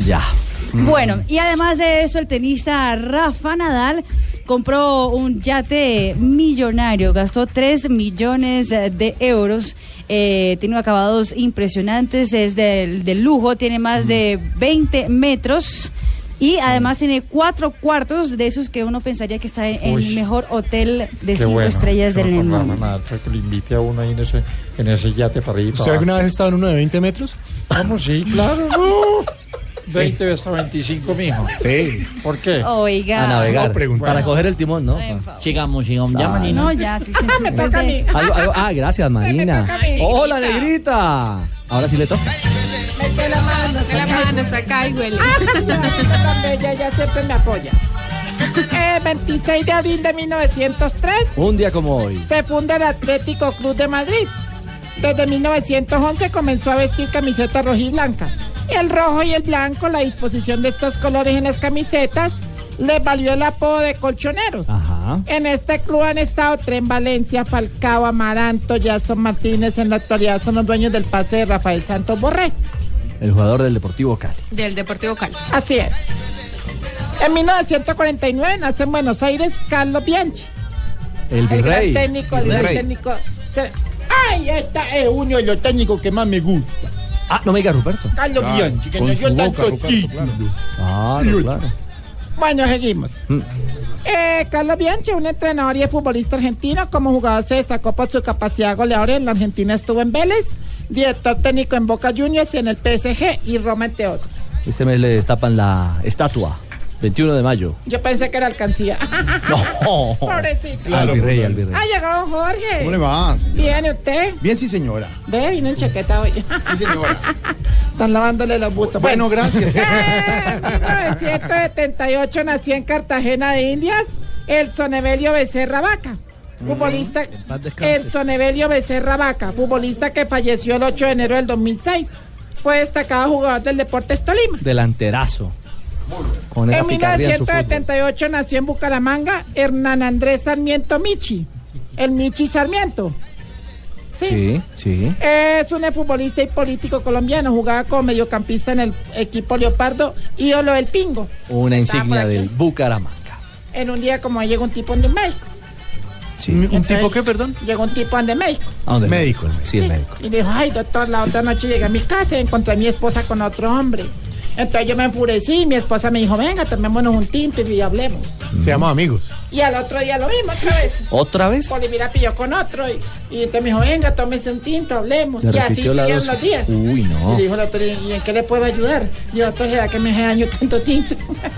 Speaker 9: Mm.
Speaker 14: Bueno, y además de eso, el tenista Rafa Nadal compró un yate millonario, gastó 3 millones de euros, eh, tiene acabados impresionantes, es del, del lujo, tiene
Speaker 9: Mm.
Speaker 14: más de 20 metros. Y además tiene cuatro cuartos de esos que uno pensaría que está en en
Speaker 9: Uy.
Speaker 14: el mejor hotel de
Speaker 9: Qué
Speaker 14: cinco
Speaker 9: bueno,
Speaker 14: estrellas
Speaker 9: qué
Speaker 14: del
Speaker 9: bueno,
Speaker 14: mundo.
Speaker 9: Rafa, nada, que lo invite a uno ahí en ese, en ese yate para ir.
Speaker 35: ¿Usted alguna vez ha estado en uno de 20 metros?
Speaker 9: ¿Cómo sí? Claro, no. 20 hasta 25, mijo. Sí. ¿Por qué?
Speaker 43: Oh,
Speaker 14: Oiga.
Speaker 9: A navegar.
Speaker 17: Para coger el timón, ¿no?
Speaker 43: Sigamos, sigamos. Ya,
Speaker 17: Ah.
Speaker 43: Marina.
Speaker 14: No, ya, sí, sí,
Speaker 43: Me
Speaker 14: después
Speaker 43: toca
Speaker 14: de-
Speaker 17: Algo- algo- ah, gracias,
Speaker 14: toca
Speaker 17: Marina.
Speaker 14: a mí,
Speaker 17: Hola, negrita. Ahora sí le toca.
Speaker 8: Mete la Ah, mano,
Speaker 44: Mete la mano, saca y huele.
Speaker 8: tan bella, ella siempre me apoya. Eh, 26 de abril de 1903
Speaker 17: Un día como hoy.
Speaker 8: se funda el Atlético Club de Madrid. Desde 1911 comenzó a vestir camiseta roja y blanca. El rojo y el blanco, la disposición de estos colores en las camisetas, les valió el apodo de colchoneros. En este club han estado Tren Valencia, Falcao, Amaranto, Jason Martínez. En la actualidad son los dueños del pase de Rafael Santos Borré.
Speaker 17: El jugador del Deportivo Cali.
Speaker 8: Del Deportivo Cali. Así es. En 1949 nace en Buenos Aires Carlos Bianchi.
Speaker 17: El virrey.
Speaker 8: gran técnico, el gran
Speaker 17: Virrey.
Speaker 8: técnico. Se- Ay, esta es uno de los técnicos que más me gusta.
Speaker 17: Ah, no me digas, Ruperto.
Speaker 8: Carlos
Speaker 17: Claro,
Speaker 8: Bianchi, que
Speaker 17: con
Speaker 8: nos
Speaker 17: su
Speaker 8: dio
Speaker 17: boca,
Speaker 8: tanto
Speaker 17: Ruperto,
Speaker 8: título.
Speaker 17: Claro, claro.
Speaker 8: Bueno, seguimos.
Speaker 17: Mm.
Speaker 8: Eh, Carlos Bianchi, un entrenador y futbolista argentino, como jugador se destacó por su capacidad goleadora en la Argentina, estuvo en Vélez, director técnico en Boca Juniors y en el PSG y Roma, entre otros.
Speaker 17: Este mes le destapan la estatua. 21 de mayo.
Speaker 8: Yo pensé que era alcancía. Oh.
Speaker 17: No.
Speaker 8: (laughs) Pobrecito.
Speaker 17: al virrey, al virrey.
Speaker 8: Ha llegado Jorge.
Speaker 35: ¿Cómo le va, señora?
Speaker 8: Bien, ¿y usted?
Speaker 35: Bien, sí, señora.
Speaker 8: Ve, vino en chaqueta hoy. Sí, señora. (laughs) Están lavándole los bustos. Eh,
Speaker 35: Bueno, gracias.
Speaker 8: En 1978 nació en Cartagena de Indias el Sonevelio Becerra Vaca. Futbolista, el Sonevelio Becerra Vaca, futbolista que falleció el 8 de enero del 2006. Fue destacado jugador del Deportes Tolima.
Speaker 17: Delanterazo. Con esa
Speaker 8: En
Speaker 17: picardía en su fútbol.
Speaker 8: 1978 nació en Bucaramanga Hernán Andrés Sarmiento Michi, el Michi Sarmiento.
Speaker 17: Sí, sí.
Speaker 8: Es un futbolista y político colombiano, jugaba como mediocampista en el equipo Leopardo, ídolo del Pingo.
Speaker 17: Una insignia del Bucaramanga.
Speaker 8: en un día como hoy llegó un tipo de México.
Speaker 9: ¿Un tipo
Speaker 8: qué, perdón? Llegó un tipo de México.
Speaker 9: ¿A dónde? Médico. Sí, el médico.
Speaker 8: Y dijo, ay doctor, la otra noche llegué a mi casa y encontré a mi esposa con otro hombre. Entonces yo me enfurecí y mi esposa me dijo, venga, tomémonos un tinto y hablemos.
Speaker 9: Se llama amigos.
Speaker 8: Y al otro día lo mismo otra vez.
Speaker 9: ¿Otra vez?
Speaker 8: Porque mira, pilló con otro y, y entonces me dijo, venga, tómese un tinto, hablemos.
Speaker 9: Le
Speaker 8: y así
Speaker 9: repitió la
Speaker 8: siguieron
Speaker 9: dosis.
Speaker 8: los días.
Speaker 9: Uy, no.
Speaker 8: Y dijo la doctora, ¿y en qué le puedo ayudar? Y yo, doctor, ¿será que me hace daño tanto tinto? (laughs)
Speaker 9: (laughs)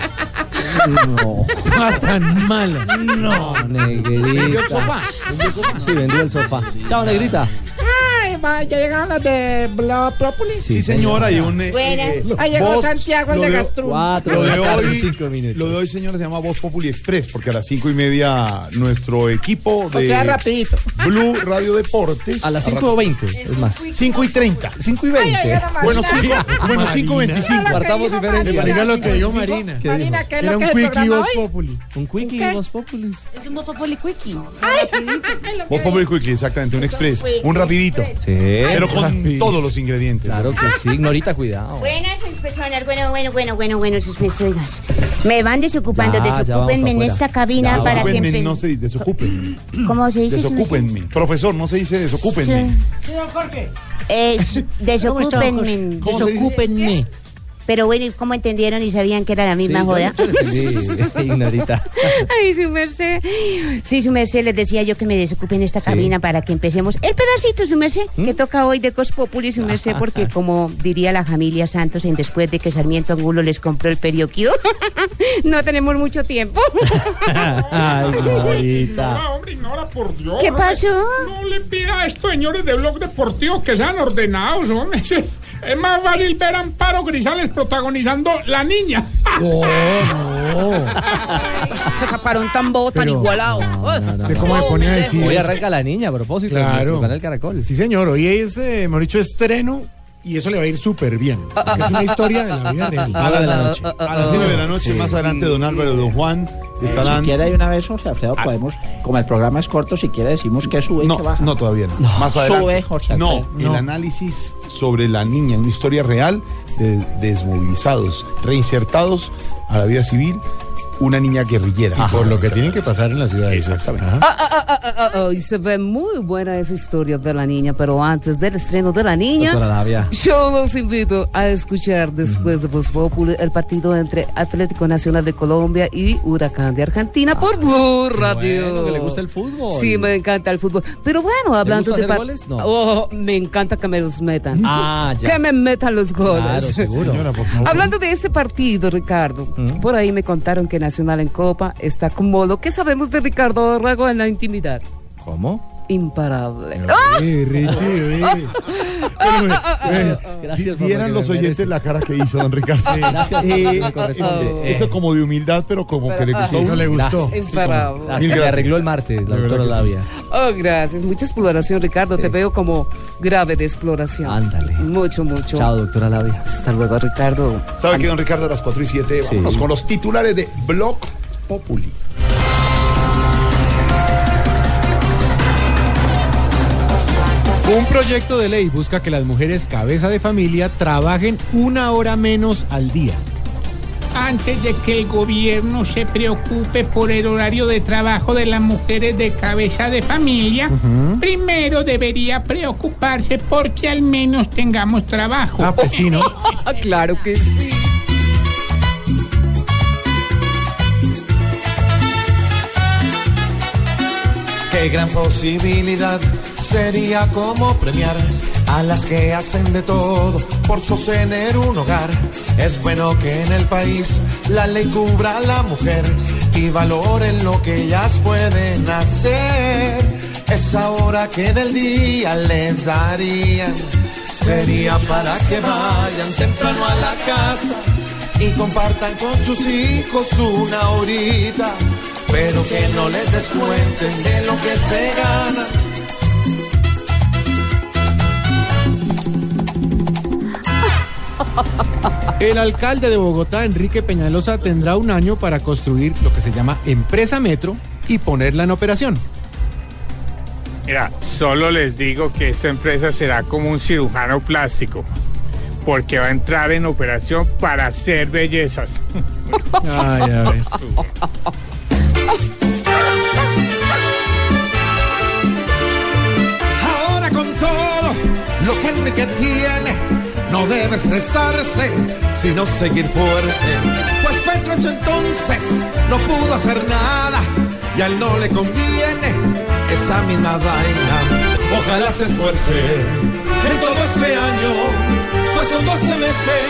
Speaker 9: No. Ah, tan mala. No.
Speaker 17: Negrita. Sí, vendió el sofá. Chao, negrita.
Speaker 8: Ay, va, ya llegaron los de Blog Populi.
Speaker 17: Sí, señora, y un,
Speaker 25: eh,
Speaker 8: Buenas.
Speaker 25: eh,
Speaker 8: Ahí llegó
Speaker 25: voz,
Speaker 8: Santiago el
Speaker 25: lo
Speaker 8: de
Speaker 25: de-
Speaker 8: Gastrum.
Speaker 25: Lo de, hoy, lo de hoy, señores, se llama Voz Populi Express, porque a las cinco y media nuestro equipo
Speaker 8: O
Speaker 25: de
Speaker 8: pues,
Speaker 9: (laughs)
Speaker 8: sea, rapidito.
Speaker 25: Blue Radio Deportes.
Speaker 7: A las 5:20, es más.
Speaker 25: 5 y 30.
Speaker 7: 5 y
Speaker 8: Ay, ay,
Speaker 25: 20.
Speaker 8: ay, la
Speaker 25: Bueno,
Speaker 8: Marina.
Speaker 25: 5 bueno,
Speaker 7: Marina.
Speaker 25: 5 25.
Speaker 7: Marina, lo que Partamos dijo diferente. Marina.
Speaker 25: Marina, lo que dijo
Speaker 7: ¿Qué dijo?
Speaker 25: Marina.
Speaker 7: ¿Qué dijo?
Speaker 8: Marina, ¿qué es lo que es el programa hoy?
Speaker 25: Populi.
Speaker 7: Un
Speaker 8: ¿Un
Speaker 7: quickie,
Speaker 8: qué?
Speaker 7: Voz Populi.
Speaker 8: Es un Voz Populi Quickie. Ay, lo
Speaker 25: Voz
Speaker 8: que-
Speaker 25: Populi Quickly, exactamente, un express, un rapidito.
Speaker 7: Sí.
Speaker 25: Pero con todos los ingredientes.
Speaker 7: Claro que sí, Ignorita,
Speaker 25: Oh.
Speaker 7: cuidado.
Speaker 27: Buenas, sus personas. Bueno, bueno, bueno, bueno, bueno, sus personas. Me van desocupando,
Speaker 25: Ah, Ya, ya vamos
Speaker 27: desocúpenme en
Speaker 25: afuera.
Speaker 27: esta cabina
Speaker 25: Ya,
Speaker 27: para que...
Speaker 25: desocúpenme,
Speaker 27: empe-
Speaker 25: no se dice, desocupen.
Speaker 27: ¿Cómo se dice?
Speaker 25: Desocúpenme. Profesor, no se dice desocúpenme.
Speaker 27: Sí. Eh,
Speaker 25: (laughs)
Speaker 27: s- desocúpenme.
Speaker 25: ¿Cómo se dice?
Speaker 27: Desocúpenme. Pero bueno, ¿y ¿cómo entendieron y sabían que era la misma joda?
Speaker 7: Sí,
Speaker 27: (laughs)
Speaker 7: Ignorita.
Speaker 27: Ay, su merced. Sí, su merced, les decía yo que me desocupen esta cabina para que empecemos el pedacito, su merced, que toca hoy de Cospopuli, su merced, porque como diría la familia Santos en después de que Sarmiento Angulo les compró el periódico, (laughs) no tenemos mucho tiempo.
Speaker 14: (laughs)
Speaker 7: Ay, Ignorita.
Speaker 24: Hombre, ignora, por Dios.
Speaker 27: ¿Qué
Speaker 24: hombre.
Speaker 27: pasó?
Speaker 24: No le pida a estos señores de Blog Deportivo que sean ordenados, (laughs) hombre. Sí. Es más fácil ver a Amparo Grisales protagonizando La Niña. (laughs)
Speaker 26: Este caparón tan bobo, tan igualado.
Speaker 9: ¿Usted Este, cómo me pone a decir
Speaker 7: Hoy
Speaker 9: eso?
Speaker 7: arranca la niña a propósito.
Speaker 9: Claro.
Speaker 7: Para el caracol.
Speaker 9: Sí, señor. Hoy es, eh, mejor dicho, estreno y eso le va a ir súper bien. Porque Es una historia de la
Speaker 2: (laughs)
Speaker 9: vida real.
Speaker 25: A las de la
Speaker 8: (laughs)
Speaker 25: noche. A las 9 de la noche, más adelante, don Álvaro y don Juan
Speaker 2: Eh, Si
Speaker 25: estarán.
Speaker 2: quiere de una vez, Jorge
Speaker 9: Ah.
Speaker 2: Alfredo, podemos, como el programa es corto, si quiere decimos que sube y que
Speaker 25: No,
Speaker 2: baja.
Speaker 25: no todavía no.
Speaker 2: No,
Speaker 25: Más adelante.
Speaker 2: sube, Jorge
Speaker 25: no,
Speaker 2: Alfredo.
Speaker 25: el
Speaker 2: No.
Speaker 25: análisis sobre la niña, una historia real de desmovilizados, reinsertados a la vida civil, una niña guerrillera. por lo que tienen que pasar en la ciudad. Exactamente.
Speaker 26: Ah, ah, ah, ah, ah, ah, y se ve muy buena esa historia de la niña, pero antes del estreno de la niña,
Speaker 7: Doctora Davia.
Speaker 26: yo los invito a escuchar después de Voz Populi el partido entre Atlético Nacional de Colombia y Huracán de Argentina por Blue Radio.
Speaker 7: Ah, bueno, que le gusta el fútbol.
Speaker 26: Sí, me encanta el fútbol. Pero bueno, hablando
Speaker 7: gusta
Speaker 26: de
Speaker 7: hacer
Speaker 26: par-
Speaker 7: goles? No.
Speaker 26: Oh, me encanta que me los metan.
Speaker 7: Ah, ya.
Speaker 26: Que me metan los goles.
Speaker 7: Claro, seguro. Señora, por favor.
Speaker 26: Hablando de ese partido, Ricardo,
Speaker 7: Mm.
Speaker 26: por ahí me contaron que Nacional en Copa está como lo que sabemos de Ricardo Rago en la intimidad.
Speaker 7: ¿Cómo?
Speaker 26: Imparable.
Speaker 25: (laughs) Ah, Gracias,
Speaker 7: gracias por
Speaker 25: eh, Vieran
Speaker 7: lo que
Speaker 25: los
Speaker 7: me
Speaker 25: oyentes la cara que hizo don Ricardo.
Speaker 26: Sí, gracias, me corresponde.
Speaker 25: eh, Eso como de humildad, pero como que le
Speaker 26: Pero,
Speaker 25: gustó.
Speaker 26: ah, no le gustó. Es bravo.
Speaker 7: Ah, que le arregló el martes, la doctora Davia.
Speaker 26: (gasps) Oh, gracias. Mucha exploración, Ricardo. Te veo como grave de exploración. Ándale. Mucho, mucho.
Speaker 7: Chao, doctora Labia.
Speaker 26: Hasta luego, Ricardo.
Speaker 25: ¿Sabe que don Ricardo a las 4 y 7? Vámonos con los titulares de Blog Populi.
Speaker 9: Un proyecto de ley busca que las mujeres cabeza de familia trabajen una hora menos al día.
Speaker 24: Antes de que el gobierno se preocupe por el horario de trabajo de las mujeres de cabeza de familia,
Speaker 9: Ujú.
Speaker 24: primero debería preocuparse porque al menos tengamos trabajo.
Speaker 9: Ah,
Speaker 24: (laughs)
Speaker 9: pues sí, ¿no?
Speaker 26: claro que sí.
Speaker 30: Qué gran posibilidad sería como premiar a las que hacen de todo por sostener un hogar. Es bueno que en el país la ley cubra a la mujer y valoren lo que ellas pueden hacer. Esa hora que del día les darían sería para que vayan temprano a la casa y compartan con sus hijos una horita, pero que no les descuenten de lo que se gana.
Speaker 9: El alcalde de Bogotá, Enrique Peñalosa, tendrá un año para construir lo que se llama Empresa Metro y ponerla en operación.
Speaker 6: Mira, solo les digo que esta empresa será como un cirujano plástico, porque va a entrar en (laughs) operación para hacer bellezas.
Speaker 9: Ay, a ver.
Speaker 30: Ahora con todo lo que Enrique tiene, no debe estresarse, sino seguir fuerte. Pues Petro en su entonces no pudo hacer nada y a él no le conviene esa misma vaina. Ojalá se esfuerce en todo ese año, pues son 12 meses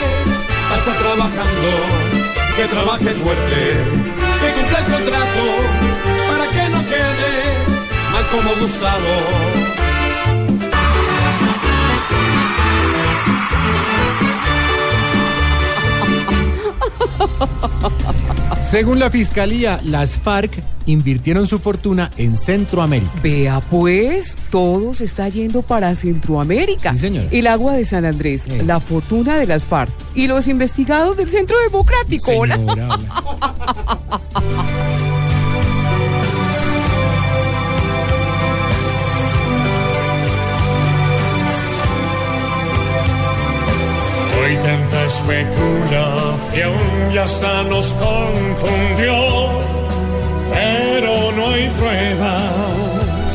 Speaker 30: hasta trabajando, que trabaje fuerte, que cumpla el contrato, para que no quede mal como Gustavo.
Speaker 25: Según la fiscalía, las FARC invirtieron su fortuna en Centroamérica.
Speaker 26: Vea pues, todo se está yendo para Centroamérica. El agua de San Andrés, la fortuna de las FARC y los investigados del Centro Democrático. (laughs)
Speaker 25: Señora,
Speaker 37: Hoy tanta especulación ya hasta nos confundió, pero no hay pruebas.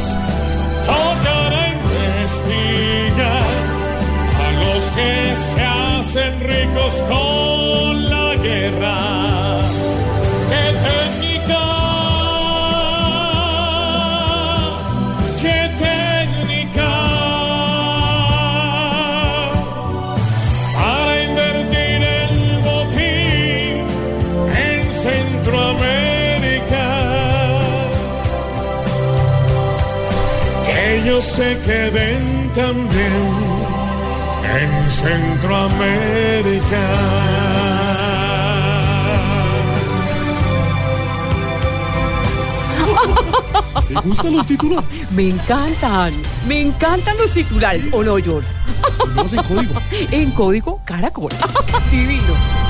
Speaker 37: Tocará investigar a los que se hacen ricos con la guerra. ¡Qué técnica! ¡Qué técnica! para invertir el botín en Centroamérica. Que ellos se queden también en Centroamérica.
Speaker 26: ¿Te gustan los titulares? Me encantan, me encantan los titulares, ¿o no, George? en código. En código, caracol. Divino.